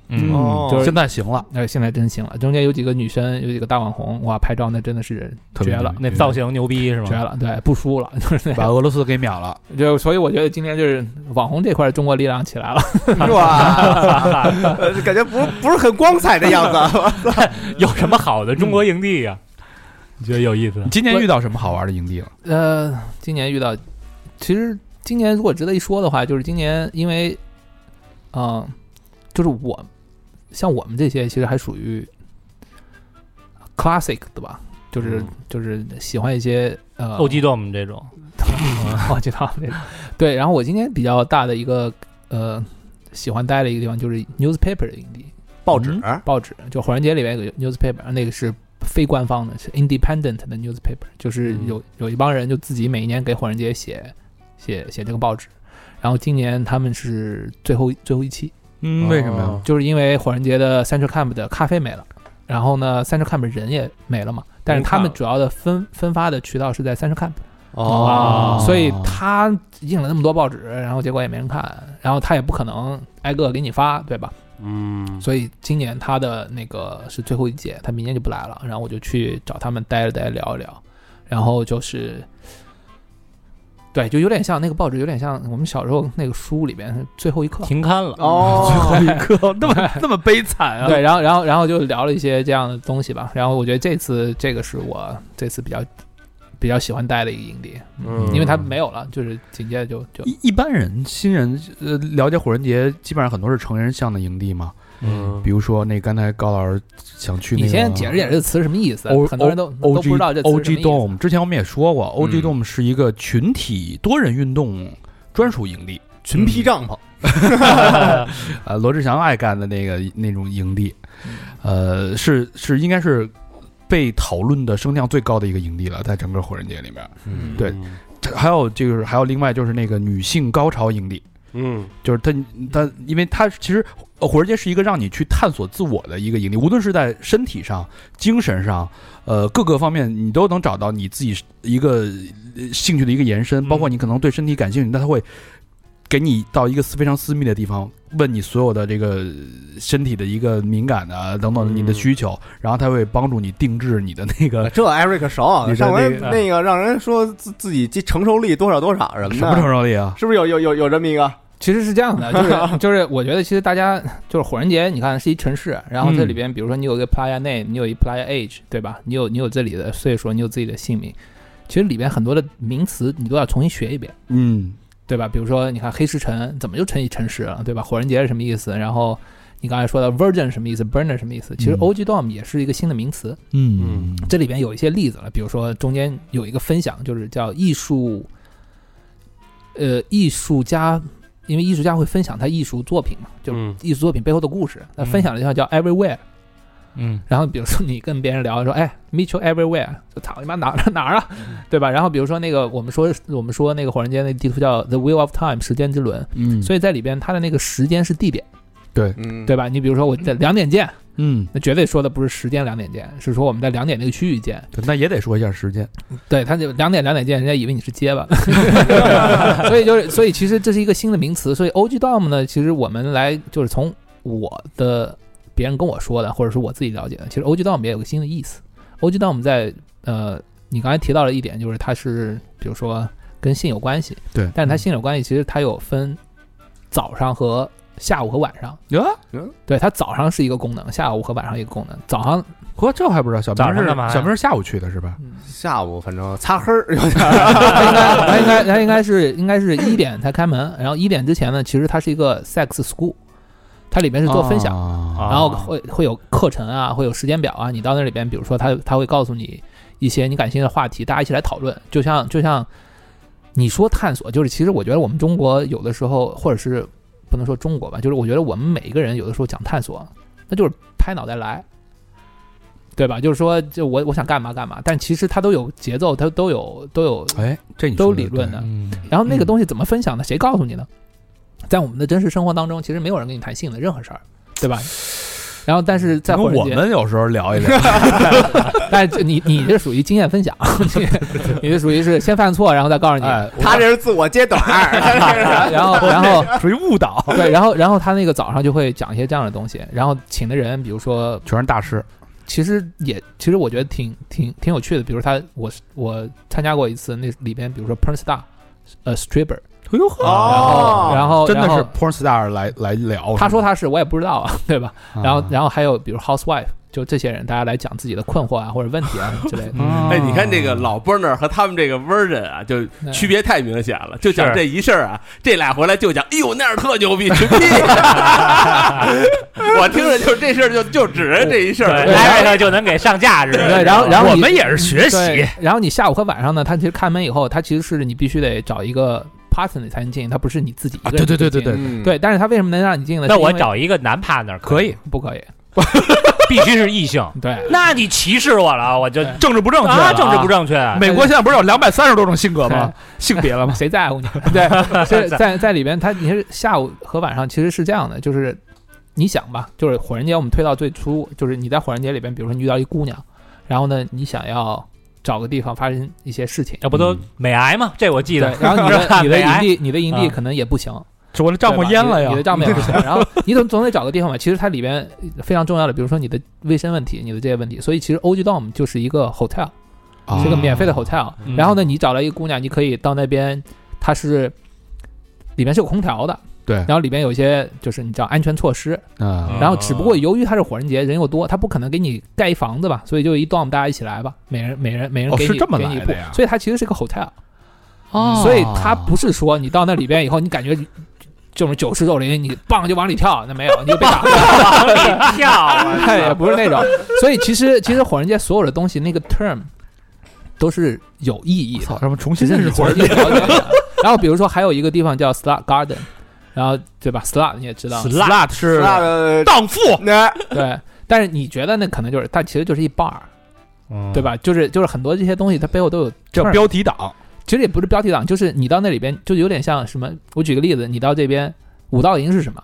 [SPEAKER 9] 嗯
[SPEAKER 2] 哦
[SPEAKER 3] 嗯就是
[SPEAKER 1] 现在行了，
[SPEAKER 3] 那现在真行了。中间有几个女生，有几个大网红，哇，拍照那真的是
[SPEAKER 1] 特别
[SPEAKER 3] 绝了
[SPEAKER 1] 牛，
[SPEAKER 9] 那造型牛逼是
[SPEAKER 3] 绝
[SPEAKER 9] 吗？
[SPEAKER 3] 了，对，不输了， [LAUGHS] 就是那
[SPEAKER 1] 把
[SPEAKER 3] 样。
[SPEAKER 1] 俄罗斯给秒了。
[SPEAKER 3] 就所以我觉得今天就是网红这块中国力量起来了， [LAUGHS]
[SPEAKER 2] 是吧？呃 [LAUGHS] 感觉不不是很光彩的样
[SPEAKER 3] [LAUGHS]
[SPEAKER 2] 子。
[SPEAKER 9] 有什么好的中国营地呀？你觉得有意思
[SPEAKER 1] 你？今年遇到什么好玩的营地了？
[SPEAKER 3] 呃，今年遇到，其实今年如果值得一说的话，就是今年因为，嗯、就是我，像我们这些其实还属于 classic 的吧，就是、就是喜欢一些呃 [LAUGHS]
[SPEAKER 9] 斗鸡斗我们这种，
[SPEAKER 3] 我知道那个。对，然后我今年比较大的一个呃喜欢待的一个地方就是 newspaper 的营地，
[SPEAKER 2] 报纸
[SPEAKER 6] 嗯
[SPEAKER 3] 报纸，就火人节里面有个 newspaper，那个是非官方的，是 independent 的 newspaper，就是有有一帮人就自己每一年给火人节写写写这个报纸。然后今年他们是最后最后一期，
[SPEAKER 1] 嗯为什么呀？
[SPEAKER 3] 就是因为火人节的 Central Camp 的咖啡没了，然后呢 Central Camp 人也没了嘛，但是他们主要的分分发的渠道是在 Central Camp，
[SPEAKER 1] 哦
[SPEAKER 3] 所以他印了那么多报纸，然后结果也没人看，然后他也不可能挨个给你发，对吧？
[SPEAKER 6] 嗯，
[SPEAKER 3] 所以今年他的那个是最后一届，他明年就不来了。然后我就去找他们待了待，聊一聊。然后就是，对，就有点像那个报纸，有点像我们小时候那个书里边最后一课。
[SPEAKER 9] 停刊了。
[SPEAKER 2] 哦，
[SPEAKER 1] 一个那么那么悲惨啊！
[SPEAKER 3] 对，然后然后然后就聊了一些这样的东西吧。然后我觉得这次这个是我这次比较比较喜欢待的一个营地，
[SPEAKER 6] 嗯
[SPEAKER 3] 因为它没有了，就是紧接着就就
[SPEAKER 1] 一一般人新人呃了解火人节，基本上很多是成人向的营地嘛，
[SPEAKER 6] 嗯
[SPEAKER 1] 比如说那刚才高老师想去那个，
[SPEAKER 3] 你先解释解释这词什么意思
[SPEAKER 1] O-
[SPEAKER 3] 很多人都
[SPEAKER 1] O
[SPEAKER 3] 都不
[SPEAKER 1] G
[SPEAKER 3] 知道这词
[SPEAKER 1] O
[SPEAKER 3] 是什
[SPEAKER 1] G
[SPEAKER 3] 么意思
[SPEAKER 1] Dome，之前我们也说过，O G
[SPEAKER 6] 嗯
[SPEAKER 1] Dome 是一个群体多人运动专属营
[SPEAKER 3] [LAUGHS]
[SPEAKER 1] 地，
[SPEAKER 2] 群披帐篷，
[SPEAKER 1] 呃，罗志祥爱干的那个那种营地，
[SPEAKER 3] 嗯
[SPEAKER 1] 呃，是是应该是被讨论的声量最高的一个营地了，在整个火人节里面。
[SPEAKER 6] 嗯
[SPEAKER 1] 对，这还有就是还有另外就是那个女性高潮营地，
[SPEAKER 6] 嗯
[SPEAKER 1] 就是它它因为它其实呃火人节是一个让你去探索自我的一个营地，无论是在身体上、精神上，呃各个方面，你都能找到你自己一个呃兴趣的一个延伸，
[SPEAKER 9] 嗯
[SPEAKER 1] 包括你可能对身体感兴趣，但它会。给你到一个非常私密的地方，问你所有的这个身体的一个敏感啊等等
[SPEAKER 6] 嗯
[SPEAKER 1] 你的需求，然后它会帮助你定制你的那个
[SPEAKER 2] 这艾瑞克熟啊，
[SPEAKER 1] 你说
[SPEAKER 2] 上回
[SPEAKER 1] 那个
[SPEAKER 2] 那个让人说自自己这承受力多少多少什
[SPEAKER 1] 什么
[SPEAKER 2] 么
[SPEAKER 1] 承
[SPEAKER 2] 的，
[SPEAKER 1] 受力啊？
[SPEAKER 2] 是不是有有有有这么一个？
[SPEAKER 3] 其实是这样的，就是就是，我觉得其实大家就是火人节，你看是一城市，然后这里边比如说你有一个 playa name，你有一 playa age，对吧？你有你有这里的岁数，你有自己的姓名，其实里边很多的名词你都要重新学一遍，
[SPEAKER 1] 嗯，
[SPEAKER 3] 对吧？比如说你看黑石城怎么就成一城市了，对吧？火人节是什么意思？然后你刚才说的 virgin 什么意思？burner 什么意思？其实
[SPEAKER 1] 嗯
[SPEAKER 3] OG dom 也是一个新的名词，
[SPEAKER 1] 嗯，
[SPEAKER 3] 这里边有一些例子了，比如说中间有一个分享，就是叫艺术，呃，艺术家，因为艺术家会分享他艺术作品嘛，就是
[SPEAKER 6] 嗯
[SPEAKER 3] 艺术作品背后的故事。那分享了一下叫 Everywhere，
[SPEAKER 9] 嗯
[SPEAKER 3] 然后比如说你跟别人聊说，哎，Meet you everywhere，就操你妈哪儿哪儿啊，对吧？然后比如说那个我们说我们说那个火人街那地图叫 The Wheel of Time 时间之轮，
[SPEAKER 1] 嗯，
[SPEAKER 3] 所以在里边它的那个时间是地点，
[SPEAKER 2] 嗯，
[SPEAKER 3] 对吧？你比如说我在两点见，
[SPEAKER 1] 嗯，
[SPEAKER 3] 那绝对说的不是时间两点见，是说我们在两点那个区域见。
[SPEAKER 1] 那也得说一下时间。
[SPEAKER 3] 对，他就两点两点见，人家以为你是结巴， [LAUGHS] 所以就是，所以其实这是一个新的名词。所以 OG Dom 呢，其实我们来就是从我的别人跟我说的，或者是我自己了解的，其实 OG Dom 也有个新的意思。OG Dom 在呃，你刚才提到了一点，就是它是比如说跟性有关系，
[SPEAKER 1] 对
[SPEAKER 3] 但是它性有关系，其实它有分早上和下午和晚上。
[SPEAKER 1] 哟，
[SPEAKER 3] 对，它早上是一个功能，下午和晚上一个功能。早上
[SPEAKER 1] 呵，这还不知道。小
[SPEAKER 9] 早
[SPEAKER 1] 明
[SPEAKER 9] 上
[SPEAKER 1] 是
[SPEAKER 9] 干嘛呀
[SPEAKER 1] 小明是下午去的是吧？
[SPEAKER 2] 下午反正擦黑儿有 [LAUGHS] 点
[SPEAKER 3] 他应该他应该他应该是应该是一点才开门，然后一点之前呢，其实它是一个 sex school，它里边是做分享，
[SPEAKER 1] 啊
[SPEAKER 9] 啊
[SPEAKER 3] 然后会会有课程啊，会有时间表啊，你到那里边，比如说他他会告诉你一些你感兴趣的话题，大家一起来讨论，就像就像你说探索，就是其实我觉得我们中国有的时候或者是不能说中国吧，就是我觉得我们每一个人有的时候讲探索，那就是拍脑袋来。对吧？就是说，就我我想干嘛干嘛，但其实它都有节奏，它都有都有
[SPEAKER 1] 哎，这你
[SPEAKER 3] 都
[SPEAKER 1] 说得
[SPEAKER 3] 理论
[SPEAKER 1] 对
[SPEAKER 3] 的
[SPEAKER 9] 嗯
[SPEAKER 3] 然后那个
[SPEAKER 1] 嗯
[SPEAKER 3] 东西怎么分享呢？谁告诉你呢？在我们的真实生活当中，其实没有人跟你谈性的任何事儿，对吧？然后，但是在
[SPEAKER 1] 嗯可能
[SPEAKER 3] 火人
[SPEAKER 1] 我
[SPEAKER 3] 节，
[SPEAKER 1] 们有时候聊一聊，
[SPEAKER 3] 但是你你这属于经验
[SPEAKER 1] [LAUGHS]
[SPEAKER 3] 分享，你你这属于是先犯错，然后再告诉你，
[SPEAKER 1] 哎，[LAUGHS]
[SPEAKER 2] 他这是自我揭短儿，
[SPEAKER 3] 然后然后
[SPEAKER 1] 属于误导，
[SPEAKER 3] 对，然后然后他那个早上就会讲一些这样的东西，然后请的人，比如说，
[SPEAKER 1] [LAUGHS] 全是大师。
[SPEAKER 3] 其实也其实我觉得挺挺挺有趣的，比如他我是我参加过一次，那里边比如说 porn star，呃 stripper，
[SPEAKER 1] 哎呦呵，
[SPEAKER 2] 哦
[SPEAKER 3] 然后
[SPEAKER 1] 真的
[SPEAKER 3] 然后
[SPEAKER 1] 是 porn star 来来聊。
[SPEAKER 3] 他说他是，我也不知道啊，对吧？
[SPEAKER 1] 啊，
[SPEAKER 3] 然后，然后还有比如 housewife，就这些人，大家来讲自己的困惑啊或者问题啊之类的。
[SPEAKER 1] 嗯
[SPEAKER 6] 哎，你看这个老 burner 和他们这个 version 啊，就
[SPEAKER 3] 嗯
[SPEAKER 6] 区别太明显了。就讲
[SPEAKER 9] 是
[SPEAKER 6] 这一事儿啊，这俩回来就讲，哎呦那样特牛逼， [LAUGHS] 群
[SPEAKER 3] [LAUGHS]
[SPEAKER 6] 批。我听着就是这事儿就就指着这一事儿哎
[SPEAKER 9] 对，
[SPEAKER 6] 来
[SPEAKER 3] 哎
[SPEAKER 9] 来这就能给上架是吧？
[SPEAKER 3] 对然后然后
[SPEAKER 9] 我
[SPEAKER 3] 你
[SPEAKER 9] 们也是学习
[SPEAKER 3] 对，，然后你下午和晚上呢，他其实开门以后，他其实是你必须得找一个 partner 你才能进，他不是你自己一个人、
[SPEAKER 1] 啊对对对对
[SPEAKER 2] 嗯
[SPEAKER 3] 对，但是他为什么能让你进呢？
[SPEAKER 9] 那
[SPEAKER 3] 是因
[SPEAKER 9] 我
[SPEAKER 3] 为
[SPEAKER 9] 找一个男 partner 可以，
[SPEAKER 3] 不可以？
[SPEAKER 9] 必须是
[SPEAKER 3] [LAUGHS]
[SPEAKER 9] 异性。
[SPEAKER 3] 对，
[SPEAKER 9] 那你歧视我了，我就
[SPEAKER 3] 对
[SPEAKER 1] 政治不正确了
[SPEAKER 9] 啊，
[SPEAKER 1] 啊
[SPEAKER 9] 政治不。正确。
[SPEAKER 3] 哎
[SPEAKER 1] 美国现在不是有两百三十多种性格吗？性别了吗？
[SPEAKER 3] 谁在乎
[SPEAKER 1] [LAUGHS]
[SPEAKER 3] 你？对，是在在里边，他你是下午和晚上其实是这样的，就是你想吧，就是火人节，我们推到最初，就是你在火人节里边，比如说你遇到一姑娘，然后呢，你想要找个地方发生一些事情，
[SPEAKER 9] 这不都美癌吗？这我记得
[SPEAKER 3] 嗯对，。然后你
[SPEAKER 9] [LAUGHS] 是
[SPEAKER 1] [LAUGHS]
[SPEAKER 9] 吧
[SPEAKER 3] 的你的
[SPEAKER 9] 美
[SPEAKER 3] 营
[SPEAKER 9] 癌
[SPEAKER 3] 地，你的营地
[SPEAKER 9] 啊
[SPEAKER 3] 可能也不行，
[SPEAKER 1] 是我的哎嗯帐篷
[SPEAKER 3] 对吧
[SPEAKER 1] 淹了呀
[SPEAKER 3] 你的你的！帐篷也
[SPEAKER 1] [LAUGHS]
[SPEAKER 3] 不行。然后你总总得找个地方吧。其实它里边非常重要的，比如说你的卫生问题，你的这些问题。所以其实 OG Dom 就是一个 hotel，
[SPEAKER 1] 啊
[SPEAKER 3] [LAUGHS] 是一个免费的 hotel。
[SPEAKER 9] 嗯
[SPEAKER 3] 然后呢，你找了一个姑娘，你可以到那边，它是里面是有空调的，
[SPEAKER 1] 对
[SPEAKER 3] 然后里边有一些就是你知道安全措施。
[SPEAKER 1] 啊
[SPEAKER 9] 嗯
[SPEAKER 3] 然后只不过由于它是火人节，人又多，他不可能给你盖一房子吧，所以就一 dom 大家一起来吧，每人每人每人
[SPEAKER 1] 哦
[SPEAKER 3] 给你、
[SPEAKER 1] 是这么
[SPEAKER 3] 给你一
[SPEAKER 1] 来
[SPEAKER 3] 铺
[SPEAKER 1] 的呀
[SPEAKER 3] 所以它其实是个 hotel，、
[SPEAKER 1] 哦
[SPEAKER 3] 所以它不是说你到那里边以后，你感觉这种九十肉林，你棒就往里跳，那没有，你就被打
[SPEAKER 1] [LAUGHS]
[SPEAKER 3] 了。[LAUGHS]
[SPEAKER 9] 跳啊，
[SPEAKER 3] 哎，也不是那种。所以其实其实火人节所有的东西那个 term 都是有意义的
[SPEAKER 1] 操，，他们重
[SPEAKER 3] 其
[SPEAKER 1] 新认
[SPEAKER 3] 实
[SPEAKER 1] 识
[SPEAKER 3] 你
[SPEAKER 1] 火
[SPEAKER 3] 重
[SPEAKER 1] 人
[SPEAKER 3] 新了解一下。然后比如说还有一个地方叫 Slut Garden，然后对吧？Slut 你也知道
[SPEAKER 1] slut 是
[SPEAKER 2] 那个呃
[SPEAKER 1] 荡妇，
[SPEAKER 2] 那
[SPEAKER 3] 对。但是你觉得那可能就是，它其实就是一 bar，
[SPEAKER 9] 嗯
[SPEAKER 3] 对？吧？就是就是很多这些东西它背后都有
[SPEAKER 1] 叫
[SPEAKER 3] 这儿
[SPEAKER 1] 标题党
[SPEAKER 3] 其实也不是标题党，就是你到那里边就有点像什么。我举个例子，你到这边五道营是什么，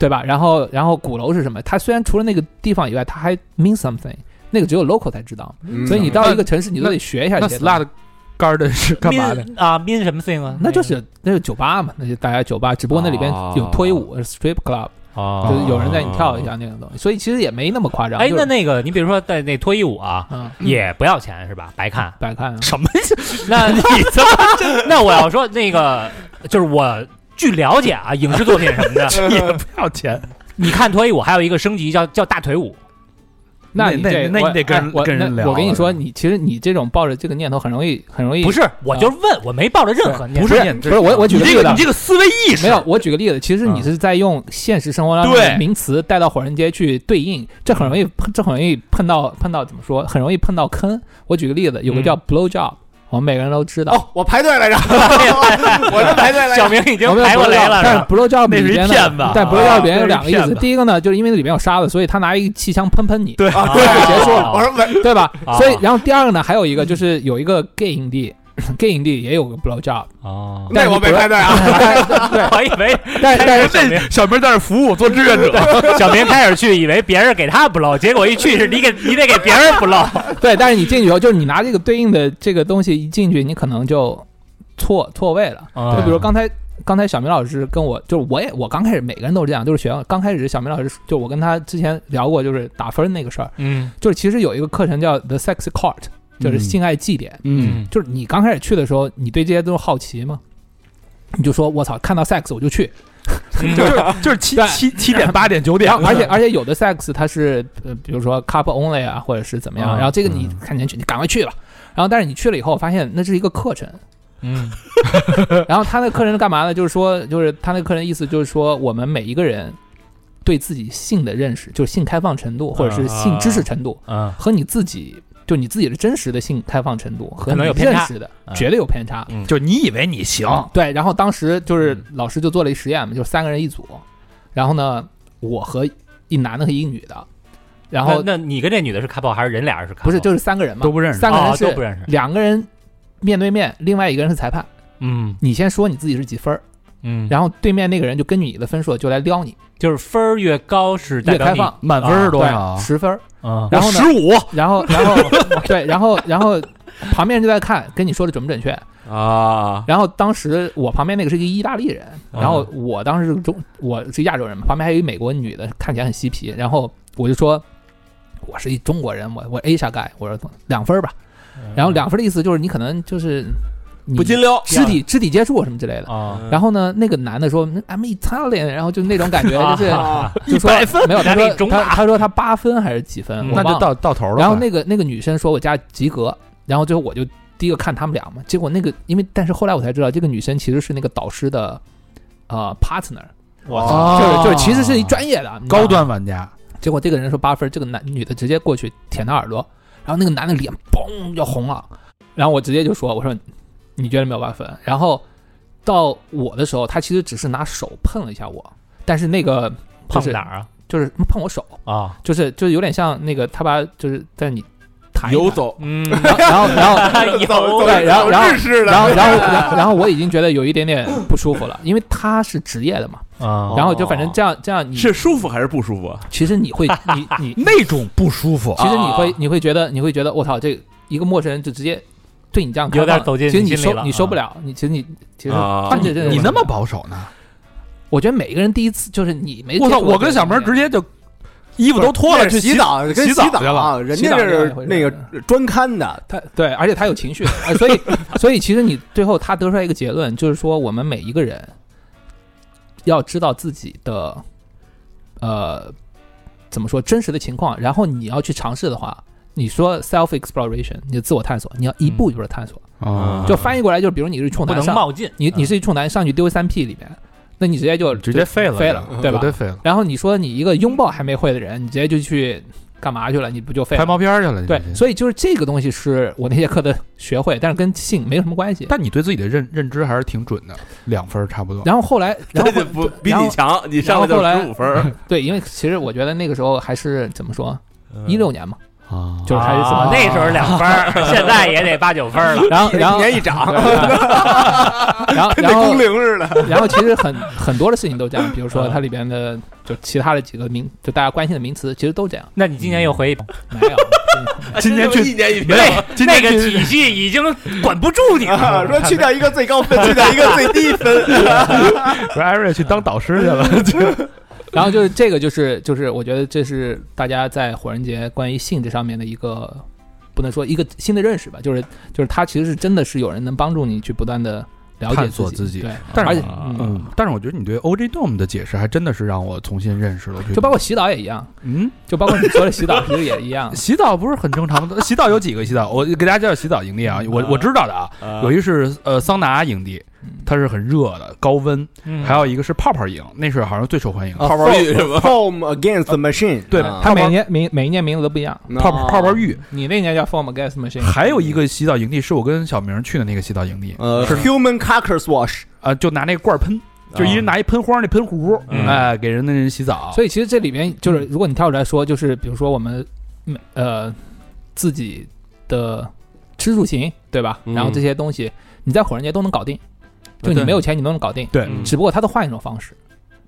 [SPEAKER 3] 对吧？然后然后鼓楼是什么？它虽然除了那个地方以外，它还 mean something，那个只有 local 才知道。所以你到一个城市，你都得学一下
[SPEAKER 1] 嗯那
[SPEAKER 3] 这些东西。
[SPEAKER 1] slut garden 是干嘛的？
[SPEAKER 9] Min- 啊？min 什么 thing 啊？
[SPEAKER 3] 那就是那就酒吧嘛，那就大家酒吧，只不过那里边
[SPEAKER 1] 啊
[SPEAKER 3] 有脱衣舞、strip club，
[SPEAKER 9] 啊，
[SPEAKER 3] 就是有人在你跳一下那种
[SPEAKER 1] 啊
[SPEAKER 3] 东西，所以其实也没那么夸张。
[SPEAKER 9] 哎，
[SPEAKER 3] 就
[SPEAKER 9] 那
[SPEAKER 3] 是
[SPEAKER 9] 那个你比如说在那脱衣舞啊，
[SPEAKER 3] 嗯，
[SPEAKER 9] 也不要钱是吧？白看。
[SPEAKER 3] 白看啊，
[SPEAKER 9] 什么？ [LAUGHS] 那你这那我要说那个就是我。据了解啊，影视作品什么的，
[SPEAKER 1] [LAUGHS]
[SPEAKER 9] [LAUGHS]
[SPEAKER 2] 嗯
[SPEAKER 1] 也不要钱，
[SPEAKER 9] 你看脱衣舞还有一个升级叫叫大腿舞，
[SPEAKER 1] 那
[SPEAKER 3] 那你这
[SPEAKER 1] 那那
[SPEAKER 3] 我
[SPEAKER 1] 你得跟
[SPEAKER 3] 哎我
[SPEAKER 1] 跟人
[SPEAKER 3] 那
[SPEAKER 1] 聊
[SPEAKER 3] 我跟你
[SPEAKER 1] 了
[SPEAKER 3] 说，你其实你这种抱着这个念头很容易，很容易
[SPEAKER 9] 不是，我就是问，我没抱着任何念
[SPEAKER 1] 不
[SPEAKER 9] 头，
[SPEAKER 1] 是念
[SPEAKER 3] 嗯不是我我举
[SPEAKER 1] 你
[SPEAKER 3] 个例
[SPEAKER 1] 这
[SPEAKER 3] 子
[SPEAKER 1] 个
[SPEAKER 3] 啊
[SPEAKER 1] 你这个思维意识
[SPEAKER 3] [LAUGHS] 没有，我举个例子，其实你是在用现实生活当中的
[SPEAKER 1] 啊对嗯
[SPEAKER 3] 名词带到火人节去对应，这很容易，这很容易碰到碰到怎么说，很容易碰到坑。我举个例子，
[SPEAKER 1] 嗯
[SPEAKER 3] 有个叫 blow job，我们每个人都知道，
[SPEAKER 2] 哦，我排队来着，我这排队来
[SPEAKER 9] 小
[SPEAKER 2] 着，
[SPEAKER 9] 明已经
[SPEAKER 3] 我们有
[SPEAKER 9] 排过
[SPEAKER 3] blow
[SPEAKER 9] 来
[SPEAKER 3] job，
[SPEAKER 9] 了，
[SPEAKER 3] 但
[SPEAKER 9] 是
[SPEAKER 3] 是
[SPEAKER 9] 吧？
[SPEAKER 3] blow job
[SPEAKER 1] 那是一
[SPEAKER 3] 里边
[SPEAKER 1] 骗子
[SPEAKER 3] 的，但 blow job
[SPEAKER 1] 啊
[SPEAKER 3] 里边有两个意
[SPEAKER 1] 那是一骗
[SPEAKER 3] 思，
[SPEAKER 1] 子
[SPEAKER 3] 第一个呢，就是因为里面有沙子，所以他拿一个气枪喷喷你，
[SPEAKER 1] 对
[SPEAKER 2] 啊，
[SPEAKER 9] 啊
[SPEAKER 2] 对，
[SPEAKER 9] 结束了
[SPEAKER 2] 我说没，
[SPEAKER 3] 对吧？
[SPEAKER 9] 啊
[SPEAKER 3] 所以，然后第二个呢，还有一个就是有一个 gay 营地，gay 营地也有个 blow job，
[SPEAKER 9] 哦，
[SPEAKER 2] 那我没排队啊，
[SPEAKER 9] 我以
[SPEAKER 3] [LAUGHS]
[SPEAKER 9] 为
[SPEAKER 3] 但但是
[SPEAKER 1] [LAUGHS]
[SPEAKER 9] 小明
[SPEAKER 1] 小明在那服务做志愿者，
[SPEAKER 3] [LAUGHS]
[SPEAKER 9] 小明开始去，以为别人给他不漏，结果一去是你给你得给别人不漏。
[SPEAKER 3] [LAUGHS] 对，但是你进去以后，就是你拿这个对应的这个东西一进去，你可能就错错位了。就
[SPEAKER 1] 嗯
[SPEAKER 3] 比如刚才刚才小明老师跟我，就是我也我刚开始每个人都是这样，就是学校刚开始小明老师就我跟他之前聊过，就是打分那个事儿，
[SPEAKER 9] 嗯
[SPEAKER 3] 就是其实有一个课程叫 The Sex Court，就是性爱祭典。
[SPEAKER 1] 嗯，
[SPEAKER 3] 就是你刚开始去的时候，你对这些都是好奇嘛，你就说我操，看到 sex 我就去。
[SPEAKER 1] [LAUGHS] 就是就是七
[SPEAKER 3] 对
[SPEAKER 1] 七七点八点九点
[SPEAKER 3] 然，后而且而且有的 sex 它是呃，比如说 cup only 啊，或者是怎么样，
[SPEAKER 9] 嗯
[SPEAKER 3] 然后这个你看进去，你赶快去吧。然后但是你去了以后，发现那是一个课程，
[SPEAKER 9] 嗯
[SPEAKER 3] 然后他那课程是干嘛呢？就是说，就是他那课程意思就是说，我们每一个人对自己性的认识，就是性开放程
[SPEAKER 9] 啊
[SPEAKER 3] 度，或者是性知识程度，
[SPEAKER 9] 嗯，
[SPEAKER 3] 和你自己就你自己的真实的性开放程度和你
[SPEAKER 9] 可能有偏
[SPEAKER 3] 认
[SPEAKER 9] 差
[SPEAKER 3] 识的
[SPEAKER 9] 嗯嗯
[SPEAKER 3] 绝对有偏差。
[SPEAKER 1] 就是你以为你行，
[SPEAKER 3] 对，然后当时就是老师就做了一实验嘛，就是三个人一组，然后呢，我和一男的和一女的，然后
[SPEAKER 9] 那那你跟这女的是 couple 还是人俩人是 couple？
[SPEAKER 3] 不是就是三个人嘛，
[SPEAKER 1] 都不认识
[SPEAKER 3] 三个人
[SPEAKER 9] 哦都不
[SPEAKER 3] 是
[SPEAKER 9] 认识。
[SPEAKER 3] 两个人面对面，另外一个人是裁判，
[SPEAKER 9] 嗯
[SPEAKER 3] 你先说你自己是几分儿，
[SPEAKER 9] 嗯，
[SPEAKER 3] 然后对面那个人就根据你的分数就来撩你。
[SPEAKER 9] 就是分儿越高是代
[SPEAKER 3] 越
[SPEAKER 9] 表
[SPEAKER 3] 开
[SPEAKER 9] 你
[SPEAKER 3] 放，啊
[SPEAKER 1] 满分是多少
[SPEAKER 3] 对，？十分儿。
[SPEAKER 9] 嗯
[SPEAKER 3] 然后呢
[SPEAKER 1] 十，五，
[SPEAKER 3] 然后然后 [LAUGHS] 对，然后然后旁边人就在看，跟你说的准不准确。
[SPEAKER 6] 啊，
[SPEAKER 3] 然后当时我旁边那个是一个意大利人，然后我当时是中，我是亚洲人嘛，旁边还有一美国女的，看起来很嬉皮。然后我就说，我是一中国人，我我 A 啥盖，我说两分儿吧。
[SPEAKER 9] 嗯
[SPEAKER 3] 然后两分儿的意思就是你可能就是你
[SPEAKER 6] 不禁撩，
[SPEAKER 3] 肢体肢体接触什么之类的。
[SPEAKER 9] 啊
[SPEAKER 3] 然后呢，那个男的说 I'm Italian，然后就那种感觉就是。
[SPEAKER 2] [LAUGHS]
[SPEAKER 9] 啊
[SPEAKER 3] 就说
[SPEAKER 9] 100
[SPEAKER 3] 没有，他
[SPEAKER 9] 哪里
[SPEAKER 3] 说
[SPEAKER 9] 中
[SPEAKER 3] 他
[SPEAKER 9] 啊
[SPEAKER 3] 他说他八分还是几分，
[SPEAKER 9] 嗯
[SPEAKER 3] 我
[SPEAKER 1] 那
[SPEAKER 3] 忘
[SPEAKER 1] 就
[SPEAKER 3] 了
[SPEAKER 1] 到到头了。
[SPEAKER 3] 然后那个那个女生说我家及格，然后最后我就第一个看他们俩嘛，结果那个因为但是后来我才知道，这个女生其实是那个导师的呃 partner，
[SPEAKER 9] 我
[SPEAKER 1] 哦
[SPEAKER 9] 操
[SPEAKER 3] 就是就是其实是一专业的你知道吗
[SPEAKER 1] 高端玩家，
[SPEAKER 3] 结果这个人说八分，这个男女的直接过去舔他耳朵，然后那个男的脸嘣就红了，然后我直接就说我说你觉得没有八分？然后到我的时候，他其实只是拿手碰了一下我，但是那个就
[SPEAKER 9] 碰
[SPEAKER 3] 是
[SPEAKER 9] 哪儿啊
[SPEAKER 3] 就是碰我手。
[SPEAKER 9] 啊
[SPEAKER 3] 就是就是有点像那个他把就是在你弹一
[SPEAKER 6] 游
[SPEAKER 3] 弹，
[SPEAKER 6] 走，
[SPEAKER 9] 嗯，
[SPEAKER 3] 然后然后
[SPEAKER 9] 有
[SPEAKER 3] 对，然后然后
[SPEAKER 2] 日式的，
[SPEAKER 3] 然后然后然后然后我已经觉得有一点点不舒服了，因为他是职业的嘛，
[SPEAKER 9] 啊
[SPEAKER 3] 然后就反正这样这样你
[SPEAKER 6] 是舒服还是不舒服啊？
[SPEAKER 3] 其实你会你你
[SPEAKER 1] 那种不舒服，
[SPEAKER 3] 其实你会
[SPEAKER 6] 啊
[SPEAKER 3] 你会觉得你会觉得我操这一个陌生人就直接对你这样开
[SPEAKER 9] 有点
[SPEAKER 3] 放
[SPEAKER 9] 走进
[SPEAKER 3] 其实
[SPEAKER 9] 你
[SPEAKER 3] 你
[SPEAKER 9] 心里
[SPEAKER 3] 受
[SPEAKER 9] 了
[SPEAKER 3] 你
[SPEAKER 9] 啊
[SPEAKER 3] 受不了，你其实你其实
[SPEAKER 6] 啊
[SPEAKER 3] 真的
[SPEAKER 1] 你
[SPEAKER 3] 真的
[SPEAKER 1] 你
[SPEAKER 3] 受
[SPEAKER 1] 那
[SPEAKER 3] 不了
[SPEAKER 1] 么保守呢？
[SPEAKER 3] 我觉得每个人第一次就是你没
[SPEAKER 1] 我操！
[SPEAKER 3] 接触过
[SPEAKER 1] 我跟
[SPEAKER 3] 这个
[SPEAKER 1] 小明
[SPEAKER 3] 东西
[SPEAKER 1] 直接就衣服都脱了
[SPEAKER 2] 那是
[SPEAKER 1] 去
[SPEAKER 2] 洗澡，跟
[SPEAKER 1] 洗
[SPEAKER 2] 澡啊
[SPEAKER 1] 澡去了。
[SPEAKER 2] 人
[SPEAKER 3] 洗
[SPEAKER 2] 家
[SPEAKER 3] 澡
[SPEAKER 2] 这
[SPEAKER 3] 是
[SPEAKER 2] 是
[SPEAKER 3] 两回事
[SPEAKER 2] 那个专刊的，
[SPEAKER 3] 他对，而且他有情绪，呃所以所以其实你最后他得出来一个结论，就是说我们每一个人要知道自己的呃怎么说真实的情况，然后你要去尝试的话，你说 self exploration，你的自我探索，你要一步一步的探索，
[SPEAKER 1] 啊
[SPEAKER 3] 就翻译过来就是比如你是处
[SPEAKER 9] 嗯不
[SPEAKER 3] 男
[SPEAKER 9] 能
[SPEAKER 3] 上，
[SPEAKER 9] 冒进。
[SPEAKER 3] 你你是一处男上去丢三 P 里面，那你直接就
[SPEAKER 1] 直接废了，
[SPEAKER 3] 飞了，对吧
[SPEAKER 1] 绝？对废了，
[SPEAKER 3] 然后你说你一个拥抱还没会的人，你直接就去干嘛去了？你不就废了
[SPEAKER 1] 拍
[SPEAKER 3] 吗？
[SPEAKER 1] 毛片儿去了。
[SPEAKER 3] 对
[SPEAKER 1] 你，
[SPEAKER 3] 所以就是这个东西是我那节课的学会，但是跟性没有什么关系。
[SPEAKER 1] 但你对自己的认认知还是挺准的，两分儿差不多。
[SPEAKER 3] 然后后来，然后
[SPEAKER 6] 这
[SPEAKER 3] 后
[SPEAKER 6] 就不比
[SPEAKER 3] 然后
[SPEAKER 6] 你强，你上来就
[SPEAKER 3] 然后后来
[SPEAKER 6] 十五分
[SPEAKER 3] [LAUGHS]
[SPEAKER 6] 儿，
[SPEAKER 3] 对，因为其实我觉得那个时候还是怎么说，
[SPEAKER 6] 嗯
[SPEAKER 3] 一六年嘛，
[SPEAKER 1] 啊
[SPEAKER 3] 就是还是怎
[SPEAKER 9] 啊
[SPEAKER 3] 么
[SPEAKER 9] 那时候两分
[SPEAKER 3] [LAUGHS]
[SPEAKER 9] 儿，现在也得八九分儿了。
[SPEAKER 6] [LAUGHS]
[SPEAKER 3] 然后
[SPEAKER 6] 嗯
[SPEAKER 3] 然后
[SPEAKER 2] 一年一涨，
[SPEAKER 3] 然后
[SPEAKER 2] 跟那
[SPEAKER 3] 然后
[SPEAKER 2] 工龄似的。
[SPEAKER 3] 然后其实很很多的事情都这样，比如
[SPEAKER 6] 嗯
[SPEAKER 3] 说它里边的就其他的几个名，就大家关心的名词，其实都这样。
[SPEAKER 9] 那你今年又回忆吧，
[SPEAKER 3] 没
[SPEAKER 6] [LAUGHS]
[SPEAKER 3] 有，
[SPEAKER 1] 今天
[SPEAKER 6] 去
[SPEAKER 1] 去
[SPEAKER 6] 一年一票，
[SPEAKER 9] 那那个体系已经管不住你了。
[SPEAKER 2] [LAUGHS] 说去掉一个最高分，去掉一个最低分，
[SPEAKER 1] 不是艾瑞去当导师去 [LAUGHS] 了，
[SPEAKER 3] 然后就是这个就是就是我觉得这是大家在火人节关于性这上面的一个不能说一个新的认识吧，就是就是它其实是真的是有人能帮助你去不断的了解
[SPEAKER 1] 探索
[SPEAKER 3] 自
[SPEAKER 1] 自己
[SPEAKER 3] 对，
[SPEAKER 1] 但是
[SPEAKER 3] 而且
[SPEAKER 9] 啊
[SPEAKER 3] 嗯。
[SPEAKER 1] 嗯，但是我觉得你对 OJ Dom 的解释还真的是让我重新认识了，我觉得
[SPEAKER 3] 就包括洗澡也一样，
[SPEAKER 1] 嗯，。
[SPEAKER 3] 就包括你说的洗澡其实也一 [LAUGHS] 样
[SPEAKER 1] 洗澡不是很正常的，洗澡有几个洗澡，我给大家介绍洗澡营地啊，我我知道的啊，有一是呃桑拿营地，
[SPEAKER 3] 嗯
[SPEAKER 1] 它是很热的高温，
[SPEAKER 9] 嗯
[SPEAKER 1] 还有一个是泡泡营，那是好像最受欢迎的，
[SPEAKER 3] 啊
[SPEAKER 2] 泡
[SPEAKER 6] 泡浴是吧
[SPEAKER 2] Home against the machine，
[SPEAKER 1] 对
[SPEAKER 2] 啊
[SPEAKER 3] 他每年名每一年名字都不一样，
[SPEAKER 1] 泡泡泡泡，浴。
[SPEAKER 3] 你那年叫 Form Gas Machine，
[SPEAKER 1] 还有一个洗澡营地是我跟小明去的那个洗澡营
[SPEAKER 3] 嗯
[SPEAKER 1] 地，
[SPEAKER 2] 呃，Human Cockers Wash，
[SPEAKER 1] 啊，就拿那个罐儿喷，
[SPEAKER 3] 哦
[SPEAKER 1] 就一人拿一喷花儿那喷壶，
[SPEAKER 9] 嗯
[SPEAKER 1] 哎，给人的人洗澡。
[SPEAKER 3] 所以其实这里面就是，如果你跳出来说，就是比如说我们嗯呃自己的吃住行，对吧？
[SPEAKER 6] 嗯
[SPEAKER 3] 然后这些东西你在火人节都能搞定，就你
[SPEAKER 1] 对
[SPEAKER 3] 没有钱你都能搞定，
[SPEAKER 1] 对
[SPEAKER 6] 嗯
[SPEAKER 3] 只不过他都换一种方式。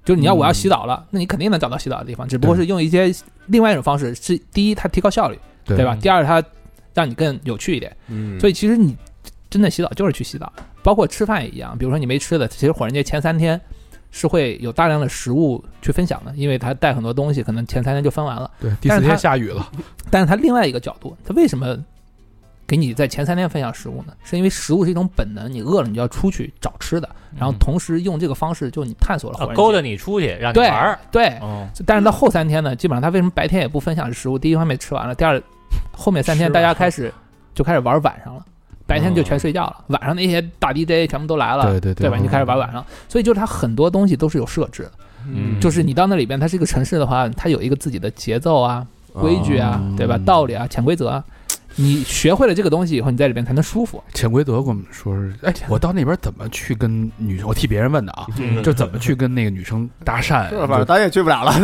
[SPEAKER 3] 就是你要我要洗澡了，那你肯定能找到洗澡的地方，只不过是用一些另外一种方式，是第一它提高效率，
[SPEAKER 1] 对
[SPEAKER 3] 对吧？第二它让你更有趣一点。
[SPEAKER 2] 嗯
[SPEAKER 3] 所以其实你真的洗澡就是去洗澡，包括吃饭也一样。比如说你没吃的，其实火人节前三天是会有大量的食物去分享的，因为他带很多东西，可能前三天就分完了。
[SPEAKER 1] 对，第
[SPEAKER 3] 但
[SPEAKER 1] 四
[SPEAKER 3] 是
[SPEAKER 1] 天
[SPEAKER 3] 他
[SPEAKER 1] 下雨了，
[SPEAKER 3] 但是他另外一个角度，他为什么给你在前三天分享食物呢？是因为食物是一种本能，你饿了你就要出去找吃的，然后同时用这个方式就你探索了火
[SPEAKER 9] 嗯啊
[SPEAKER 3] 人节、
[SPEAKER 9] 勾搭你出去让你
[SPEAKER 3] 对
[SPEAKER 9] 玩儿。
[SPEAKER 3] 对。
[SPEAKER 9] 哦，
[SPEAKER 3] 但是到后三天呢，基本上他为什么白天也不分享食物？第一方面吃完了，第二后面三天
[SPEAKER 9] 吃
[SPEAKER 3] 大
[SPEAKER 9] 完
[SPEAKER 3] 家
[SPEAKER 9] 了
[SPEAKER 3] 开始就开始玩晚上了，白天就全睡觉了，晚上那些大 DJ 全部都来了，
[SPEAKER 1] 对对对
[SPEAKER 3] 啊对吧？你就开始玩晚上，所以就是它很多东西都是有设置的，
[SPEAKER 9] 嗯
[SPEAKER 3] 就是你到那里边，它是一个城市的话，它有一个自己的节奏啊、
[SPEAKER 9] 嗯
[SPEAKER 3] 规矩啊，对吧？道理啊、潜规则啊，你学会了这个东西以后，你在里边才能舒
[SPEAKER 9] [LAUGHS]
[SPEAKER 3] 服。
[SPEAKER 1] 潜规则跟我们说是，哎，我到那边怎么去跟女生？我替别人问的啊，
[SPEAKER 3] 嗯
[SPEAKER 1] 就怎么去跟那个女生搭
[SPEAKER 3] [LAUGHS]
[SPEAKER 1] 讪，
[SPEAKER 2] 是反正
[SPEAKER 1] 就
[SPEAKER 2] 咱也去不了了， [LAUGHS]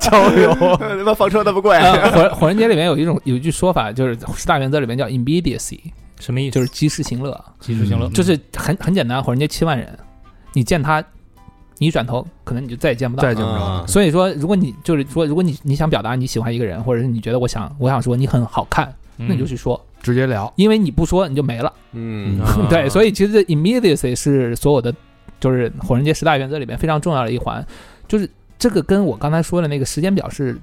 [SPEAKER 1] 交流。
[SPEAKER 2] 他妈房车 [LAUGHS] 那么
[SPEAKER 9] 哎
[SPEAKER 2] 贵，啊
[SPEAKER 3] 呃，火火人节里面有一种有一句说法，就是十大原则里面叫 immediacy，
[SPEAKER 9] 什么意思？
[SPEAKER 3] 就是及时行乐。
[SPEAKER 9] 及时行乐
[SPEAKER 1] 嗯。
[SPEAKER 3] 就是很很简单，火人街七万人，你见他，你一转头，可能你就再也见不到。
[SPEAKER 1] 再也见不着了
[SPEAKER 2] 啊
[SPEAKER 3] 所以说，如果你就是说，如果你你想表达你喜欢一个人，或者是你觉得我想我想说你很好看，
[SPEAKER 9] 嗯
[SPEAKER 3] 那你就去说，
[SPEAKER 1] 直接聊。
[SPEAKER 3] 因为你不说你就没了。
[SPEAKER 2] 嗯
[SPEAKER 1] 啊
[SPEAKER 3] [LAUGHS] 对，所以其实 immediacy 是所有的就是火人节十大原则里面非常重要的一环，就是这个跟我刚才说的那个时间表是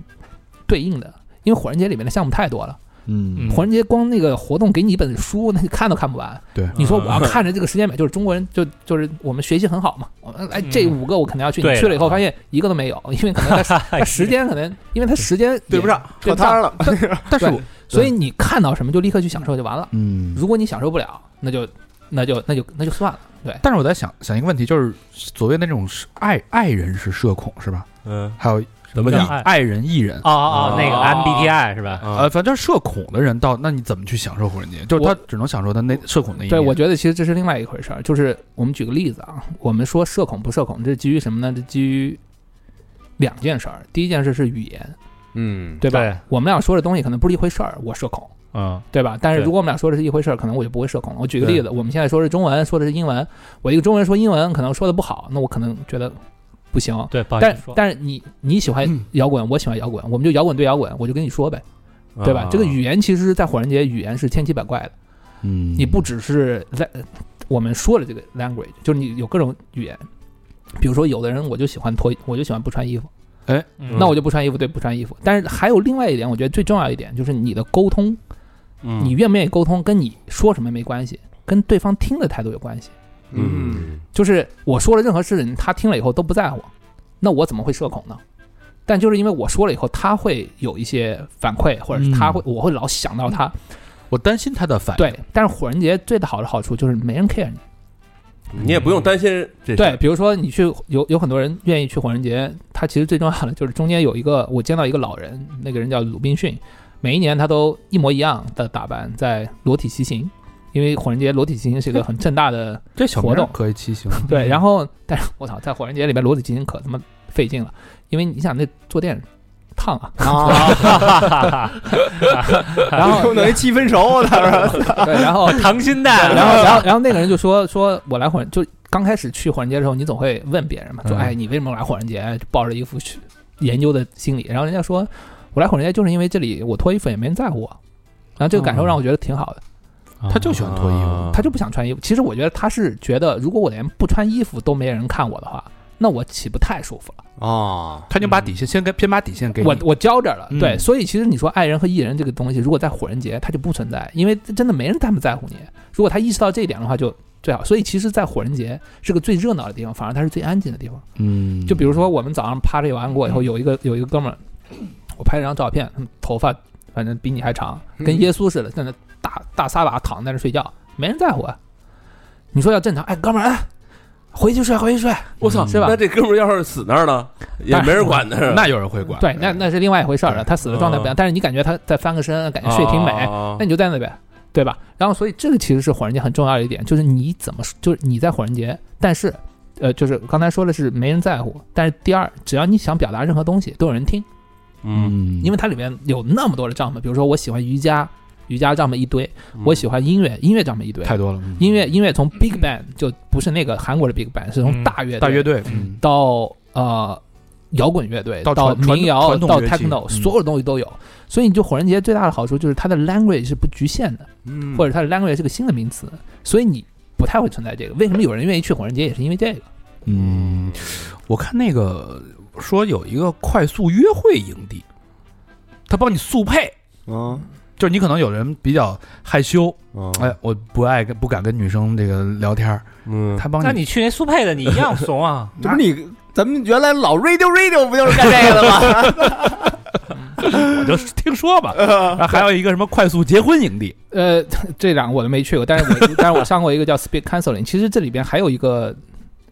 [SPEAKER 3] 对应的，因为火人节里面的项目太多了。
[SPEAKER 1] 嗯
[SPEAKER 9] 嗯
[SPEAKER 3] 火人节光那个活动给你一本书，那你看都看不完。
[SPEAKER 1] 对
[SPEAKER 3] 你说我
[SPEAKER 6] 嗯
[SPEAKER 3] 要看着这个时间表，就是中国人就就是我们学习很好嘛。我们哎，
[SPEAKER 9] 嗯
[SPEAKER 3] 这五个我肯定要去。
[SPEAKER 9] 对
[SPEAKER 3] 你
[SPEAKER 9] 的
[SPEAKER 3] 去了以后发现一个都没有，因为可能它它时间可能因为它时间也
[SPEAKER 2] 对不，上，
[SPEAKER 3] 对
[SPEAKER 2] 扯
[SPEAKER 3] 不上
[SPEAKER 2] 摊了。 [LAUGHS]
[SPEAKER 1] 但是我
[SPEAKER 3] 所以你看到什么就立刻去享受就完了。
[SPEAKER 1] 嗯，
[SPEAKER 3] 如果你享受不了，那就那就那就那就算了。
[SPEAKER 1] 但是我在想想一个问题，就是所谓那种是爱爱人是社恐是吧？
[SPEAKER 3] 啊
[SPEAKER 6] 嗯，
[SPEAKER 1] 还有
[SPEAKER 6] 怎么
[SPEAKER 9] 叫
[SPEAKER 1] 艺
[SPEAKER 9] 爱
[SPEAKER 1] 爱人艺人。
[SPEAKER 9] 哦哦哦，那个
[SPEAKER 6] 啊
[SPEAKER 9] MBTI 是吧？
[SPEAKER 1] 呃，反正社恐的人到，那你怎么去享受火人节？就是他
[SPEAKER 3] 我
[SPEAKER 1] 只能享受他那社恐那一面。
[SPEAKER 3] 对，我觉得其实这是另外一回事儿。就是我们举个例子啊，我们说社恐不社恐，这是基于什么呢？这基于两件事儿。第一件事是语言，
[SPEAKER 2] 嗯，
[SPEAKER 3] 对吧？
[SPEAKER 9] 对
[SPEAKER 3] 我们俩说的东西可能不是一回事儿，我社恐。
[SPEAKER 9] 嗯，
[SPEAKER 3] 对吧？但是
[SPEAKER 9] 对
[SPEAKER 3] 如果我们俩说的是一回事儿，可能我就不会社恐了。我举个例子，我们现在说是中文，说的是英文，我一个中文说英文，可能说的不好，那我可能觉得不行。
[SPEAKER 9] 对，不好意
[SPEAKER 3] 但
[SPEAKER 9] 思说，
[SPEAKER 3] 但是你你喜欢
[SPEAKER 1] 嗯
[SPEAKER 3] 摇滚，我喜欢摇滚，我们就摇滚对摇滚，我就跟你说呗，
[SPEAKER 6] 嗯
[SPEAKER 3] 对
[SPEAKER 6] 啊
[SPEAKER 3] 吧？这个语言其实，在火人节语言是千奇百怪的，
[SPEAKER 1] 嗯，
[SPEAKER 3] 呃你不只是在我们说了这个 language，就是你有各种语言。比如说，有的人我就喜欢脱，我就喜欢不穿衣服，
[SPEAKER 1] 哎
[SPEAKER 9] 嗯
[SPEAKER 3] 那我就不穿衣服，对，不穿衣服。但是还有另外一点，我觉得最重要一点就是你的沟通，
[SPEAKER 1] 嗯
[SPEAKER 3] 你愿不愿意沟通，跟你说什么没关系，跟对方听的态度有关系。
[SPEAKER 2] 嗯，
[SPEAKER 3] 就是我说了任何事情，他听了以后都不在乎，那我怎么会社恐呢？但就是因为我说了以后，他会有一些反馈，或者是他会，我会老想到他。
[SPEAKER 1] 我担心他的反应。
[SPEAKER 3] 对，但是火人节最好的好处就是没人 care 你。
[SPEAKER 6] 你也不用担心这事
[SPEAKER 3] 对，比如说你去有有很多人愿意去火人节，他其实最重要的就是中间有一个我见到一个老人，那个人叫鲁滨逊，每一年他都一模一样的打扮，在裸体骑行，因为火人节裸体骑行是一个很盛大的
[SPEAKER 1] 这小
[SPEAKER 3] 活
[SPEAKER 1] 明儿
[SPEAKER 3] 动
[SPEAKER 1] 可以骑行。
[SPEAKER 3] 对，然后但是我操，在火人节里面裸体骑行可他妈费劲了，因为你想那坐垫烫啊， [LAUGHS]
[SPEAKER 2] 啊，[LAUGHS]
[SPEAKER 3] 然后
[SPEAKER 2] 我等于七分熟，他说
[SPEAKER 3] 对，然后
[SPEAKER 9] 溏心蛋，
[SPEAKER 3] [LAUGHS] 然后然后然后那个人就说说我来火人就刚开始去火人节的时候，你总会问别人嘛，
[SPEAKER 1] 嗯
[SPEAKER 3] 说哎你为什么来火人节？就抱着一副去研究的心理，然后人家说我来火人节就是因为这里我脱衣服也没人在乎我。然后这个感受让我觉得挺好的，
[SPEAKER 1] 他就喜欢脱衣服
[SPEAKER 6] 啊，
[SPEAKER 3] 他就不想穿衣服。其实我觉得他是觉得，如果我连不穿衣服都没人看我的话，那我岂不太舒服了？
[SPEAKER 2] 啊，
[SPEAKER 1] 他就把底线先给偏把底线给
[SPEAKER 3] 嗯我
[SPEAKER 1] 你
[SPEAKER 3] 我交着了，
[SPEAKER 1] 嗯
[SPEAKER 3] 对，所以其实你说爱人和艺人这个东西，如果在火人节，它就不存在，因为真的没人在不在乎你。如果他意识到这一点的话，就最好。所以其实，在火人节是个最热闹的地方，反而它是最安静的地方。
[SPEAKER 1] 嗯，
[SPEAKER 3] 就比如说，我们早上 party 完过以后，有一个有一个哥们儿，我拍了张照片，他们头发反正比你还长，
[SPEAKER 1] 嗯
[SPEAKER 3] 跟耶稣似的，在那大大撒把躺在那睡觉，没人在乎啊。你说要正常，哎，哥们儿，哎，回去睡，回去睡，
[SPEAKER 6] 我操，
[SPEAKER 3] 是吧
[SPEAKER 6] 那这哥们儿要是死那儿呢，也没人管他是吧，
[SPEAKER 1] 那有人会管，
[SPEAKER 3] 嗯对，那那是另外一回事儿了。他死的状态不一样，但是你感觉他再翻个身，感觉睡挺美，
[SPEAKER 6] 啊
[SPEAKER 3] 那你就在那边，对吧？然后，所以这个其实是火人节很重要的一点，就是你怎么，就是你在火人节，但是，呃，就是刚才说的是没人在乎，但是第二，只要你想表达任何东西，都有人听，
[SPEAKER 6] 嗯，
[SPEAKER 1] 嗯，
[SPEAKER 3] 因为它里面有那么多的账目，比如说我喜欢瑜伽，瑜伽账目一堆，
[SPEAKER 6] 嗯
[SPEAKER 3] 我喜欢音乐，音乐账目一堆，
[SPEAKER 1] 太多了，嗯
[SPEAKER 3] 音乐音乐从 Big Bang 就不是那个韩国的 Big Bang，是从
[SPEAKER 9] 嗯
[SPEAKER 3] 大乐队
[SPEAKER 1] 大乐队，嗯
[SPEAKER 3] 到呃摇滚乐队，
[SPEAKER 1] 到
[SPEAKER 3] 到
[SPEAKER 1] 传传
[SPEAKER 3] 民谣，
[SPEAKER 1] 传统
[SPEAKER 3] 到
[SPEAKER 1] 乐器
[SPEAKER 3] techno，
[SPEAKER 1] 嗯
[SPEAKER 3] 所有东西都有。所以你就火人节最大的好处就是它的 language 是不局限的，
[SPEAKER 2] 嗯
[SPEAKER 3] 或者它的 language 是个新的名词，所以你不太会存在这个。为什么有人愿意去火人节，也是因为这个。
[SPEAKER 1] 嗯，我看那个说有一个快速约会营地，他帮你速配，
[SPEAKER 2] 嗯
[SPEAKER 1] 就是你可能有人比较害羞，
[SPEAKER 2] 嗯，！
[SPEAKER 1] 哎，我不爱跟不敢跟女生这个聊天儿，
[SPEAKER 6] 嗯，
[SPEAKER 1] 他帮
[SPEAKER 9] 那你去那速配的，你一样
[SPEAKER 3] [LAUGHS]
[SPEAKER 9] 怂啊
[SPEAKER 2] 这不是你咱们原来老 radio radio 不就是干这个的吗？ [LAUGHS]
[SPEAKER 1] 我就听说
[SPEAKER 3] [LAUGHS]
[SPEAKER 1] 吧。
[SPEAKER 3] 啊
[SPEAKER 1] 然后还有一个什么快速结婚营地，
[SPEAKER 3] 呃，这两个我都没去过，但是 [LAUGHS] 我但是我上过一个叫 Speak Canceling。其实这里边还有一个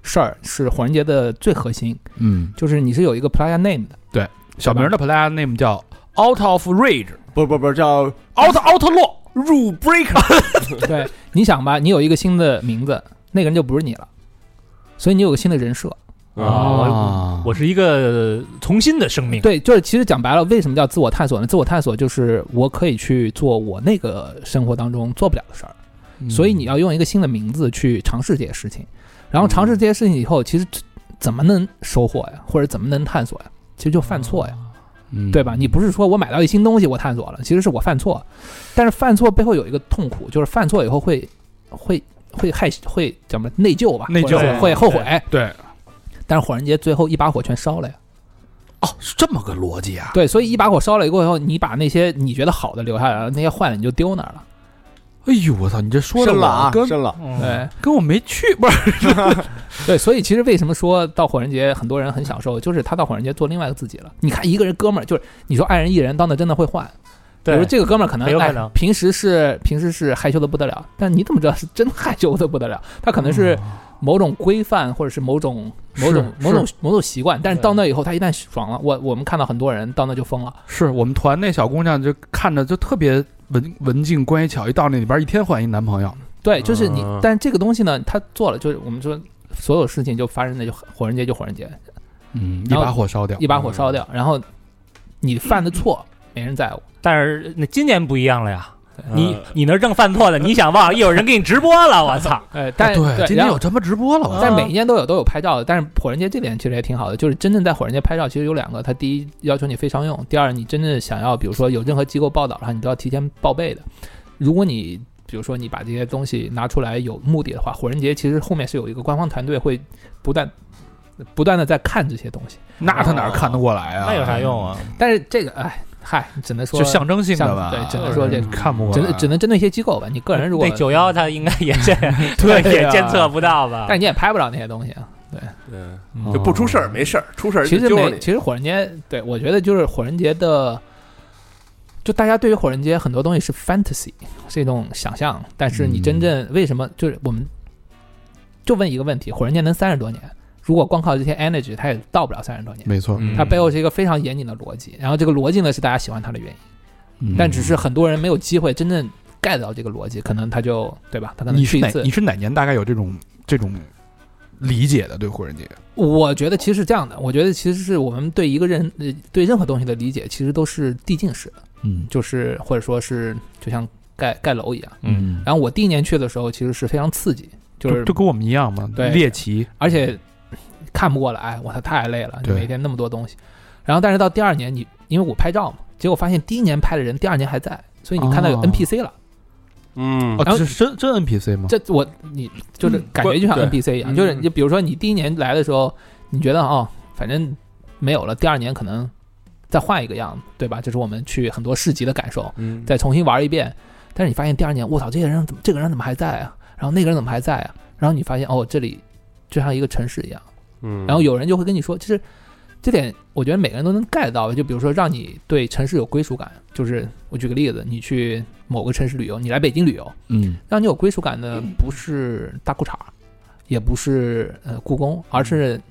[SPEAKER 3] 事儿是火人节的最核心，
[SPEAKER 1] 嗯，
[SPEAKER 3] 就是你是有一个 player [LAUGHS] name 的，
[SPEAKER 1] 小明的 play name 叫 Out of Rage，Out
[SPEAKER 2] 不是不是不是叫
[SPEAKER 1] Out Law，
[SPEAKER 2] 入 breaker
[SPEAKER 3] 对，你想吧，你有一个新的名字，那个人就不是你了，所以你有个新的人设。
[SPEAKER 9] 啊我是一个从新的生命，
[SPEAKER 3] 对，就是其实讲白了，为什么叫自我探索呢？自我探索就是我可以去做我那个生活当中做不了的事儿，
[SPEAKER 1] 嗯
[SPEAKER 3] 所以你要用一个新的名字去尝试这些事情，然后尝试这些事情以后，其实怎么能收获呀，或者怎么能探索呀？其实就犯错呀，
[SPEAKER 1] 嗯
[SPEAKER 3] 对吧？你不是说我买到一新东西我探索了，其实是我犯错，但是犯错背后有一个痛苦，就是犯错以后会会会害会怎么内疚吧，
[SPEAKER 1] 内疚
[SPEAKER 3] 或者是会后悔。
[SPEAKER 1] 对
[SPEAKER 3] 但是火人节最后一把火全烧了呀。
[SPEAKER 1] 哦，是这么个逻辑啊？
[SPEAKER 3] 对，所以一把火烧了过以后，你把那些你觉得好的留下来了，那些坏的你就丢那儿了。
[SPEAKER 1] 哎呦我操，你这说的
[SPEAKER 2] 深了啊
[SPEAKER 1] 我，跟
[SPEAKER 2] 深了，
[SPEAKER 9] 嗯，
[SPEAKER 3] 对
[SPEAKER 1] 跟我没去，不是
[SPEAKER 3] 对，所以其实为什么说到火人节很多人很享受，就是他到火人节做另外一个自己了。你看一个人哥们儿，就是你说爱人艺人，到那真的会换。比如
[SPEAKER 9] 对，
[SPEAKER 3] 这个哥们儿可能
[SPEAKER 9] 很有可
[SPEAKER 3] 哎
[SPEAKER 9] 能
[SPEAKER 3] 平时是平时是害羞的不得了，但你怎么知道是真害羞的不得了？他可能
[SPEAKER 9] 嗯
[SPEAKER 3] 是某种规范或者是某种某种
[SPEAKER 1] 是
[SPEAKER 3] 某种某种习惯，但是
[SPEAKER 9] 对
[SPEAKER 3] 到那以后他一旦爽了，我我们看到很多人到那就疯了。
[SPEAKER 1] 是我们团那小姑娘就看着就特别文文静乖巧，一到那里边一天换一男朋友，
[SPEAKER 3] 对，就是你
[SPEAKER 1] 嗯
[SPEAKER 6] 啊，
[SPEAKER 3] 但是这个东西呢，他做了，就是我们说所有事情就发生的就火人节就火人节，
[SPEAKER 1] 嗯，一
[SPEAKER 3] 然后
[SPEAKER 1] 把火烧掉，
[SPEAKER 3] 一把火烧掉，然后你犯的错没人在乎，
[SPEAKER 9] 但是那今年不一样了呀。
[SPEAKER 6] 嗯
[SPEAKER 9] 你你那儿正犯错呢，你想忘，一会儿人给你直播了，
[SPEAKER 3] [LAUGHS]
[SPEAKER 9] 我操！
[SPEAKER 3] 哎，但
[SPEAKER 1] 啊
[SPEAKER 3] 对，
[SPEAKER 1] 今天
[SPEAKER 3] 然
[SPEAKER 1] 有
[SPEAKER 3] 后
[SPEAKER 1] 这么直播了，我
[SPEAKER 3] 但
[SPEAKER 1] 操
[SPEAKER 3] 是每一年都有都有拍照的，但是火人节这点其实也挺好的，就是真正在火人节拍照，其实有两个，它第一要求你非常用，第二你真正想要，比如说有任何机构报道的话，你都要提前报备的。如果你比如说你把这些东西拿出来有目的的话，火人节其实后面是有一个官方团队会不断不断的在看这些东西。
[SPEAKER 1] 那他哪儿看得过来啊？
[SPEAKER 9] 哦那有啥用？啊？
[SPEAKER 3] 但是这个，哎，嗨，只能说
[SPEAKER 1] 就象征性的吧，嗯
[SPEAKER 3] 对只能说这
[SPEAKER 1] 看不过
[SPEAKER 3] 只
[SPEAKER 1] 来，
[SPEAKER 3] 能只能针对一些机构吧。你个人如果
[SPEAKER 9] 那九幺他应该也是 [LAUGHS]
[SPEAKER 3] [LAUGHS] 对
[SPEAKER 9] 也
[SPEAKER 3] 啊
[SPEAKER 9] 监测不到吧？
[SPEAKER 3] 但是你也拍不了那些东西啊。
[SPEAKER 6] 嗯，
[SPEAKER 3] 嗯
[SPEAKER 6] 就不出事儿没事儿，出事儿
[SPEAKER 3] 其
[SPEAKER 6] 就
[SPEAKER 3] 实
[SPEAKER 6] 揪
[SPEAKER 3] 没，
[SPEAKER 6] 你。
[SPEAKER 3] 其实火人节，对我觉得就是火人节的，就大家对于火人节很多东西是 fantasy，是一种想象，但是你真
[SPEAKER 9] 嗯
[SPEAKER 3] 正为什么、就是我们就问一个问题：火人节能三十多年，如果光靠这些 energy，它也到不了三十多年。
[SPEAKER 1] 没错，
[SPEAKER 6] 嗯
[SPEAKER 3] 它背后是一个非常严谨的逻辑，然后这个逻辑呢是大家喜欢它的原因，
[SPEAKER 1] 嗯
[SPEAKER 3] 但只是很多人没有机会真正 get 到这个逻辑，可能他就对吧？他可能
[SPEAKER 1] 你
[SPEAKER 3] 去
[SPEAKER 1] 是
[SPEAKER 3] 一
[SPEAKER 1] 哪
[SPEAKER 3] 次
[SPEAKER 1] 你是哪年大概有这种这种理解的对火人节？
[SPEAKER 3] 我觉得其实是这样的，我觉得其实是我们对一个人呃对任何东西的理解，其实都是递进式的，
[SPEAKER 1] 嗯
[SPEAKER 3] 就是或者说是就像盖盖楼一样。
[SPEAKER 1] 嗯，
[SPEAKER 3] 然后我第一年去的时候，其实是非常刺激，就
[SPEAKER 1] 就是就跟我们一样嘛，
[SPEAKER 3] 对
[SPEAKER 1] 猎奇，
[SPEAKER 3] 而且看不过来，我操，太累了，就
[SPEAKER 1] 对
[SPEAKER 3] 每天那么多东西。然后但是到第二年你，因为我拍照嘛，结果发现第一年拍的人，第二年还在，所以你看到有
[SPEAKER 1] 哦
[SPEAKER 3] NPC 了。
[SPEAKER 6] 嗯
[SPEAKER 1] 哦，
[SPEAKER 3] 然后
[SPEAKER 1] 这是真真 NPC 吗？
[SPEAKER 3] 这我你就是感觉就像
[SPEAKER 6] 嗯对
[SPEAKER 3] NPC 一样，
[SPEAKER 6] 嗯
[SPEAKER 3] 就是你比如说你第一年来的时候，你觉得哦，反正没有了，第二年可能再换一个样子，对吧？这是我们去很多市集的感受，
[SPEAKER 6] 嗯，
[SPEAKER 3] 再重新玩一遍。但是你发现第二年，我操，这些人怎么这个人怎么还在啊？然后那个人怎么还在啊？然后你发现哦，这里就像一个城市一样。
[SPEAKER 6] 嗯，
[SPEAKER 3] 然后有人就会跟你说，其实这点我觉得每个人都能 get 到吧。就比如说让你对城市有归属感，就是我举个例子，你去某个城市旅游，你来北京旅游，
[SPEAKER 1] 嗯
[SPEAKER 3] 让你有归属感的不是大裤衩儿，也不是呃故宫，而是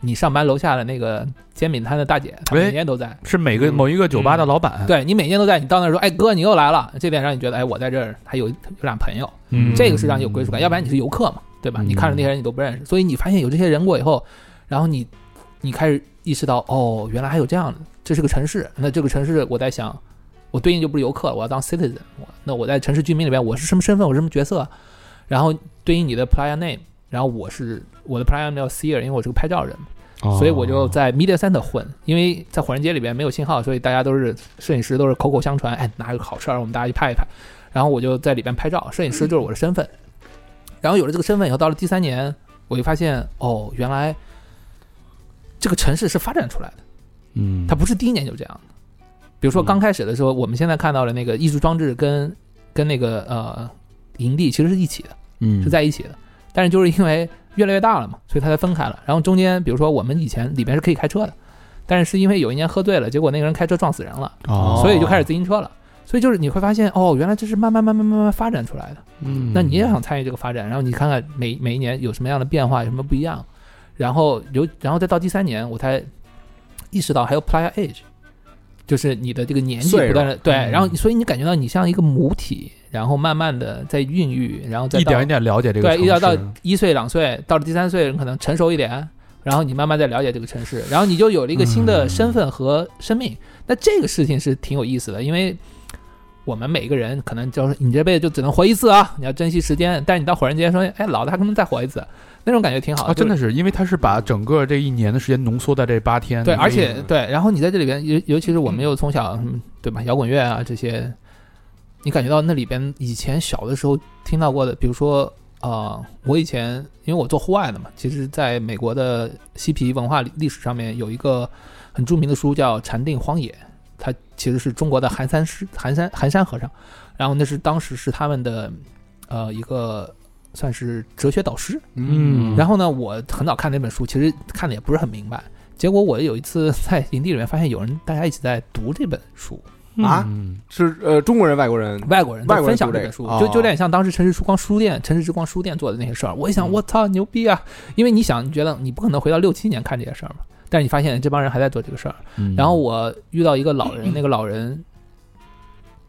[SPEAKER 3] 你上班楼下的那个煎饼摊的大姐，她
[SPEAKER 1] 哎
[SPEAKER 3] 每年都在。
[SPEAKER 1] 是每个
[SPEAKER 6] 嗯
[SPEAKER 1] 某一个酒吧的老板，
[SPEAKER 3] 对你每年都在，你到那儿说，哎哥，你又来了，这点让你觉得，哎，我在这儿还有有俩朋友，
[SPEAKER 1] 嗯
[SPEAKER 3] 这个是让你有归属感，要不然你是游客嘛，对吧？
[SPEAKER 1] 嗯
[SPEAKER 3] 你看着那些人你都不认识，所以你发现有这些人过以后，然后你你开始意识到，哦，原来还有这样的，这是个城市。那这个城市，我在想，我对应就不是游客，我要当 citizen 我。那我在城市居民里边，我是什么身份？我是什么角色？然后对应你的 player name，然后我是我的 player name 叫 seer，因为我是个拍照人，
[SPEAKER 1] 哦
[SPEAKER 3] 所以我就在 media center 混。因为在火人街里边没有信号，所以大家都是摄影师都是口口相传，哎，哪有好事儿，我们大家去拍一拍。然后我就在里边拍照，摄影师就是我的身份。然后有了这个身份以后，到了第三年，我就发现哦，原来这个城市是发展出来的，
[SPEAKER 1] 嗯，
[SPEAKER 3] 它不是第一年就这样的。比如说刚开始的时候，我们现在看到的那个艺术装置跟跟那个呃营地其实是一起的，
[SPEAKER 1] 嗯
[SPEAKER 3] 是在一起的。但是就是因为越来越大了嘛，所以它才分开了。然后中间，比如说我们以前里边是可以开车的，但是是因为有一年喝醉了，结果那个人开车撞死人了，
[SPEAKER 1] 哦，
[SPEAKER 3] 所以就开始自行车了。所以就是你会发现，哦，原来这是慢慢慢慢慢慢发展出来的。
[SPEAKER 1] 嗯，
[SPEAKER 3] 那你也想参与这个发展，然后你看看每每一年有什么样的变化，有什么不一样，然后有，然后再到第三年，我才意识到还有 player age，就是你的这个年纪
[SPEAKER 2] 岁数
[SPEAKER 3] 不断的对，
[SPEAKER 1] 嗯
[SPEAKER 3] 然后你所以你感觉到你像一个母体，然后慢慢的在孕育，然后再
[SPEAKER 1] 一
[SPEAKER 3] 到
[SPEAKER 1] 点一点了解这个
[SPEAKER 3] 对，
[SPEAKER 1] 城市，
[SPEAKER 3] 一直到一岁两岁，到了第三岁你可能成熟一点，然后你慢慢再了解这个城市，然后你就有了一个新的身
[SPEAKER 1] 嗯
[SPEAKER 3] 份和生命。那这个事情是挺有意思的，因为我们每个人可能就是你这辈子就只能活一次啊，你要珍惜时间。但是你到火人节说，哎，老的还可能再活一次，那种感觉挺好
[SPEAKER 1] 啊，真
[SPEAKER 3] 的
[SPEAKER 1] 的是，因为他是把整个这一年的时间浓缩在这八天，
[SPEAKER 3] 就是。对，
[SPEAKER 1] 你
[SPEAKER 3] 而
[SPEAKER 1] 可以
[SPEAKER 3] 且对，然后你在这里边，尤尤其是我们又从小嗯对吧，摇滚乐啊这些，你感觉到那里边以前小的时候听到过的，比如说啊，我以前因为我做户外的嘛，其实在美国的嬉皮文化历历史上面有一个很著名的书叫《禅定荒野》，它其实是中国的寒山师、寒山寒山和尚，然后那是当时是他们的呃一个算是哲学导师。
[SPEAKER 1] 嗯，
[SPEAKER 3] 然后呢，我很早看那本书，其实看的也不是很明白。结果我有一次在营地里面发现有人大家一起在读这本书，
[SPEAKER 9] 嗯
[SPEAKER 1] 后
[SPEAKER 2] 啊，
[SPEAKER 3] 嗯
[SPEAKER 2] 是呃中国人外国人，
[SPEAKER 3] 外国人
[SPEAKER 2] 外
[SPEAKER 3] 在
[SPEAKER 2] 国人
[SPEAKER 3] 分享
[SPEAKER 2] 读
[SPEAKER 3] 这
[SPEAKER 2] 这
[SPEAKER 3] 本
[SPEAKER 2] 个
[SPEAKER 3] 书，
[SPEAKER 2] 哦
[SPEAKER 3] 就就有点像当时城市之光书店、城市之光书店做的那些事儿。我一想，
[SPEAKER 1] 嗯
[SPEAKER 3] 我操，牛逼啊！因为你想，你觉得你不可能回到六七年看这些事儿嘛，但是你发现这帮人还在做这个事儿。
[SPEAKER 1] 嗯
[SPEAKER 3] 然后我遇到一个老人，那个老人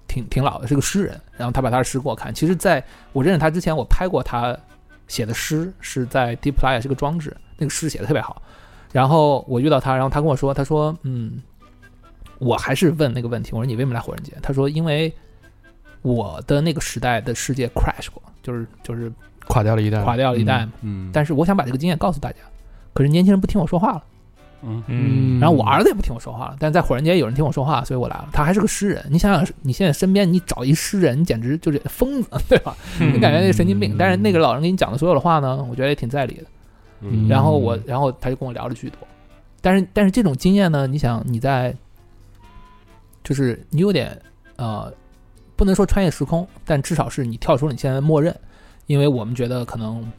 [SPEAKER 3] 挺挺老的，是个诗人。然后他把他的诗给我看。其实，在我认识他之前，我拍过他写的诗，是在 DeepLay 是个装置，那个诗写的特别好。然后我遇到他，然后他跟我说，他说，嗯，我还是问那个问题，我说你为什么来火人节？他说，因为我的那个时代的世界 crash 过，就是就是
[SPEAKER 1] 垮掉了一代，
[SPEAKER 3] 垮掉了一代嘛。
[SPEAKER 6] 嗯，
[SPEAKER 3] 但是我想把这个经验告诉大家，可是年轻人不听我说话了。
[SPEAKER 6] 嗯
[SPEAKER 1] 嗯，
[SPEAKER 3] 然后我儿子也不听我说话了，但是在火人节有人听我说话，所以我来了。他还是个诗人，你想想，你现在身边你找一诗人，简直就是嗯
[SPEAKER 9] 嗯
[SPEAKER 3] 疯子，对吧？你感觉那个神经病。但是那个老人给你讲的所有的话呢，我觉得也挺在理的。
[SPEAKER 6] 嗯
[SPEAKER 3] 然后我，然后他就跟我聊了许多，但是但是这种经验呢，你想你在，就是你有点呃，不能说穿越时空，但至少是你跳出了你现在的默认，因为我们觉得可能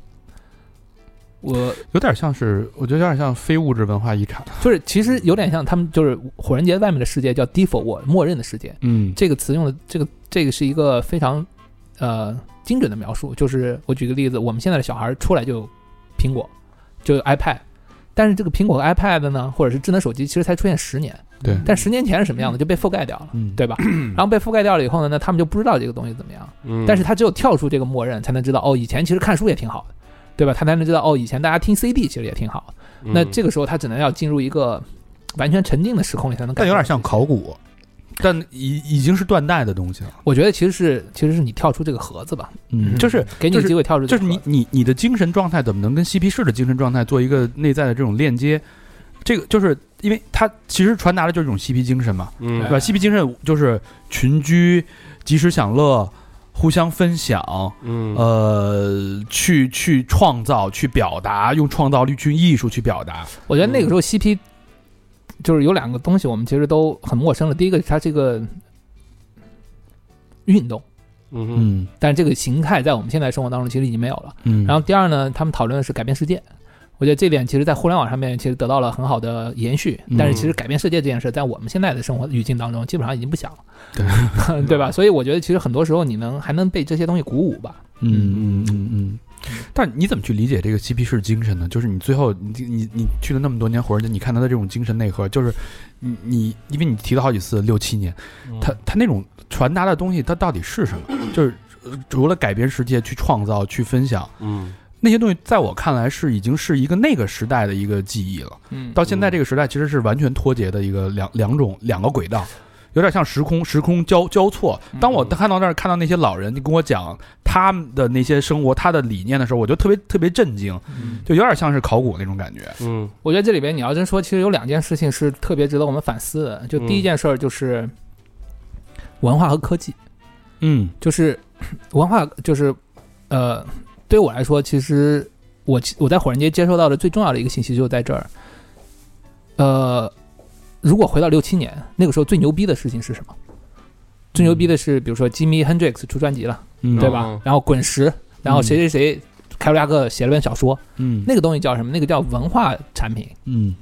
[SPEAKER 3] 我
[SPEAKER 1] 有点像是，我觉得有点像非物质文化遗产。
[SPEAKER 3] 就是其实有点像他们就是火人节外面的世界叫 default world 默认的世界，
[SPEAKER 1] 嗯，
[SPEAKER 3] 这个词用的这个这个是一个非常呃精准的描述，就是我举个例子，我们现在的小孩出来就有苹果，就有 iPad，但是这个苹果和 iPad 呢，或者是智能手机，其实才出现十年，
[SPEAKER 1] 对
[SPEAKER 3] 但十年前是什么样的就被覆盖掉了，
[SPEAKER 1] 嗯， [CLEARS THROAT]
[SPEAKER 3] 对吧？然后被覆盖掉了以后呢，那他们就不知道这个东西怎么样，
[SPEAKER 6] 嗯
[SPEAKER 3] 但是他只有跳出这个默认，才能知道哦，以前其实看书也挺好的，对吧？他才能知道哦，以前大家听 CD 其实也挺好的，
[SPEAKER 1] 嗯
[SPEAKER 3] 那这
[SPEAKER 6] 个
[SPEAKER 3] 个时候他只能要进入一个完全沉浸的时空里才能，
[SPEAKER 1] 但有点像。考古，但已已经是断代的东西了。
[SPEAKER 3] 我觉得其实是其实是你跳出这个盒子吧，
[SPEAKER 1] 嗯就是
[SPEAKER 3] 给你
[SPEAKER 1] 就
[SPEAKER 3] 个
[SPEAKER 1] 是
[SPEAKER 3] 机会跳出
[SPEAKER 1] 就
[SPEAKER 3] 这
[SPEAKER 1] 是
[SPEAKER 3] 个盒子，
[SPEAKER 1] 你你你的精神状态怎么能跟嬉皮士的精神状态做一个内在的这种链接？这个就是因为它其实传达的就是一种嬉皮精神嘛，对
[SPEAKER 6] 嗯
[SPEAKER 1] 吧？嬉皮精神就是群居、及时享乐、互相分享，
[SPEAKER 6] 嗯
[SPEAKER 1] 呃，去去创造、去表达，用创造力、去艺术去表达。
[SPEAKER 3] 我觉得那个时候 CP 就是有两个东西我们其实都很陌生了，第一个它是一个运动，
[SPEAKER 6] 嗯
[SPEAKER 1] 嗯
[SPEAKER 3] 但是这个形态在我们现在生活当中其实已经没有了。
[SPEAKER 1] 嗯
[SPEAKER 3] 然后第二呢，他们讨论的是改变世界。我觉得这点其实，在互联网上面其实得到了很好的延续，
[SPEAKER 1] 嗯
[SPEAKER 3] 但是其实改变世界这件事，在我们现在的生活语境当中，基本上已经不想了， [LAUGHS] 对吧？所以我觉得，其实很多时候你能还能被这些东西鼓舞吧。
[SPEAKER 1] 嗯嗯嗯嗯。但你怎么去理解这个嬉皮士精神呢？就是你最后你你你去了那么多年活人家，你看他的这种精神内核，就是你你因为你提了好几次六七年，他他那种传达的东西，它到底是什么？就是呃除了改变世界、去创造、去分享
[SPEAKER 6] 嗯
[SPEAKER 1] 那些东西，在我看来是已经是一个那个时代的一个记忆了。
[SPEAKER 3] 嗯
[SPEAKER 1] 到现在这个时代，其实是完全脱节的一个两两种两个轨道，有点像时空时空交交错。当我
[SPEAKER 6] 嗯
[SPEAKER 1] 看到那儿看到那些老人，你跟我讲他们的那些生活、他的理念的时候，我就特别特别震惊，就有点像是考古那种感觉。
[SPEAKER 6] 嗯
[SPEAKER 3] 我觉得这里边你要真说，其实有两件事情是特别值得我们反思的。就第一件事儿就是文化和科技，
[SPEAKER 1] 嗯
[SPEAKER 3] 就是 [COUGHS] 文化，就是呃，对我来说，其实我我在火人节接收到的最重要的一个信息就在这儿。呃，如果回到六七年那个时候，最牛逼的事情是什么？最牛逼的是，比如说 Jimmy Hendrix 出专辑了，
[SPEAKER 1] 嗯
[SPEAKER 3] 对吧？
[SPEAKER 6] 嗯
[SPEAKER 3] 然后滚石，然后谁谁谁，凯鲁亚克写了本小说，
[SPEAKER 1] 嗯
[SPEAKER 3] 那个东西叫什么？那个叫文化产品。
[SPEAKER 1] 嗯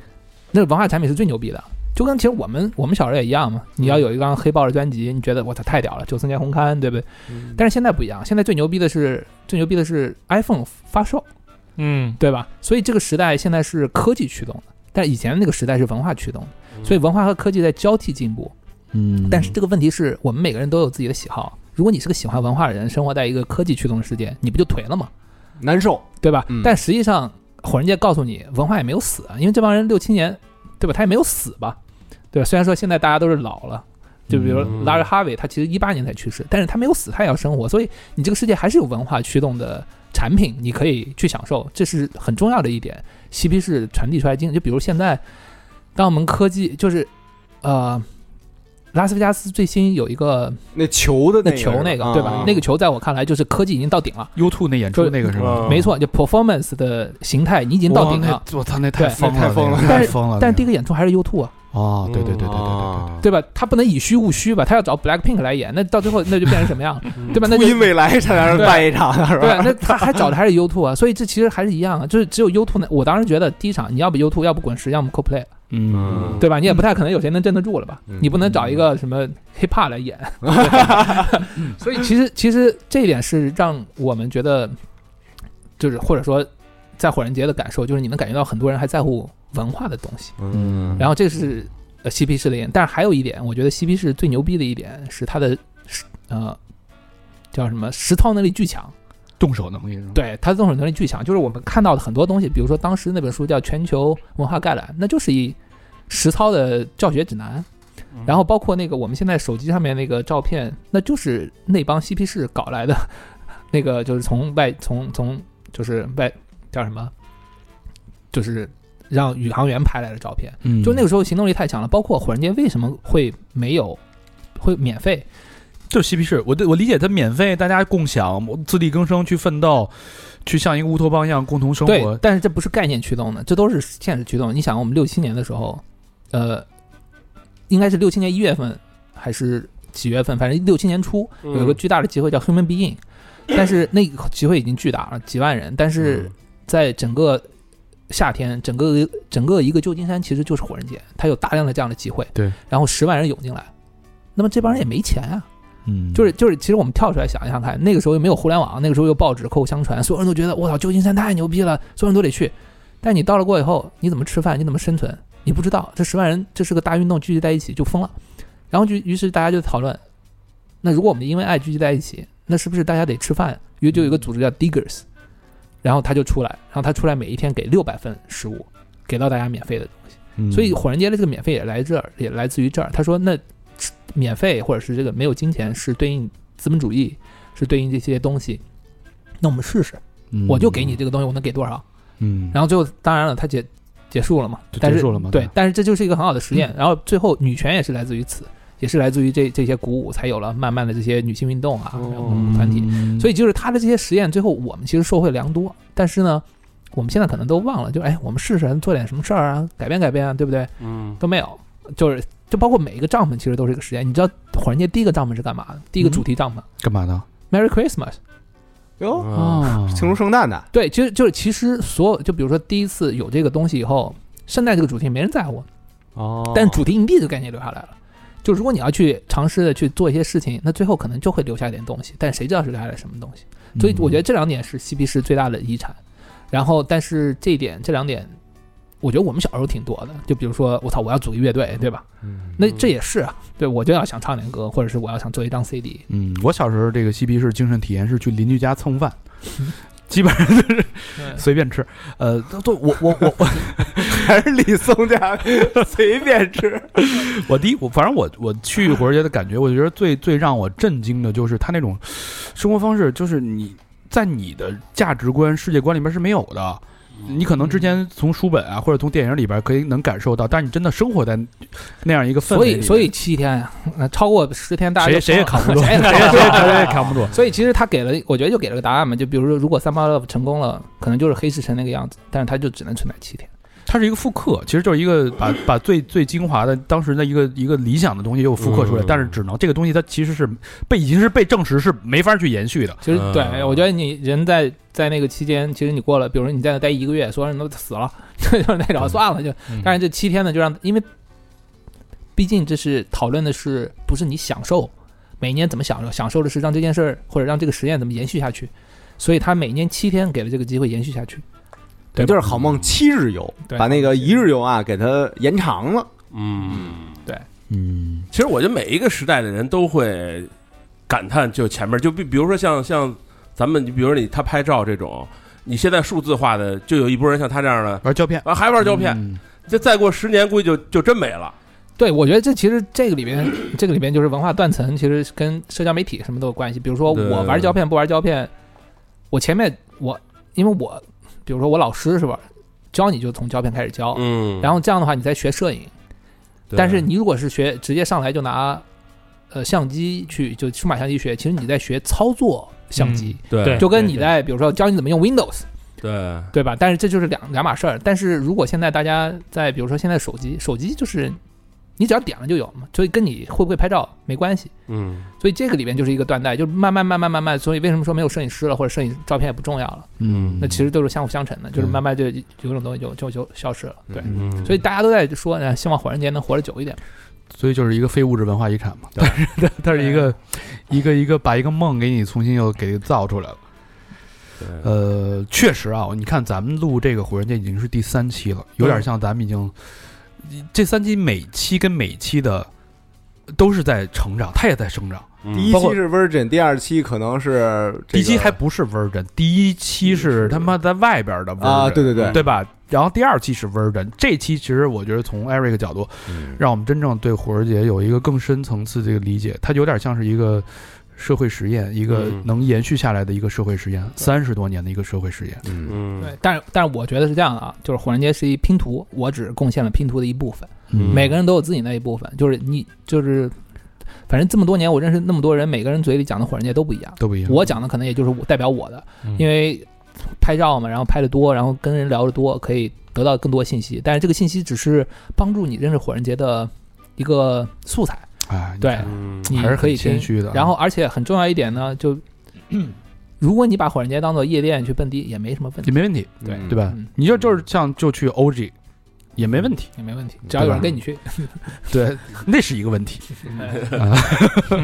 [SPEAKER 3] 那个文化产品是最牛逼的。就跟其实我们我们小时候也一样嘛，你要有一张黑豹的专辑，你觉得我操太屌了，九四年红刊，对不对？但是现在不一样，现在最牛逼的是最牛逼的是 iPhone 发售，
[SPEAKER 9] 嗯，
[SPEAKER 3] 对吧？所以这个时代现在是科技驱动的，但以前那个时代是文化驱动的，所以文化和科技在交替进步。
[SPEAKER 1] 嗯
[SPEAKER 3] 但是这个问题是我们每个人都有自己的喜好，如果你是个喜欢文化的人，生活在一个科技驱动的世界，你不就颓了吗？
[SPEAKER 2] 难受。
[SPEAKER 3] 对吧？
[SPEAKER 2] 嗯
[SPEAKER 3] 但实际上，火人界告诉你，文化也没有死啊，因为这帮人六七年，对吧？他也没有死吧，对吧？虽然说现在大家都是老了，就比如
[SPEAKER 6] 嗯
[SPEAKER 3] 拉瑞哈维，他其实一八年才去世，但是他没有死，他也要生活，所以你这个世界还是有文化驱动的产品，你可以去享受，这是很重要的一点。嬉皮士传递出来的精神，就比如现在，当我们科技就是，呃。拉斯维加斯最新有一个
[SPEAKER 2] 那球的
[SPEAKER 3] 那
[SPEAKER 2] 个
[SPEAKER 3] 球那个
[SPEAKER 2] 啊
[SPEAKER 3] 对吧？那个球在我看来就是科技已经到顶了，
[SPEAKER 1] YouTube 那演出
[SPEAKER 3] 就
[SPEAKER 1] 那个是吧？
[SPEAKER 6] 嗯
[SPEAKER 3] 没错，就 performance 的形态你已经到顶了
[SPEAKER 1] 哇。那我操，那太
[SPEAKER 3] 对
[SPEAKER 1] 疯了，
[SPEAKER 2] 太疯了
[SPEAKER 1] 那个
[SPEAKER 3] 但
[SPEAKER 1] 太
[SPEAKER 3] 是
[SPEAKER 1] 疯了。
[SPEAKER 3] 但是第
[SPEAKER 1] 那
[SPEAKER 3] 一个啊演出还是 U2 啊，
[SPEAKER 1] 个哦，对对对对对对对，
[SPEAKER 6] 对
[SPEAKER 3] 对吧？他不能以虚务虚吧？他要找 Blackpink 来演，那到最后那就变成
[SPEAKER 2] [LAUGHS]
[SPEAKER 3] 什么样，对吧？那
[SPEAKER 2] 初
[SPEAKER 3] 就
[SPEAKER 2] 音未来差点办一场的是
[SPEAKER 3] 对
[SPEAKER 2] 吧？
[SPEAKER 3] 啊，那他还找的还是 U2 啊，所以这其实还是一样啊，就是只有 U2 呢。我当时觉得第一场你要不 U2，要不滚石，要么 Coldplay，
[SPEAKER 1] 嗯，
[SPEAKER 3] 对吧？你也不太可能有谁能镇得住了吧？
[SPEAKER 2] 嗯
[SPEAKER 3] 你不能找一个什么 hiphop
[SPEAKER 2] [LAUGHS]
[SPEAKER 3] 来演， [LAUGHS] 所以其实其实这一点是让我们觉得，就是或者说在火人节的感受，就是你能感觉到很多人还在乎文化的东西。
[SPEAKER 1] 嗯，
[SPEAKER 3] 然后这是呃嬉皮士的一点，但是还有一点，我觉得嬉皮士最牛逼的一点是他的呃叫什么实操能力巨强，
[SPEAKER 1] 动手能力是吧？
[SPEAKER 3] 对他的动手能力巨强，就是我们看到的很多东西，比如说当时那本书叫《全球文化概览》，那就是一实操的教学指南。然后包括那个我们现在手机上面那个照片，那就是那帮嬉皮士搞来的，那个就是从外从从就是外叫什么，就是让宇航员拍来的照片。
[SPEAKER 1] 嗯，
[SPEAKER 3] 就那个时候行动力太强了。包括火人节为什么会没有会免费，
[SPEAKER 1] 就是嬉皮士，我对我理解它免费，大家共享，自力更生去奋斗，去像一个乌托邦一样共同生
[SPEAKER 3] 对
[SPEAKER 1] 活，。
[SPEAKER 3] 但是这不是概念驱动的，这都是现实驱动。你想，我们六七年的时候，呃，应该是六七年一月份还是几月份，反正六七年初
[SPEAKER 6] 嗯
[SPEAKER 3] 有一个巨大的集会叫 Human Being，、但是那个集会已经巨大了，几万人，但
[SPEAKER 1] 嗯
[SPEAKER 3] 是在整个。夏天，整个整个一个旧金山其实就是火人节，它有大量的这样的集会，
[SPEAKER 1] 对，
[SPEAKER 3] 然后十万人涌进来，那么这帮人也没钱啊，
[SPEAKER 1] 嗯，
[SPEAKER 3] 就是就是，其实我们跳出来想一想看，那个时候又没有互联网，那个时候又报纸口口相传，所有人都觉得我操，旧金山太牛逼了，所有人都得去。但你到了过以后，你怎么吃饭？你怎么生存？你不知道，这十万人这是个大运动，聚集在一起就疯了。然后就于是大家就讨论，那如果我们因为爱聚集在一起，那是不是大家得吃饭？于是就有一个组织叫 Diggers，然后他就出来，然后他出来每一天给六百份食物，给到大家免费的
[SPEAKER 1] 嗯
[SPEAKER 3] 所以火人街的这个免费也来这儿，也来自于这儿。他说，那吃免费或者是这个没有金钱是对应资本主义，是对应这些东西。那我们试试，
[SPEAKER 1] 嗯
[SPEAKER 3] 我就给你这个东西，我能给多少？
[SPEAKER 1] 嗯，
[SPEAKER 3] 然后最后，当然了，他结结束了嘛，
[SPEAKER 1] 就
[SPEAKER 3] 但是
[SPEAKER 1] 结束了嘛
[SPEAKER 3] 对
[SPEAKER 1] 对，嗯
[SPEAKER 3] 但是这就是一个很好的实验。然后最后，女权也是来自于此，也是来自于这这些鼓舞，才有了慢慢的这些女性运动啊，然后团体。
[SPEAKER 1] 哦嗯
[SPEAKER 3] 所以就是他的这些实验，最后我们其实受惠良多。但是呢，我们现在可能都忘了，就哎，我们试试做点什么事儿啊，改变改变啊，对不对？
[SPEAKER 6] 嗯
[SPEAKER 3] 都没有，就是就包括每一个帐篷其实都是一个实验。你知道火人节第一个帐篷是干嘛的？第一个主题帐篷、
[SPEAKER 1] 干嘛呢？
[SPEAKER 3] m e r r y Christmas。
[SPEAKER 2] 哟，
[SPEAKER 3] 哦
[SPEAKER 6] 啊，
[SPEAKER 2] 庆祝圣诞的，
[SPEAKER 3] 对，其实就是其实所有，就比如说第一次有这个东西以后，圣诞这个主题没人在乎，
[SPEAKER 6] 哦
[SPEAKER 3] 但主题营地这个概念留下来了。就如果你要去尝试的去做一些事情，那最后可能就会留下一点东西，但谁知道是留下来什么东西？ [LAUGHS]
[SPEAKER 1] 嗯
[SPEAKER 3] 所以我觉得这两点是嬉皮士最大的遗产。然后，但是这一点这两点，我觉得我们小时候挺多的。就比如说，我操，我要组一乐队，对吧？
[SPEAKER 6] 嗯
[SPEAKER 3] 那
[SPEAKER 1] 嗯
[SPEAKER 3] 这也是啊，对我就要想唱点歌，或者是我要想做一张 CD，
[SPEAKER 1] 嗯，我小时候这个嬉皮士精神体验是去邻居家蹭 [LAUGHS] 饭，基本上就是随便吃。呃，都都我我我 [LAUGHS] 我
[SPEAKER 2] 还是李松家随便吃。
[SPEAKER 1] [LAUGHS] 我第一我反正我我去火车节的感觉，我觉得最最让我震惊的就是他那种生活方式，就是你在你的价值观、世界观里边是没有的。你可能之前从书本啊，或者从电影里边可以能感受到，但是你真的生活在那样一个氛
[SPEAKER 3] 所
[SPEAKER 1] 围里
[SPEAKER 3] 以
[SPEAKER 1] 面，[LAUGHS]
[SPEAKER 3] 所以七天呀、呃超过十天大家
[SPEAKER 1] 谁
[SPEAKER 3] 就
[SPEAKER 1] 谁也
[SPEAKER 3] 疯
[SPEAKER 1] 扛
[SPEAKER 3] 了
[SPEAKER 1] 不住，
[SPEAKER 3] 谁也扛
[SPEAKER 1] 谁
[SPEAKER 3] 不住
[SPEAKER 1] 谁
[SPEAKER 3] [LAUGHS]
[SPEAKER 1] 也扛不住。
[SPEAKER 3] 所以其实他给了，我觉得就给了个答案嘛，就比如说如果三八 love 成功了，可能就是黑市城那个样子，但是它就只能存在七天。
[SPEAKER 1] 它是一个复刻，其实就是一个把把最最精华的当时的一个一个理想的东西又复刻出来，
[SPEAKER 6] 嗯
[SPEAKER 1] 但是只能这个东西它其实是被已经是被证实是没法去延续的。
[SPEAKER 3] 其实
[SPEAKER 6] 嗯
[SPEAKER 3] 对我觉得你人在在那个期间，其实你过了，比如说你在那待一个月，所有人都死了， [LAUGHS] 就是那种算了就，但是这七天呢，就让因为毕竟这是讨论的是不是你享受每年怎么享受，享受的是让这件事儿或者让这个实验怎么延续下去，所以他每年七天给了这个机会延续下去。
[SPEAKER 2] 对，就是好梦七日游，
[SPEAKER 3] 对
[SPEAKER 2] 把那个一日游啊给它延长了。
[SPEAKER 6] 嗯，
[SPEAKER 1] 嗯，
[SPEAKER 6] 其实我觉得每一个时代的人都会感叹，就前面就比比如说像像咱们，你比如说你他拍照这种，你现在数字化的，就有一波人像他这样的，
[SPEAKER 1] 玩胶片，
[SPEAKER 6] 啊还玩胶片，
[SPEAKER 1] 嗯
[SPEAKER 6] 这再过十年估计就就真没了。
[SPEAKER 3] 对，我觉得这其实这个里边，这个里边就是文化断层，其实跟社交媒体什么都有关系。比如说
[SPEAKER 6] 对
[SPEAKER 3] 我玩胶片不玩胶片，我前面我因为我，比如说我老师是吧，教你就从胶片开始教，
[SPEAKER 6] 嗯
[SPEAKER 3] 然后这样的话你再学摄影，
[SPEAKER 6] 对
[SPEAKER 3] 但是你如果是学直接上来就拿呃相机去就数码相机学，其实你在学操作相机，
[SPEAKER 6] 嗯对
[SPEAKER 3] 就跟你
[SPEAKER 6] 对
[SPEAKER 3] 在比如说教你怎么用 Windows，
[SPEAKER 6] 对
[SPEAKER 3] 对吧？但是这就是两两码事儿。但是如果现在大家在比如说现在手机，手机就是你只要点了就有嘛，所以跟你会不会拍照没关系。
[SPEAKER 6] 嗯
[SPEAKER 3] 所以这个里边就是一个断代，就慢慢慢慢慢慢。所以为什么说没有摄影师了，或者摄影照片也不重要了？
[SPEAKER 1] 嗯
[SPEAKER 3] 那其实都是相辅相成的，就是
[SPEAKER 1] 嗯
[SPEAKER 3] 慢慢就有种东西就就就消失了。对，
[SPEAKER 6] 嗯，
[SPEAKER 3] 所以大家都在说，呢，希望火人节能活得久一点。
[SPEAKER 1] 所以就是一个非物质文化遗产嘛，但是它 [LAUGHS] 它是一个一个一个把一个梦给你重新又给造出来了。
[SPEAKER 6] 对
[SPEAKER 1] 呃，确实啊，你看咱们录这个《火人节》已经是第三期了，有点像咱们已经这三期每期跟每期的都是在成长，它也在生长。
[SPEAKER 6] 嗯
[SPEAKER 2] 第一
[SPEAKER 1] 包括
[SPEAKER 2] 期是 Virgin，第二期可能是这
[SPEAKER 1] 第一期
[SPEAKER 2] 个
[SPEAKER 1] 还不是 Virgin，第一期是他妈在外边的 Virgin，
[SPEAKER 2] 啊，对对对，
[SPEAKER 1] 对吧？然后第二期是 Virgin，这期其实我觉得从 Eric 角度，让我们真正对火儿节有一个更深层次的一个理解，它有点像是一个社会实验，一个
[SPEAKER 6] 嗯
[SPEAKER 1] 能延续下来的一个社会实验，三十多年的一个社会实验。
[SPEAKER 2] 嗯，
[SPEAKER 6] 嗯
[SPEAKER 3] 对，但是但是我觉得是这样的啊，就是火人节是一拼嗯
[SPEAKER 1] 嗯
[SPEAKER 3] 图，我只贡献了拼图的一部分。每个人都有自己那一部分，就是你就是反正这么多年我认识那么多人，每个人嘴里讲的火人节都不一样。
[SPEAKER 1] 都不一样。
[SPEAKER 3] 我讲的可能也就是我代表我的，
[SPEAKER 1] 嗯
[SPEAKER 3] 因为拍照嘛，然后拍的多，然后跟人聊的多，可以得到更多信息。但是这个信息只是帮助你认识火人节的一个素材，
[SPEAKER 1] 哎，你
[SPEAKER 3] 对
[SPEAKER 1] 看
[SPEAKER 6] 嗯
[SPEAKER 3] 你
[SPEAKER 1] 还是
[SPEAKER 3] 可以
[SPEAKER 1] 很谦
[SPEAKER 3] 听。
[SPEAKER 1] 虚的啊。
[SPEAKER 3] 然后，而且很重要一点呢，就如果你把火人节当做夜店去蹦迪，也没什么问题
[SPEAKER 1] 也，没问题，
[SPEAKER 3] 对
[SPEAKER 1] 对吧
[SPEAKER 3] 嗯？
[SPEAKER 1] 你就就是像就去 OG 也没问题，
[SPEAKER 3] 也没问题，只要有人跟你去。
[SPEAKER 1] 对， [LAUGHS] 那是一个问题。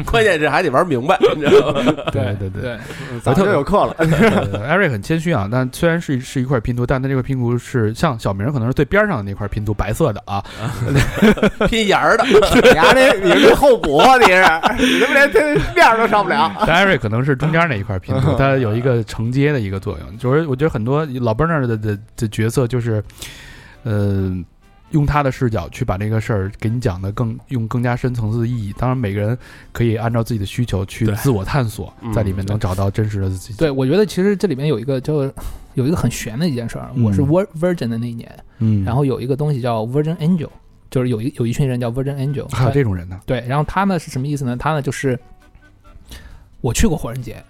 [SPEAKER 6] 关键是还得玩明
[SPEAKER 3] [LAUGHS]
[SPEAKER 6] 白，你知道吗？
[SPEAKER 1] 对对
[SPEAKER 3] 对
[SPEAKER 1] 对，
[SPEAKER 2] 嗯早就有课了。
[SPEAKER 1] 呃艾瑞很谦虚啊，但虽然是一是一块拼图，但他这块拼图是像小明可能是最边上的那块拼图，白色的啊，
[SPEAKER 6] 拼沿儿的，
[SPEAKER 2] 你丫这你这候补啊，你是你他妈连这面儿都上不了。
[SPEAKER 1] 但艾瑞可能是中间那一块拼图，它有一个承接的一个作用。就是我觉得很多老 b e r n a r 的的的角色就是，呃，用他的视角去把这个事儿给你讲的更用更加深层次的意义。当然，每个人可以按照自己的需求去
[SPEAKER 6] 对
[SPEAKER 1] 自我探索，
[SPEAKER 6] 嗯
[SPEAKER 1] 在里面能找到真实的自己。
[SPEAKER 3] 对，我觉得其实这里面有一个就有一个很玄的一件事儿，啊我是
[SPEAKER 1] 嗯
[SPEAKER 3] Vir- Virgin 的那一年，
[SPEAKER 1] 嗯，
[SPEAKER 3] 然后有一个东西叫 Virgin Angel，就是有一有一群人叫 Virgin Angel，
[SPEAKER 1] 还有
[SPEAKER 3] 他
[SPEAKER 1] 这种人呢，
[SPEAKER 3] 对，然后他呢是什么意思呢？他呢就是我去过火人节，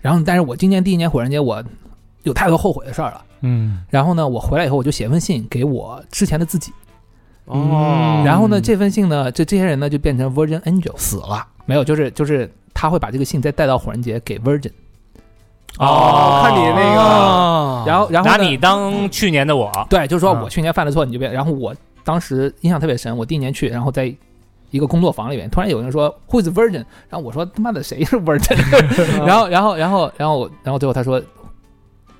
[SPEAKER 3] 然后但是我今年第一年火人节，我有太多后悔的事儿了。
[SPEAKER 1] 嗯，
[SPEAKER 3] 然后呢，我回来以后我就写封信给我之前的自己，
[SPEAKER 1] 哦
[SPEAKER 3] 然后呢，这封信呢，这这些人呢就变成 Virgin Angel，
[SPEAKER 1] 死了，
[SPEAKER 3] 没有，就是就是他会把这个信再带到火人节给 Virgin，
[SPEAKER 2] 哦看你那个
[SPEAKER 1] 哦
[SPEAKER 3] 然后然后
[SPEAKER 9] 拿
[SPEAKER 3] 呢
[SPEAKER 9] 你当去年的我，
[SPEAKER 3] 对，就是说
[SPEAKER 1] 啊
[SPEAKER 3] 我去年犯的错，你就别。然后我当时印象特别深，我第一年去，然后在一个工作坊里面，突然有人说 Who is virgin？然后我说他妈的谁是 virgin？然后然后然后然后我然后最后他说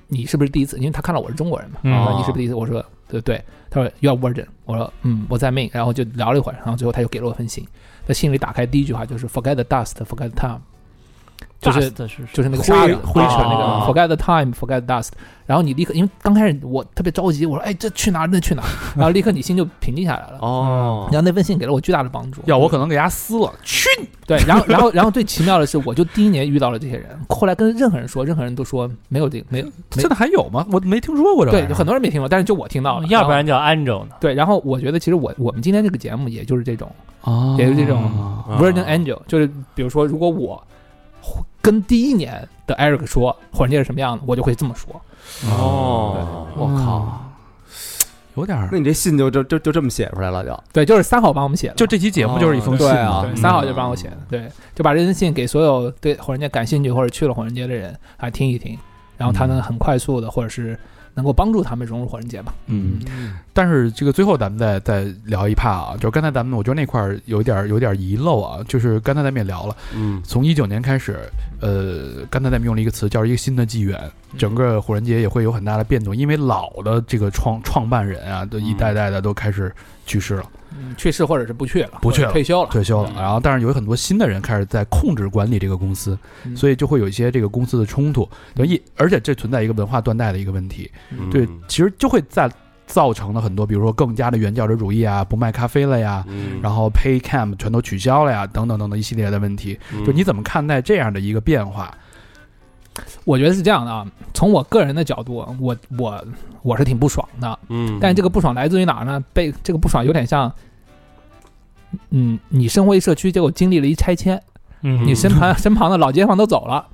[SPEAKER 3] 你是不是第一次？因为他看到我是中国人嘛，
[SPEAKER 9] 嗯
[SPEAKER 3] 然后你是不是第一次？我说对对。他说 You are virgin。我说嗯，我在命。然后就聊了一会儿，然后最后他就给了我份信，在信里打开第一句话就是 Forget the dust, forget the time，就是
[SPEAKER 9] 的是
[SPEAKER 3] 就是那个
[SPEAKER 2] 灰
[SPEAKER 3] 沙子
[SPEAKER 2] 灰
[SPEAKER 9] 尘
[SPEAKER 3] 那个、
[SPEAKER 9] 啊
[SPEAKER 3] forget the time forget the dust，然后你立刻因为刚开始我特别着急，我说哎这去哪儿那去哪儿，然后立刻你心就平静下来了。
[SPEAKER 2] 哦
[SPEAKER 9] 嗯
[SPEAKER 3] 然，后那封信给了我巨大的帮助。
[SPEAKER 1] 要我可能给他撕了，
[SPEAKER 3] 对，然后然后然后最奇妙的是，我就第一年遇到了这些人，后来跟任何人说，任何人都说没有这个没有，没
[SPEAKER 1] 现在还有吗？我没听说过这玩
[SPEAKER 3] 对
[SPEAKER 1] 意，儿
[SPEAKER 3] 很多人没听过，但是就我听到了。
[SPEAKER 9] 要不
[SPEAKER 3] 然后
[SPEAKER 9] 然叫 Angel 呢？
[SPEAKER 3] 对，然后我觉得其实我我们今天这个节目也就是这种
[SPEAKER 1] 啊，
[SPEAKER 3] 也有这种
[SPEAKER 1] 啊
[SPEAKER 3] Virgin Angel，就是哎比如说如果我跟第一年的 Eric 说火人界是什么样的，我就会这么说。
[SPEAKER 2] 哦，
[SPEAKER 3] 我靠，
[SPEAKER 1] 啊有点儿
[SPEAKER 2] 那。你这信就就就就这么写出来了，就
[SPEAKER 3] 对，就是三好帮我们写的，
[SPEAKER 1] 就这期节目就是一封信
[SPEAKER 2] 对
[SPEAKER 1] 嘛
[SPEAKER 2] 啊
[SPEAKER 3] 对，
[SPEAKER 1] 嗯
[SPEAKER 3] 三好就帮我写的，对，就把这封信给所有对火人节感兴趣或者去了火人节的人啊听一听，然后他
[SPEAKER 1] 嗯
[SPEAKER 3] 能很快速的或者是能够帮助他们融入火人节吧。
[SPEAKER 1] 嗯，但是这个最后咱们再再聊一趴啊，就是刚才咱们我觉得那块儿有点儿有点儿遗漏啊，就是刚才咱们也聊了，
[SPEAKER 6] 嗯
[SPEAKER 1] 从一九年开始，呃，刚才咱们用了一个词叫一个新的纪元，整个火人节也会有很大的变动，因为老的这个创创办人啊，都一代代的都开始去世了，
[SPEAKER 3] 嗯去世或者是不去了，
[SPEAKER 1] 不去了
[SPEAKER 3] 或者退休了，
[SPEAKER 1] 退休了，
[SPEAKER 3] 嗯
[SPEAKER 1] 然后但是有很多新的人开始在控制管理这个公司，
[SPEAKER 3] 嗯
[SPEAKER 1] 所以就会有一些这个公司的冲突，等于而且这存在一个文化断代的一个问题，
[SPEAKER 6] 嗯
[SPEAKER 1] 对，其实就会在造成了很多，比如说更加的原教旨主义啊，不卖咖啡了呀，
[SPEAKER 6] 嗯
[SPEAKER 1] 然后 pay cam 全都取消了呀，等等等等一系列的问题。
[SPEAKER 6] 嗯
[SPEAKER 1] 就你怎么看待这样的一个变化？
[SPEAKER 3] 我觉得是这样的啊，从我个人的角度，我我我是挺不爽的，
[SPEAKER 6] 嗯，
[SPEAKER 3] 但这个不爽来自于哪儿呢？被这个不爽有点像，嗯，你生活一社区，结果经历了一拆迁，
[SPEAKER 9] 嗯
[SPEAKER 3] 你身旁 [LAUGHS] 身旁的老街坊都走了，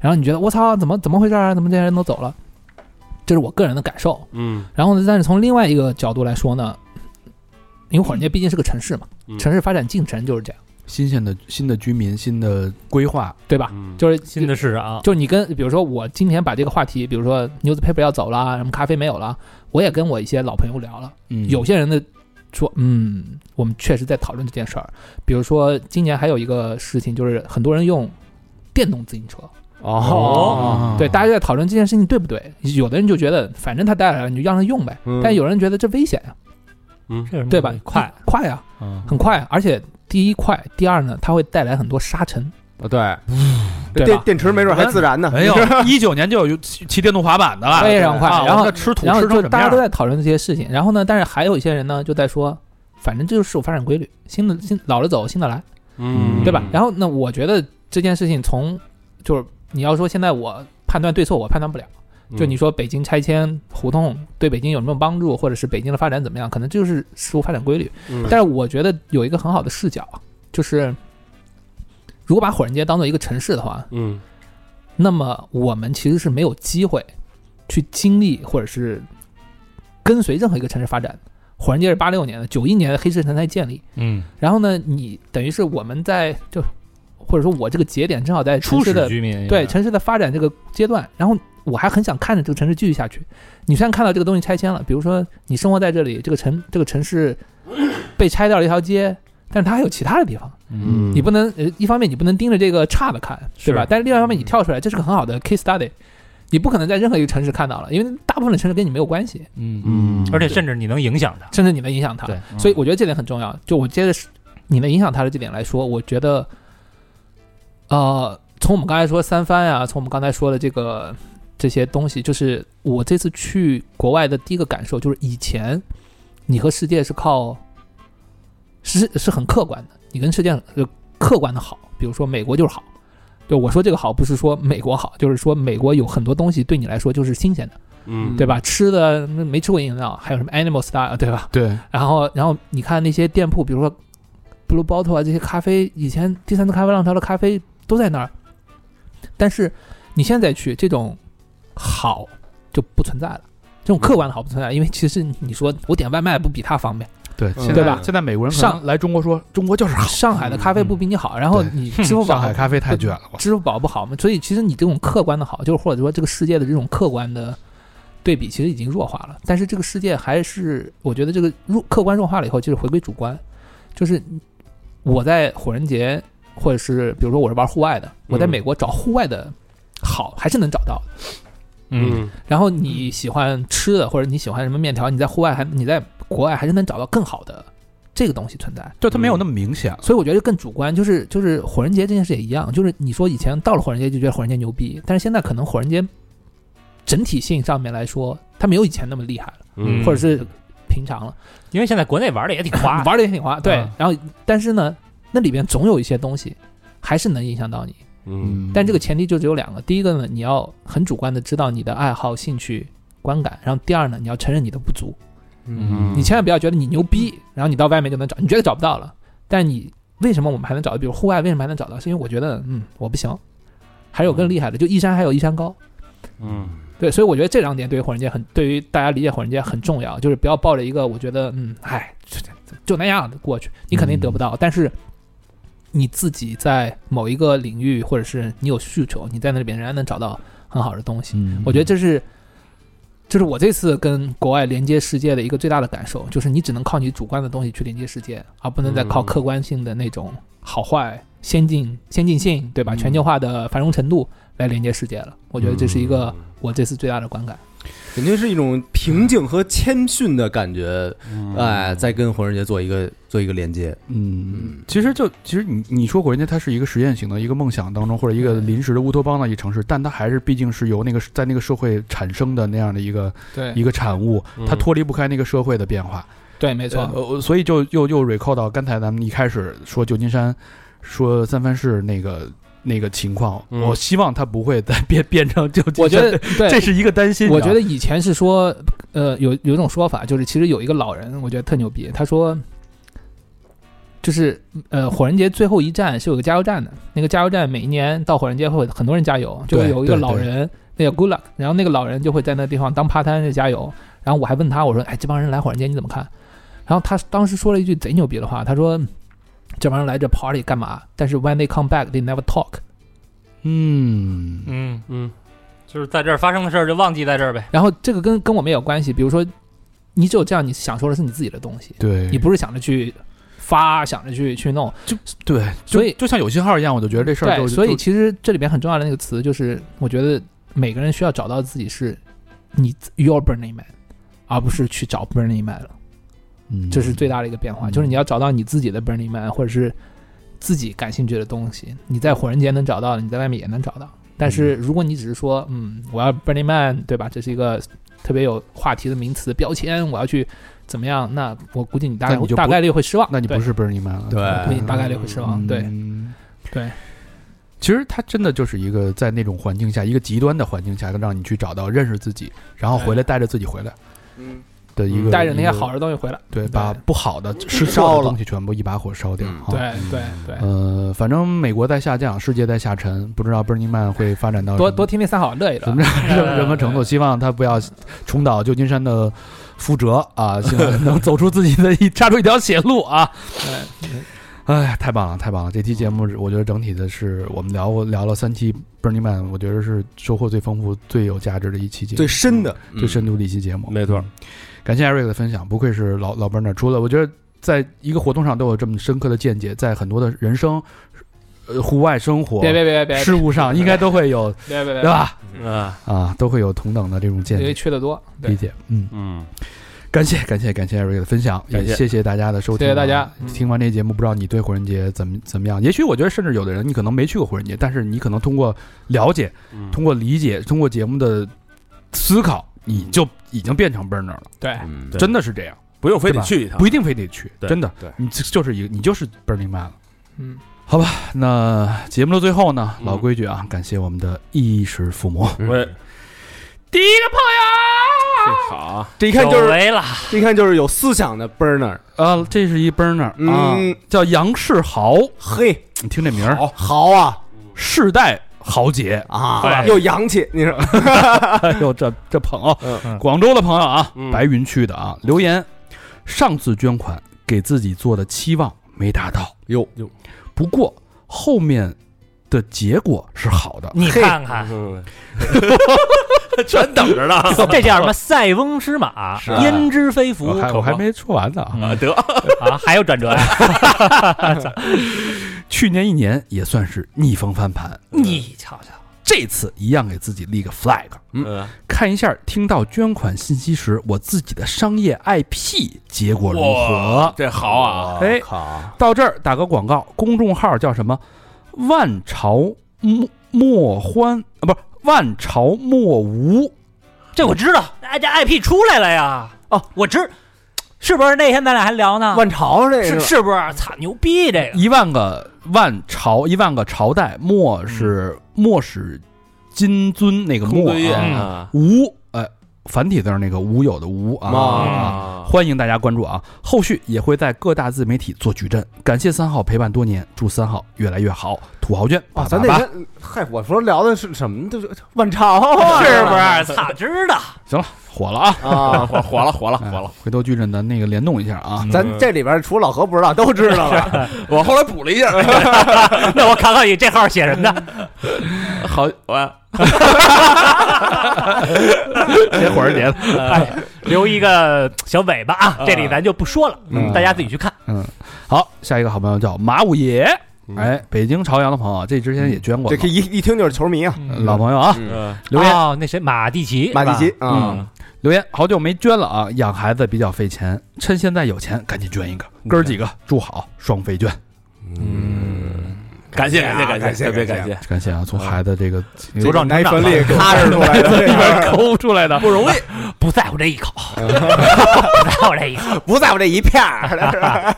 [SPEAKER 3] 然后你觉得我操，怎么怎么回事啊？怎么这些人都走了？这是我个人的感受。
[SPEAKER 6] 嗯
[SPEAKER 3] 然后呢，但是从另外一个角度来说呢，因为火人街毕竟是个城市嘛，
[SPEAKER 6] 嗯
[SPEAKER 3] 城市发展进程就是这样，
[SPEAKER 1] 新鲜的新的居民、新的规划，
[SPEAKER 3] 对吧？
[SPEAKER 6] 嗯
[SPEAKER 3] 就是
[SPEAKER 9] 新的市长，
[SPEAKER 3] 就是你跟比如说我今天把这个话题，比如说 newspaper 要走了，什么咖啡没有了，我也跟我一些老朋友聊了，
[SPEAKER 1] 嗯，
[SPEAKER 3] 有些人的说，嗯，我们确实在讨论这件事儿。比如说今年还有一个事情，就是很多人用电动自行车，
[SPEAKER 1] 啊
[SPEAKER 6] 哦
[SPEAKER 1] 嗯
[SPEAKER 3] 对，大家在讨论这件事情对不对？有的人就觉得，反正他带来了，你就让他用呗。
[SPEAKER 6] 嗯
[SPEAKER 3] 但有人觉得这危险呀、
[SPEAKER 6] 嗯
[SPEAKER 9] 这有什么
[SPEAKER 3] 对吧？
[SPEAKER 9] 快，
[SPEAKER 3] 快呀、
[SPEAKER 1] 嗯
[SPEAKER 3] 很快啊、而且第一快，第二呢，它会带来很多沙尘，
[SPEAKER 1] 哦
[SPEAKER 2] 啊对，
[SPEAKER 3] 对
[SPEAKER 2] 电
[SPEAKER 3] 吧？
[SPEAKER 2] 电池没准还自燃呢。
[SPEAKER 1] 没有， [LAUGHS] 一九年就有骑骑电动滑板的了，
[SPEAKER 3] 非常快。
[SPEAKER 1] 啊
[SPEAKER 3] 然
[SPEAKER 1] 我
[SPEAKER 3] 后
[SPEAKER 1] 们这吃土
[SPEAKER 3] 然后
[SPEAKER 1] 吃成
[SPEAKER 3] 就
[SPEAKER 1] 什么
[SPEAKER 3] 大家
[SPEAKER 1] 样
[SPEAKER 3] 都在讨论这些事情。然后呢，但是还有一些人呢，就在说，反正这就是我发展规律，新的新老的走，新的来，
[SPEAKER 6] 嗯，
[SPEAKER 3] 对吧？然后呢，我觉得这件事情从就是你要说现在我判断对错，我判断不了。
[SPEAKER 6] 后
[SPEAKER 3] 就你说北京拆迁胡同对北京有没有帮助，或者是北京的发展怎么样，可能
[SPEAKER 6] 嗯
[SPEAKER 3] 这就是事物发展规律。但是我觉得有一个很好的视角，就是如果把火人街当做一个城市的话，
[SPEAKER 6] 嗯
[SPEAKER 3] 那么我们其实是没有机会去经历或者是跟随任何一个城市发展。火人街是八六年的，九一年的黑市城才建立。
[SPEAKER 1] 嗯，
[SPEAKER 3] 然后呢，你等于是我们在就或者说我这个节点正好在城市的
[SPEAKER 9] 居民
[SPEAKER 3] 对城市的发展这个阶段，然后我还很想看着这个城市继续下去。你虽然看到这个东西拆迁了，比如说你生活在这里，这个城这个城市被拆掉了一条街，但是它还有其他的地方，
[SPEAKER 6] 嗯，
[SPEAKER 3] 你不能呃一方面你不能盯着这个差的看，对吧？但是另外一方面你跳出来，这是个很好的 case study，你不可能在任何一个城市看到了，因为大部分的城市跟你没有关系，
[SPEAKER 1] 嗯
[SPEAKER 6] 嗯
[SPEAKER 9] 而且甚至你能影响他。
[SPEAKER 3] 甚至你能影响它。
[SPEAKER 9] 对，
[SPEAKER 3] 所以我觉得这点很重要。就我接着是你能影响他的这点来说，我觉得，呃，从我们刚才说三番啊，从我们刚才说的这个这些东西，就是我这次去国外的第一个感受就是，以前你和世界是靠是是很客观的，你跟世界呃客观的好，比如说美国就是好。对我说这个好，不是说美国好，就是说美国有很多东西对你来说就是新鲜的，
[SPEAKER 6] 嗯
[SPEAKER 3] 对吧？吃的嗯没吃过饮料，还有什么 Animal Star，对吧？
[SPEAKER 1] 对，
[SPEAKER 3] 然后然后你看那些店铺，比如说 Blue Bottle 啊这些咖啡，以前第三次咖啡浪潮的咖啡都在那儿，但是你现在去这种好就不存在了。这种客观的好不存在，因为其实你说我点外卖不比他方便，
[SPEAKER 1] 对，
[SPEAKER 6] 嗯
[SPEAKER 1] 现在
[SPEAKER 6] 对吧
[SPEAKER 1] 现在美国人可
[SPEAKER 3] 上
[SPEAKER 1] 能来中国说中国就是好，
[SPEAKER 3] 上海的咖啡不比你好，然后
[SPEAKER 1] 嗯对
[SPEAKER 3] 你支付
[SPEAKER 1] 上
[SPEAKER 3] 宝
[SPEAKER 1] 海咖啡太卷了，我
[SPEAKER 3] 支付宝不好嘛，所以其实你这种客观的好，就是或者说这个世界的这种客观的对比，其实已经弱化了。但是这个世界还是，我觉得这个弱客观弱化了以后，就是回归主观。就是我在火人节，或者是比如说我是玩户外的，我在美国找户外的好还是能找到的。
[SPEAKER 6] 嗯
[SPEAKER 3] 然后你喜欢吃的，或者你喜欢什么面条，你在户外还你在国外还是能找到更好的这个东西存在。
[SPEAKER 1] 就它没有那么明显了，
[SPEAKER 3] 所以我觉得更主观，就是就是火人节这件事也一样，就是你说以前到了火人节就觉得火人节牛逼，但是现在可能火人节整体性上面来说，它没有以前那么厉害了，
[SPEAKER 6] 嗯
[SPEAKER 3] 或者是平常了，
[SPEAKER 9] 因为现在国内玩的也挺花，
[SPEAKER 3] 玩的也挺花，对。
[SPEAKER 9] 嗯
[SPEAKER 3] 然后但是呢，那里边总有一些东西还是能影响到你，
[SPEAKER 6] 嗯
[SPEAKER 3] 但这个前提就只有两个，第一个呢，你要很主观的知道你的爱好、兴趣、观感，然后第二呢，你要承认你的不足，
[SPEAKER 6] 嗯
[SPEAKER 3] 你千万不要觉得你牛逼，然后你到外面就能找，你觉得找不到了，但你为什么我们还能找到？比如户外为什么还能找到？是因为我觉得，嗯，我不行，还有更厉害的，就一山还有一山高。
[SPEAKER 6] 嗯
[SPEAKER 3] 对，所以我觉得这两点对于火人节很，对于大家理解火人节很重要，就是不要抱着一个我觉得，嗯，唉，就就那样的过去，你肯定得不到，但是。你自己在某一个领域，或者是你有需求，你在那里边仍然能找到很好的东西。
[SPEAKER 1] 嗯
[SPEAKER 3] 我觉得这是，这是我这次跟国外连接世界的一个最大的感受，就是你只能靠你主观的东西去连接世界，而不能再靠
[SPEAKER 6] 嗯
[SPEAKER 3] 客观性的那种好坏、先进、先进性，对吧？全球化的繁荣程度来连接世界了。我觉得这是一个我这次最大的观感。
[SPEAKER 2] 肯定是一种平静和谦逊的感觉，哎，在跟火人节做一个做一个连接，
[SPEAKER 1] 嗯，其实就其实你你说火人节，它是一个实验型的一个梦想当中，或者一个临时的乌托邦的一个城市，但它还是毕竟是由那个在那个社会产生的那样的一个一
[SPEAKER 3] 对，
[SPEAKER 1] 个产物，
[SPEAKER 6] 嗯
[SPEAKER 1] 它脱离不开那个社会的变化。
[SPEAKER 3] 对，没错。
[SPEAKER 1] 呃，所以就又又 recall 到刚才咱们一开始说旧金山，说三藩市那个那个情况，
[SPEAKER 6] 嗯
[SPEAKER 1] 我希望它不会再 [LAUGHS] 变变成旧金山。
[SPEAKER 3] 我觉得
[SPEAKER 1] 这
[SPEAKER 3] 对。
[SPEAKER 1] 是一个担心。
[SPEAKER 3] 我觉
[SPEAKER 1] 你知
[SPEAKER 3] 得以前是说，呃，有有一种说法，就是其实有一个老人，我觉得特牛逼。他说，就是呃，火人节最后一站是有个加油站的，那个加油站每一年到火人节会很多人加油，就会
[SPEAKER 1] 对
[SPEAKER 3] 有一个
[SPEAKER 1] 对
[SPEAKER 3] 老
[SPEAKER 1] 对
[SPEAKER 3] 人，那个 good luck，然后那个老人就会在那地方当趴摊去加油。然后我还问他，我说，哎，这帮人来火人节你怎么看？然后他当时说了一句贼牛逼的话，他说，这帮人来这 party 干嘛？但是 when they come back, they never talk。
[SPEAKER 1] 道嗯
[SPEAKER 9] 嗯，
[SPEAKER 6] 嗯
[SPEAKER 9] 就是在这儿发生的事儿就忘记在这儿呗。
[SPEAKER 3] 然后这个跟跟我们也有关系，比如说，你只有这样，你享受的是你自己的东西。
[SPEAKER 1] 对，
[SPEAKER 3] 你不是想着去发，想着去去弄。
[SPEAKER 1] 对，
[SPEAKER 3] 所以
[SPEAKER 1] 就就像有信号一样，我就觉得这事儿
[SPEAKER 3] 对，
[SPEAKER 1] 就
[SPEAKER 3] 所以
[SPEAKER 1] 就
[SPEAKER 3] 其实这里边很重要的那个词就是，我觉得每个人需要找到自己是你 your Burning Man，而不是去找 Burning Man 了。
[SPEAKER 1] 嗯
[SPEAKER 3] 这是最大的一个变化，
[SPEAKER 1] 嗯
[SPEAKER 3] 就是你要找到你自己的 Burning Man，或者是自己感兴趣的东西。你在火人节能找到的，你在外面也能找到。但是如果你只是说，嗯，我要 Burning Man，对吧？这是一个特别有话题的名词标签，我要去怎么样？那我估计你大概
[SPEAKER 1] 那你就不
[SPEAKER 3] 大概率会失望。
[SPEAKER 1] 那你
[SPEAKER 3] 对
[SPEAKER 1] 不是 Burning Man 了，
[SPEAKER 2] 对
[SPEAKER 3] 估计大概率会失望。对，
[SPEAKER 1] 嗯
[SPEAKER 3] 对。
[SPEAKER 1] 其实它真的就是一个在那种环境下，一个极端的环境下，让你去找到认识自己，然后回来带着自己回来。
[SPEAKER 2] 嗯，
[SPEAKER 1] 的一个，
[SPEAKER 3] 带着那些
[SPEAKER 1] 一个
[SPEAKER 3] 好，的东西回来。
[SPEAKER 1] 对，
[SPEAKER 3] 对
[SPEAKER 1] 把不好的失
[SPEAKER 2] 烧
[SPEAKER 1] 效的
[SPEAKER 2] 了
[SPEAKER 1] 东西全部一把火烧掉
[SPEAKER 2] 嗯。
[SPEAKER 1] 啊
[SPEAKER 3] 对对对，
[SPEAKER 1] 呃，反正美国在下降，世界在下沉，不知道 Burning Man 会发展到
[SPEAKER 3] 多
[SPEAKER 1] 什么
[SPEAKER 3] 多听听三好乐一乐
[SPEAKER 1] 什。么什么
[SPEAKER 3] 呃
[SPEAKER 1] 什么程度？希望他不要重蹈旧金山的覆辙 [LAUGHS] 啊，希望能走出自己的一杀出一条血路啊！
[SPEAKER 3] 对
[SPEAKER 1] 哎，太棒了，太棒了！这期节目我觉得整体的是我们聊过聊了三期 Burning Man，我觉得是收获最丰富、最有价值的一期节目，
[SPEAKER 2] 最深的，
[SPEAKER 1] 嗯
[SPEAKER 2] 嗯
[SPEAKER 1] 最深度的一期节目。
[SPEAKER 6] 没错，
[SPEAKER 1] 感谢 Eric 的分享，不愧是老老 Burner，除了我觉得在一个活动上都有这么深刻的见解，在很多的人生、呃户外生活、
[SPEAKER 3] 别别别别别
[SPEAKER 1] 事物上，应该都会有
[SPEAKER 3] 别别
[SPEAKER 1] 对
[SPEAKER 3] 别，
[SPEAKER 1] 吧？
[SPEAKER 6] 啊，
[SPEAKER 1] 啊，都会有同等的这种见
[SPEAKER 3] 因为
[SPEAKER 1] 解
[SPEAKER 3] 缺的多。
[SPEAKER 1] 理
[SPEAKER 3] 对，
[SPEAKER 1] 解，嗯。
[SPEAKER 6] 嗯，
[SPEAKER 1] 感谢感谢感谢 Eric 的分享，也
[SPEAKER 6] 感谢
[SPEAKER 1] 谢谢大家的收听啊，
[SPEAKER 3] 谢谢大家嗯
[SPEAKER 1] 听完这节目，不知道你对火人节怎么怎么样？也许我觉得，甚至有的人你可能没去过火人节，但是你可能通过了解、
[SPEAKER 6] 嗯
[SPEAKER 1] 通过理解、通过节目的思考，你就已经变成 burner 了。
[SPEAKER 3] 对
[SPEAKER 2] 嗯
[SPEAKER 6] 嗯对
[SPEAKER 1] 真的是这样，
[SPEAKER 6] 不用非得
[SPEAKER 1] 对吧
[SPEAKER 6] 去一趟
[SPEAKER 1] 不，一定非得去，
[SPEAKER 6] 对
[SPEAKER 1] 真的
[SPEAKER 6] 对，
[SPEAKER 1] 你就就是一个你就是 burning man 了。
[SPEAKER 3] 嗯，
[SPEAKER 1] 那节目的最后呢，
[SPEAKER 6] 嗯
[SPEAKER 1] 老规矩啊，感谢我们的衣食父母。
[SPEAKER 2] 嗯
[SPEAKER 6] 喂，
[SPEAKER 1] 第一个
[SPEAKER 6] 这
[SPEAKER 1] 朋
[SPEAKER 6] 好啊，
[SPEAKER 2] 这一看就
[SPEAKER 9] 久
[SPEAKER 2] 是
[SPEAKER 9] 违了，
[SPEAKER 2] 这一看就是有思想的 burner，
[SPEAKER 1] 友啊，这是一 burner 啊
[SPEAKER 2] 嗯，
[SPEAKER 1] 叫杨世豪，
[SPEAKER 2] 嘿，
[SPEAKER 1] 你听这名儿，
[SPEAKER 2] 好豪啊
[SPEAKER 1] 世代豪杰。
[SPEAKER 2] [LAUGHS] 啊，
[SPEAKER 9] 对
[SPEAKER 2] 又洋气，你说
[SPEAKER 1] 哎呦，这这朋友，
[SPEAKER 2] 嗯
[SPEAKER 1] 广州的朋友啊，
[SPEAKER 6] 嗯
[SPEAKER 1] 白云区的啊，留言，上次捐款给自己做的期望没达到，
[SPEAKER 2] [LAUGHS] 哟，
[SPEAKER 1] 不过后面的结果是好的。
[SPEAKER 9] 你看看，
[SPEAKER 6] 嗯 [LAUGHS] 全等着呢，
[SPEAKER 9] [LAUGHS] 这叫什么？塞翁失马，
[SPEAKER 2] 是啊
[SPEAKER 9] 焉知非福？
[SPEAKER 1] 我还我
[SPEAKER 9] 可不
[SPEAKER 1] 还没说完呢啊，
[SPEAKER 9] 嗯
[SPEAKER 6] 得
[SPEAKER 9] 啊，还有转折呀？
[SPEAKER 1] 去年一年也算是逆风翻盘，
[SPEAKER 9] [LAUGHS]
[SPEAKER 1] 嗯
[SPEAKER 9] 你瞧瞧，
[SPEAKER 1] 这次一样给自己立个 flag，
[SPEAKER 6] 嗯，
[SPEAKER 1] 看一下听到捐款信息时我自己的商业 IP 结果如何。
[SPEAKER 6] 这好啊，
[SPEAKER 1] 哎
[SPEAKER 2] 靠，
[SPEAKER 1] 到这儿打个广告，公众号叫什么？万朝莫莫欢啊，不是万朝莫无。
[SPEAKER 9] 这我知道，哎，这 IP 出来了呀！哦，我知，是不是那天咱俩还聊呢？
[SPEAKER 2] 万朝这
[SPEAKER 9] 是
[SPEAKER 2] 个
[SPEAKER 9] 是不是？操，牛逼这 [LAUGHS] 个！
[SPEAKER 1] 一万个万朝，一万个朝代，莫是莫使金樽那个
[SPEAKER 6] 嗯空
[SPEAKER 1] 莫
[SPEAKER 6] 对月
[SPEAKER 1] 啊，
[SPEAKER 6] 啊
[SPEAKER 1] 无呃繁体字儿那个无有的无啊。
[SPEAKER 2] 啊
[SPEAKER 6] 啊，
[SPEAKER 1] 欢迎大家关注啊！后续也会在各大自媒体做矩阵。感谢三号陪伴多年，祝三号越来越好，土豪捐
[SPEAKER 2] 啊，咱那
[SPEAKER 1] 爸爸
[SPEAKER 2] 天嗨，我说聊的是什么？就是万朝啊，
[SPEAKER 9] 是不是？操，知道
[SPEAKER 1] 行了，火了啊！
[SPEAKER 2] 啊？
[SPEAKER 6] 火火了火了火了，
[SPEAKER 1] 回头矩阵咱那个联动一下啊！
[SPEAKER 9] 嗯
[SPEAKER 2] 咱这里边除了老何不知道，都知道了。
[SPEAKER 6] 我后来补了一下，
[SPEAKER 9] 那我考考你，这号写什
[SPEAKER 1] [LAUGHS]
[SPEAKER 9] 么的？
[SPEAKER 6] 好，我
[SPEAKER 1] 别火儿节的。
[SPEAKER 9] [LAUGHS] 哎，留一个小尾巴啊，这里咱就不说了，
[SPEAKER 1] 嗯
[SPEAKER 9] 大家自己去看。
[SPEAKER 1] 嗯，好，下一个好朋友叫马五爷，
[SPEAKER 6] 嗯
[SPEAKER 1] 哎，北京朝阳的朋友，啊嗯这之前也捐过
[SPEAKER 2] [LAUGHS] 这，一一听就是球迷啊，
[SPEAKER 1] 呃老朋友啊，
[SPEAKER 2] 嗯
[SPEAKER 6] 嗯
[SPEAKER 1] 留言
[SPEAKER 9] 哦，那谁，马蒂奇，
[SPEAKER 2] 马蒂奇啊，
[SPEAKER 1] 嗯，留言，好久没捐了啊，养孩子比较费钱，趁现在有钱赶紧捐一个，哥儿几个祝好，双飞捐，
[SPEAKER 6] 嗯感谢
[SPEAKER 2] 感谢
[SPEAKER 6] 感谢
[SPEAKER 2] 啊
[SPEAKER 6] 感特别
[SPEAKER 2] 感谢
[SPEAKER 6] 感谢，
[SPEAKER 1] 感谢啊，从孩子这个
[SPEAKER 2] 茁壮奶粉
[SPEAKER 9] 成
[SPEAKER 2] 里咔哧出来
[SPEAKER 1] [LAUGHS]
[SPEAKER 2] 的，
[SPEAKER 1] 抠出来的，
[SPEAKER 6] 不容易，
[SPEAKER 9] [LAUGHS] 不在乎这一口，
[SPEAKER 1] [LAUGHS]
[SPEAKER 9] [LAUGHS] 不在乎这一口。
[SPEAKER 2] [LAUGHS] 不在乎这一片儿。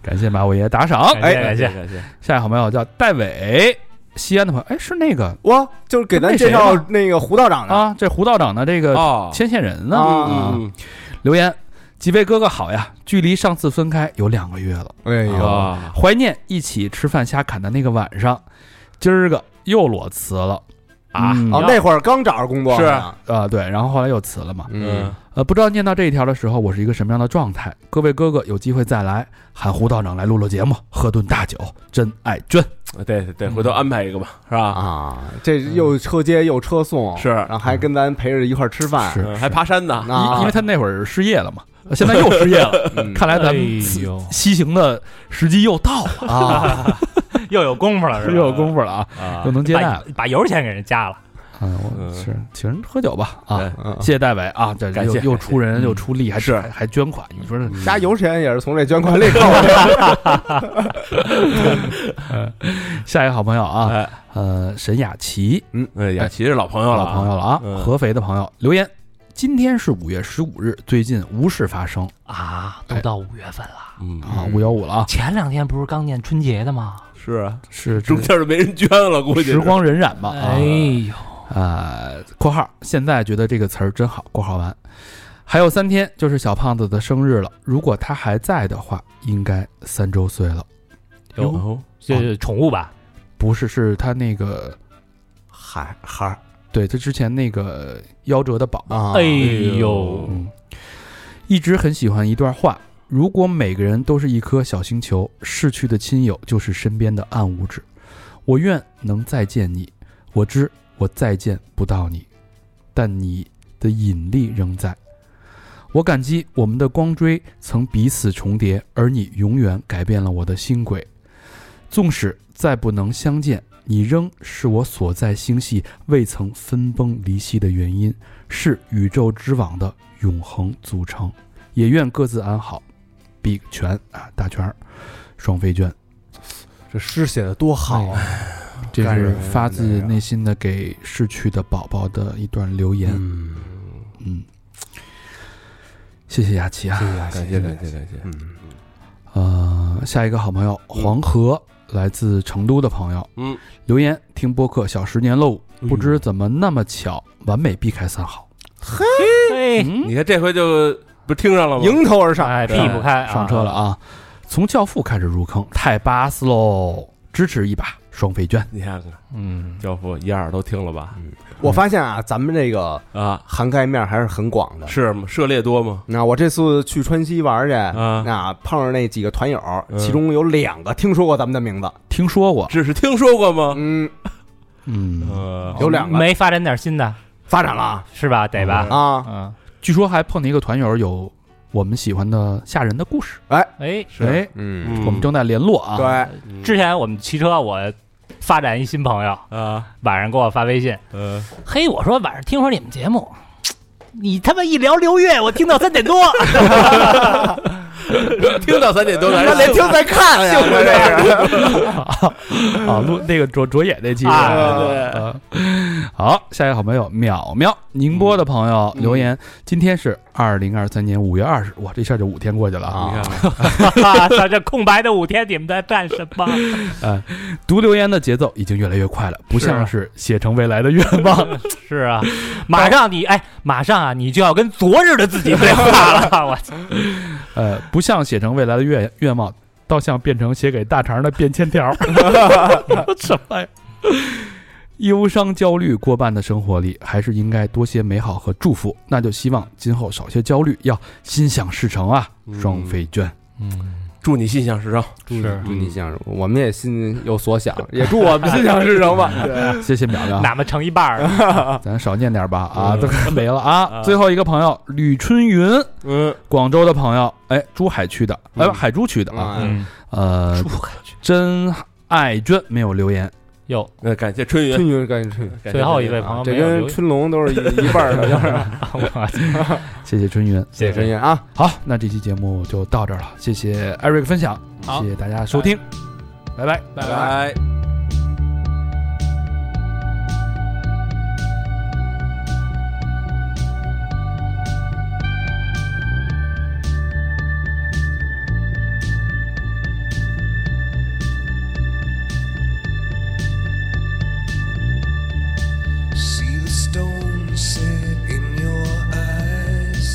[SPEAKER 1] 感谢马五爷打赏。
[SPEAKER 9] 感谢
[SPEAKER 2] 哎
[SPEAKER 9] 感谢，
[SPEAKER 6] 感谢，
[SPEAKER 1] 下一个好朋友叫戴伟，西安的朋友，哎，是那个
[SPEAKER 2] [LAUGHS] 我就是给咱介绍那个胡道长的，
[SPEAKER 1] 啊，这胡道长的这个
[SPEAKER 6] 哦，
[SPEAKER 1] 牵线人呢
[SPEAKER 2] 啊
[SPEAKER 1] 啊，留言。几位哥哥好呀！距离上次分开有两个月了，
[SPEAKER 2] 哎呦，
[SPEAKER 6] 啊，
[SPEAKER 1] 怀念一起吃饭瞎侃的那个晚上，今儿个又裸辞了
[SPEAKER 6] 啊
[SPEAKER 1] 嗯
[SPEAKER 2] 哦，
[SPEAKER 1] 啊、
[SPEAKER 2] 那会儿刚找着工作
[SPEAKER 6] 是
[SPEAKER 2] 呢，
[SPEAKER 1] 对，然后后来又辞了嘛。
[SPEAKER 2] 嗯，
[SPEAKER 1] 呃，不知道念到这一条的时候，我是一个什么样的状态？各位哥哥有机会再来，喊胡道长来录录节目，喝顿大酒，真爱捐。
[SPEAKER 6] 对对嗯对，回头安排一个吧，是吧？
[SPEAKER 2] 啊，这又车接又车送，
[SPEAKER 6] 是
[SPEAKER 2] 然后还跟咱陪着一块儿吃饭，
[SPEAKER 1] 是
[SPEAKER 6] 嗯还爬山呢，
[SPEAKER 2] 啊，
[SPEAKER 1] 因因为他那会儿失业了嘛，现在又失业了，
[SPEAKER 2] 嗯
[SPEAKER 1] 看来咱们
[SPEAKER 9] 哎呦
[SPEAKER 1] 西行的时机又到了 [LAUGHS] 啊，
[SPEAKER 9] 又有功夫了，是吧
[SPEAKER 1] 又有功夫了啊，
[SPEAKER 6] 啊
[SPEAKER 1] 又能接待
[SPEAKER 9] 把
[SPEAKER 1] 了。
[SPEAKER 9] 把油钱给人加了，
[SPEAKER 1] 嗯，我
[SPEAKER 6] 嗯
[SPEAKER 1] 是请人喝酒吧啊。
[SPEAKER 6] 对
[SPEAKER 2] 嗯
[SPEAKER 1] 谢谢戴伟啊，这
[SPEAKER 6] 感
[SPEAKER 1] 又
[SPEAKER 6] 谢
[SPEAKER 1] 又
[SPEAKER 6] 感谢
[SPEAKER 1] 出人又出力，还
[SPEAKER 6] 是
[SPEAKER 1] 还还捐款，你说这
[SPEAKER 2] 加油钱也是从这捐款里扣的，
[SPEAKER 1] 下一个好朋友啊，
[SPEAKER 6] 哎，
[SPEAKER 1] 呃，沈雅琪，
[SPEAKER 6] 哎雅琪是老朋友了
[SPEAKER 1] 老
[SPEAKER 6] 啊，
[SPEAKER 1] 朋友了啊，
[SPEAKER 6] 嗯
[SPEAKER 1] 合肥的朋友留言，今天是五月十五日，最近无事发生
[SPEAKER 9] 啊，
[SPEAKER 1] 哎
[SPEAKER 9] 都到五月份了。
[SPEAKER 6] 嗯，
[SPEAKER 1] 啊，
[SPEAKER 2] 嗯
[SPEAKER 1] 五幺五了啊，
[SPEAKER 9] 前两天不是刚念春节的吗？
[SPEAKER 6] 是啊，
[SPEAKER 1] 是这
[SPEAKER 6] 中间就没人捐了，估计是
[SPEAKER 1] 时光荏苒吧啊呃
[SPEAKER 9] 哎呦，
[SPEAKER 1] 啊，括号现在觉得这个词儿真好，括号完。还有三天就是小胖子的生日了，如果他还在的话，应该三周岁了。
[SPEAKER 9] 有
[SPEAKER 6] 哦
[SPEAKER 9] 就是宠物吧？
[SPEAKER 1] 不是，是他那个
[SPEAKER 2] 孩孩儿
[SPEAKER 1] 对他之前那个夭折的宝宝，
[SPEAKER 2] 啊
[SPEAKER 9] 哎呦，
[SPEAKER 1] 嗯，一直很喜欢一段话：如果每个人都是一颗小星球，逝去的亲友就是身边的暗物质。我愿能再见你，我知我再见不到你，但你的引力仍在。我感激我们的光锥曾彼此重叠，而你永远改变了我的星轨。纵使再不能相见，你仍是我所在星系未曾分崩离析的原因。是宇宙之网的永恒组成，也愿各自安好。Big 全啊，大全儿，双飞娟，
[SPEAKER 2] 这诗写的多好啊！
[SPEAKER 1] 这
[SPEAKER 2] 感
[SPEAKER 1] 是
[SPEAKER 2] 人啊
[SPEAKER 1] 发自
[SPEAKER 2] 这个
[SPEAKER 1] 内心的给逝去的宝宝的一段留言。嗯，
[SPEAKER 2] 嗯，
[SPEAKER 1] 谢谢雅琪啊。
[SPEAKER 2] 感
[SPEAKER 6] 感谢感谢感谢，
[SPEAKER 2] 嗯，
[SPEAKER 1] 呃，下一个好朋友黄河，来自成都的朋友，
[SPEAKER 6] 嗯，
[SPEAKER 1] 留言听播客小十年喽，不
[SPEAKER 2] 哎
[SPEAKER 1] 知
[SPEAKER 2] 呦
[SPEAKER 1] 怎么那么巧，完美避开三好。
[SPEAKER 9] 哎，
[SPEAKER 1] 嗯
[SPEAKER 6] 你看这回就不是听上了吗？
[SPEAKER 2] 迎头而上，
[SPEAKER 9] 哎，避不开，
[SPEAKER 1] 上车了。啊！从教父开始入坑，太巴斯喽，支持一把，双飞娟。
[SPEAKER 6] 你看看
[SPEAKER 1] 嗯，
[SPEAKER 6] 教父一二都听了吧？
[SPEAKER 2] 我发现啊，咱们这个
[SPEAKER 6] 啊，
[SPEAKER 2] 涵盖面还是很广的。
[SPEAKER 6] 是吗？涉猎多吗？
[SPEAKER 2] 那我这次去川西玩去，
[SPEAKER 6] 啊
[SPEAKER 2] 那碰上那几个团友，
[SPEAKER 6] 嗯
[SPEAKER 2] 其中有两个听说过咱们的名字，
[SPEAKER 1] 听说过，
[SPEAKER 6] 只是听说过吗？
[SPEAKER 2] 嗯，
[SPEAKER 1] 嗯，
[SPEAKER 6] 呃，
[SPEAKER 2] 有两个
[SPEAKER 9] 没发展点新的
[SPEAKER 2] 发展了
[SPEAKER 9] 是吧？得吧？
[SPEAKER 2] 啊，
[SPEAKER 9] 嗯，
[SPEAKER 1] 据说还碰见一个团友有我们喜欢的吓人的故事，
[SPEAKER 9] 哎，
[SPEAKER 1] 哎，
[SPEAKER 2] 嗯，
[SPEAKER 1] 我们正在联络啊。
[SPEAKER 2] 对，
[SPEAKER 6] 嗯
[SPEAKER 9] 之前我们骑车，我发展一新朋友，
[SPEAKER 6] 啊
[SPEAKER 9] 晚上给我发微信，
[SPEAKER 6] 呃，
[SPEAKER 9] 嘿，我说 [LAUGHS] 晚上听会儿你们节目，你他妈一聊刘月，我听到三点多，
[SPEAKER 6] 听到三点多，
[SPEAKER 2] 那连听带看呀，这是
[SPEAKER 1] 啊，录那个卓卓野那期。
[SPEAKER 9] 啊
[SPEAKER 1] 呃好，下一个好朋友淼淼，宁波的朋友留言，今天是二零二三年五月二十，哇，这一下就五天过去了啊。
[SPEAKER 6] 你看
[SPEAKER 2] 啊，
[SPEAKER 6] 看
[SPEAKER 9] 哈哈，这空白的五天你们在干什么？
[SPEAKER 1] 读留言的节奏已经越来越快了，不像是写成未来的愿望。
[SPEAKER 9] [LAUGHS] 是啊，马上你哎，马上啊，你就要跟昨日的自己对话了， [LAUGHS] 我操！
[SPEAKER 1] 呃，不像写成未来的愿愿望，倒像变成写给大肠的便签条。
[SPEAKER 2] [LAUGHS]
[SPEAKER 1] 什么呀？忧伤、焦虑过半的生活里，还是应该多些美好和祝福。那就希望今后少些焦虑，要心想事成啊！
[SPEAKER 6] 嗯
[SPEAKER 1] 双飞娟，嗯
[SPEAKER 6] 祝你心想事成，
[SPEAKER 3] 嗯
[SPEAKER 2] 是祝你心想事成，我们也心有所
[SPEAKER 9] [LAUGHS]
[SPEAKER 2] 想，啊也祝我们心想事
[SPEAKER 1] [LAUGHS]
[SPEAKER 2] 成吧。对
[SPEAKER 1] 啊谢谢淼淼，
[SPEAKER 9] 哪么成一半儿了？
[SPEAKER 1] 咱少念点吧啊，
[SPEAKER 6] 嗯
[SPEAKER 1] 都没了啊。
[SPEAKER 6] 啊
[SPEAKER 1] 最后一个朋友吕春云，
[SPEAKER 6] 嗯，
[SPEAKER 1] 广州的朋友，哎，珠海区的，哎，
[SPEAKER 6] 嗯
[SPEAKER 1] 海珠区的啊，
[SPEAKER 2] 嗯，
[SPEAKER 1] 呃，真爱娟没有留言，
[SPEAKER 9] 哟，
[SPEAKER 6] 那感谢春云，
[SPEAKER 2] 春雨赶紧春雨，
[SPEAKER 6] 感谢
[SPEAKER 9] 最后一位
[SPEAKER 6] 春
[SPEAKER 9] 朋友
[SPEAKER 2] 啊这
[SPEAKER 9] 没有
[SPEAKER 2] 跟
[SPEAKER 9] 留
[SPEAKER 2] 春龙都是一一辈儿的，
[SPEAKER 9] [LAUGHS]
[SPEAKER 2] 就是
[SPEAKER 9] [LAUGHS] 我操
[SPEAKER 1] 谢谢春云。
[SPEAKER 2] 谢谢春雨啊，
[SPEAKER 1] 好，那这期节目就到这儿了，谢谢艾瑞克分享，
[SPEAKER 9] 好
[SPEAKER 1] 谢谢大家收听，拜拜。
[SPEAKER 6] 云，拜拜。
[SPEAKER 11] See the stone set in your eyes.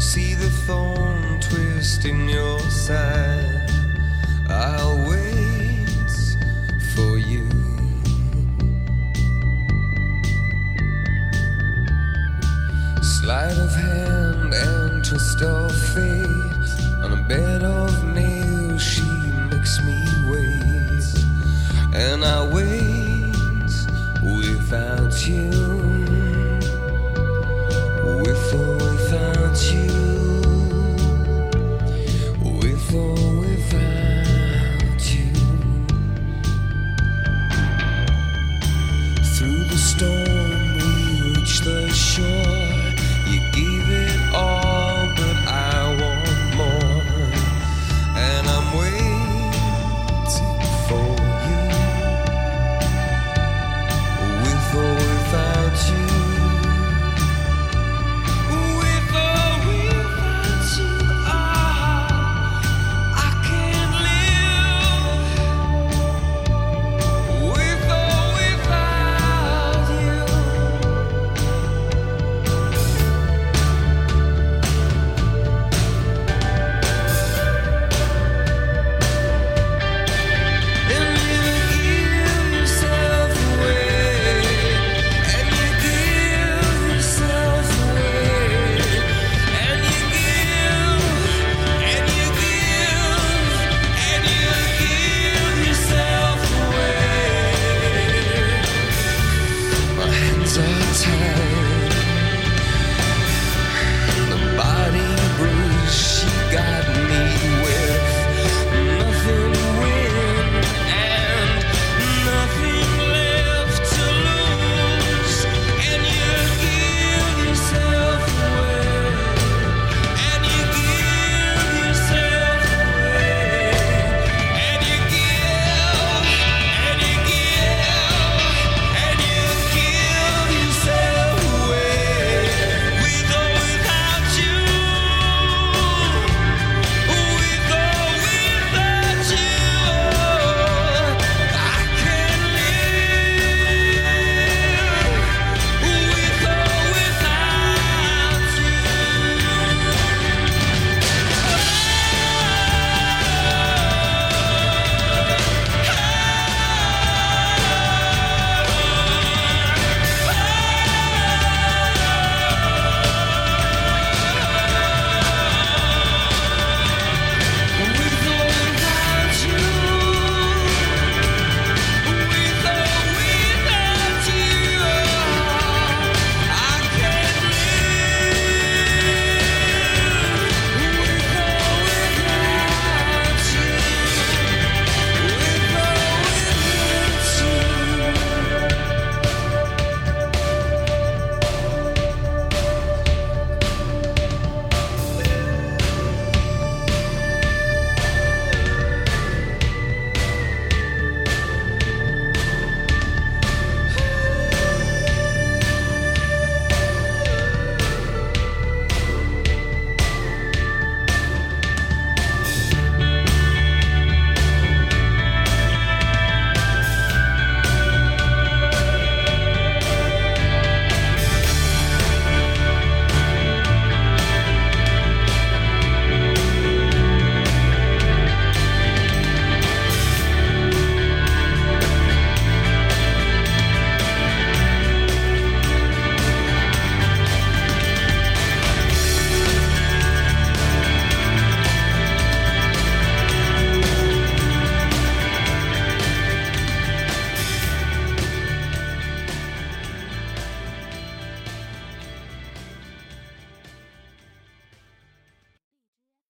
[SPEAKER 11] See the thorn twist in your side. I'll wait for you. Sleight of hand and twist of fate. ah,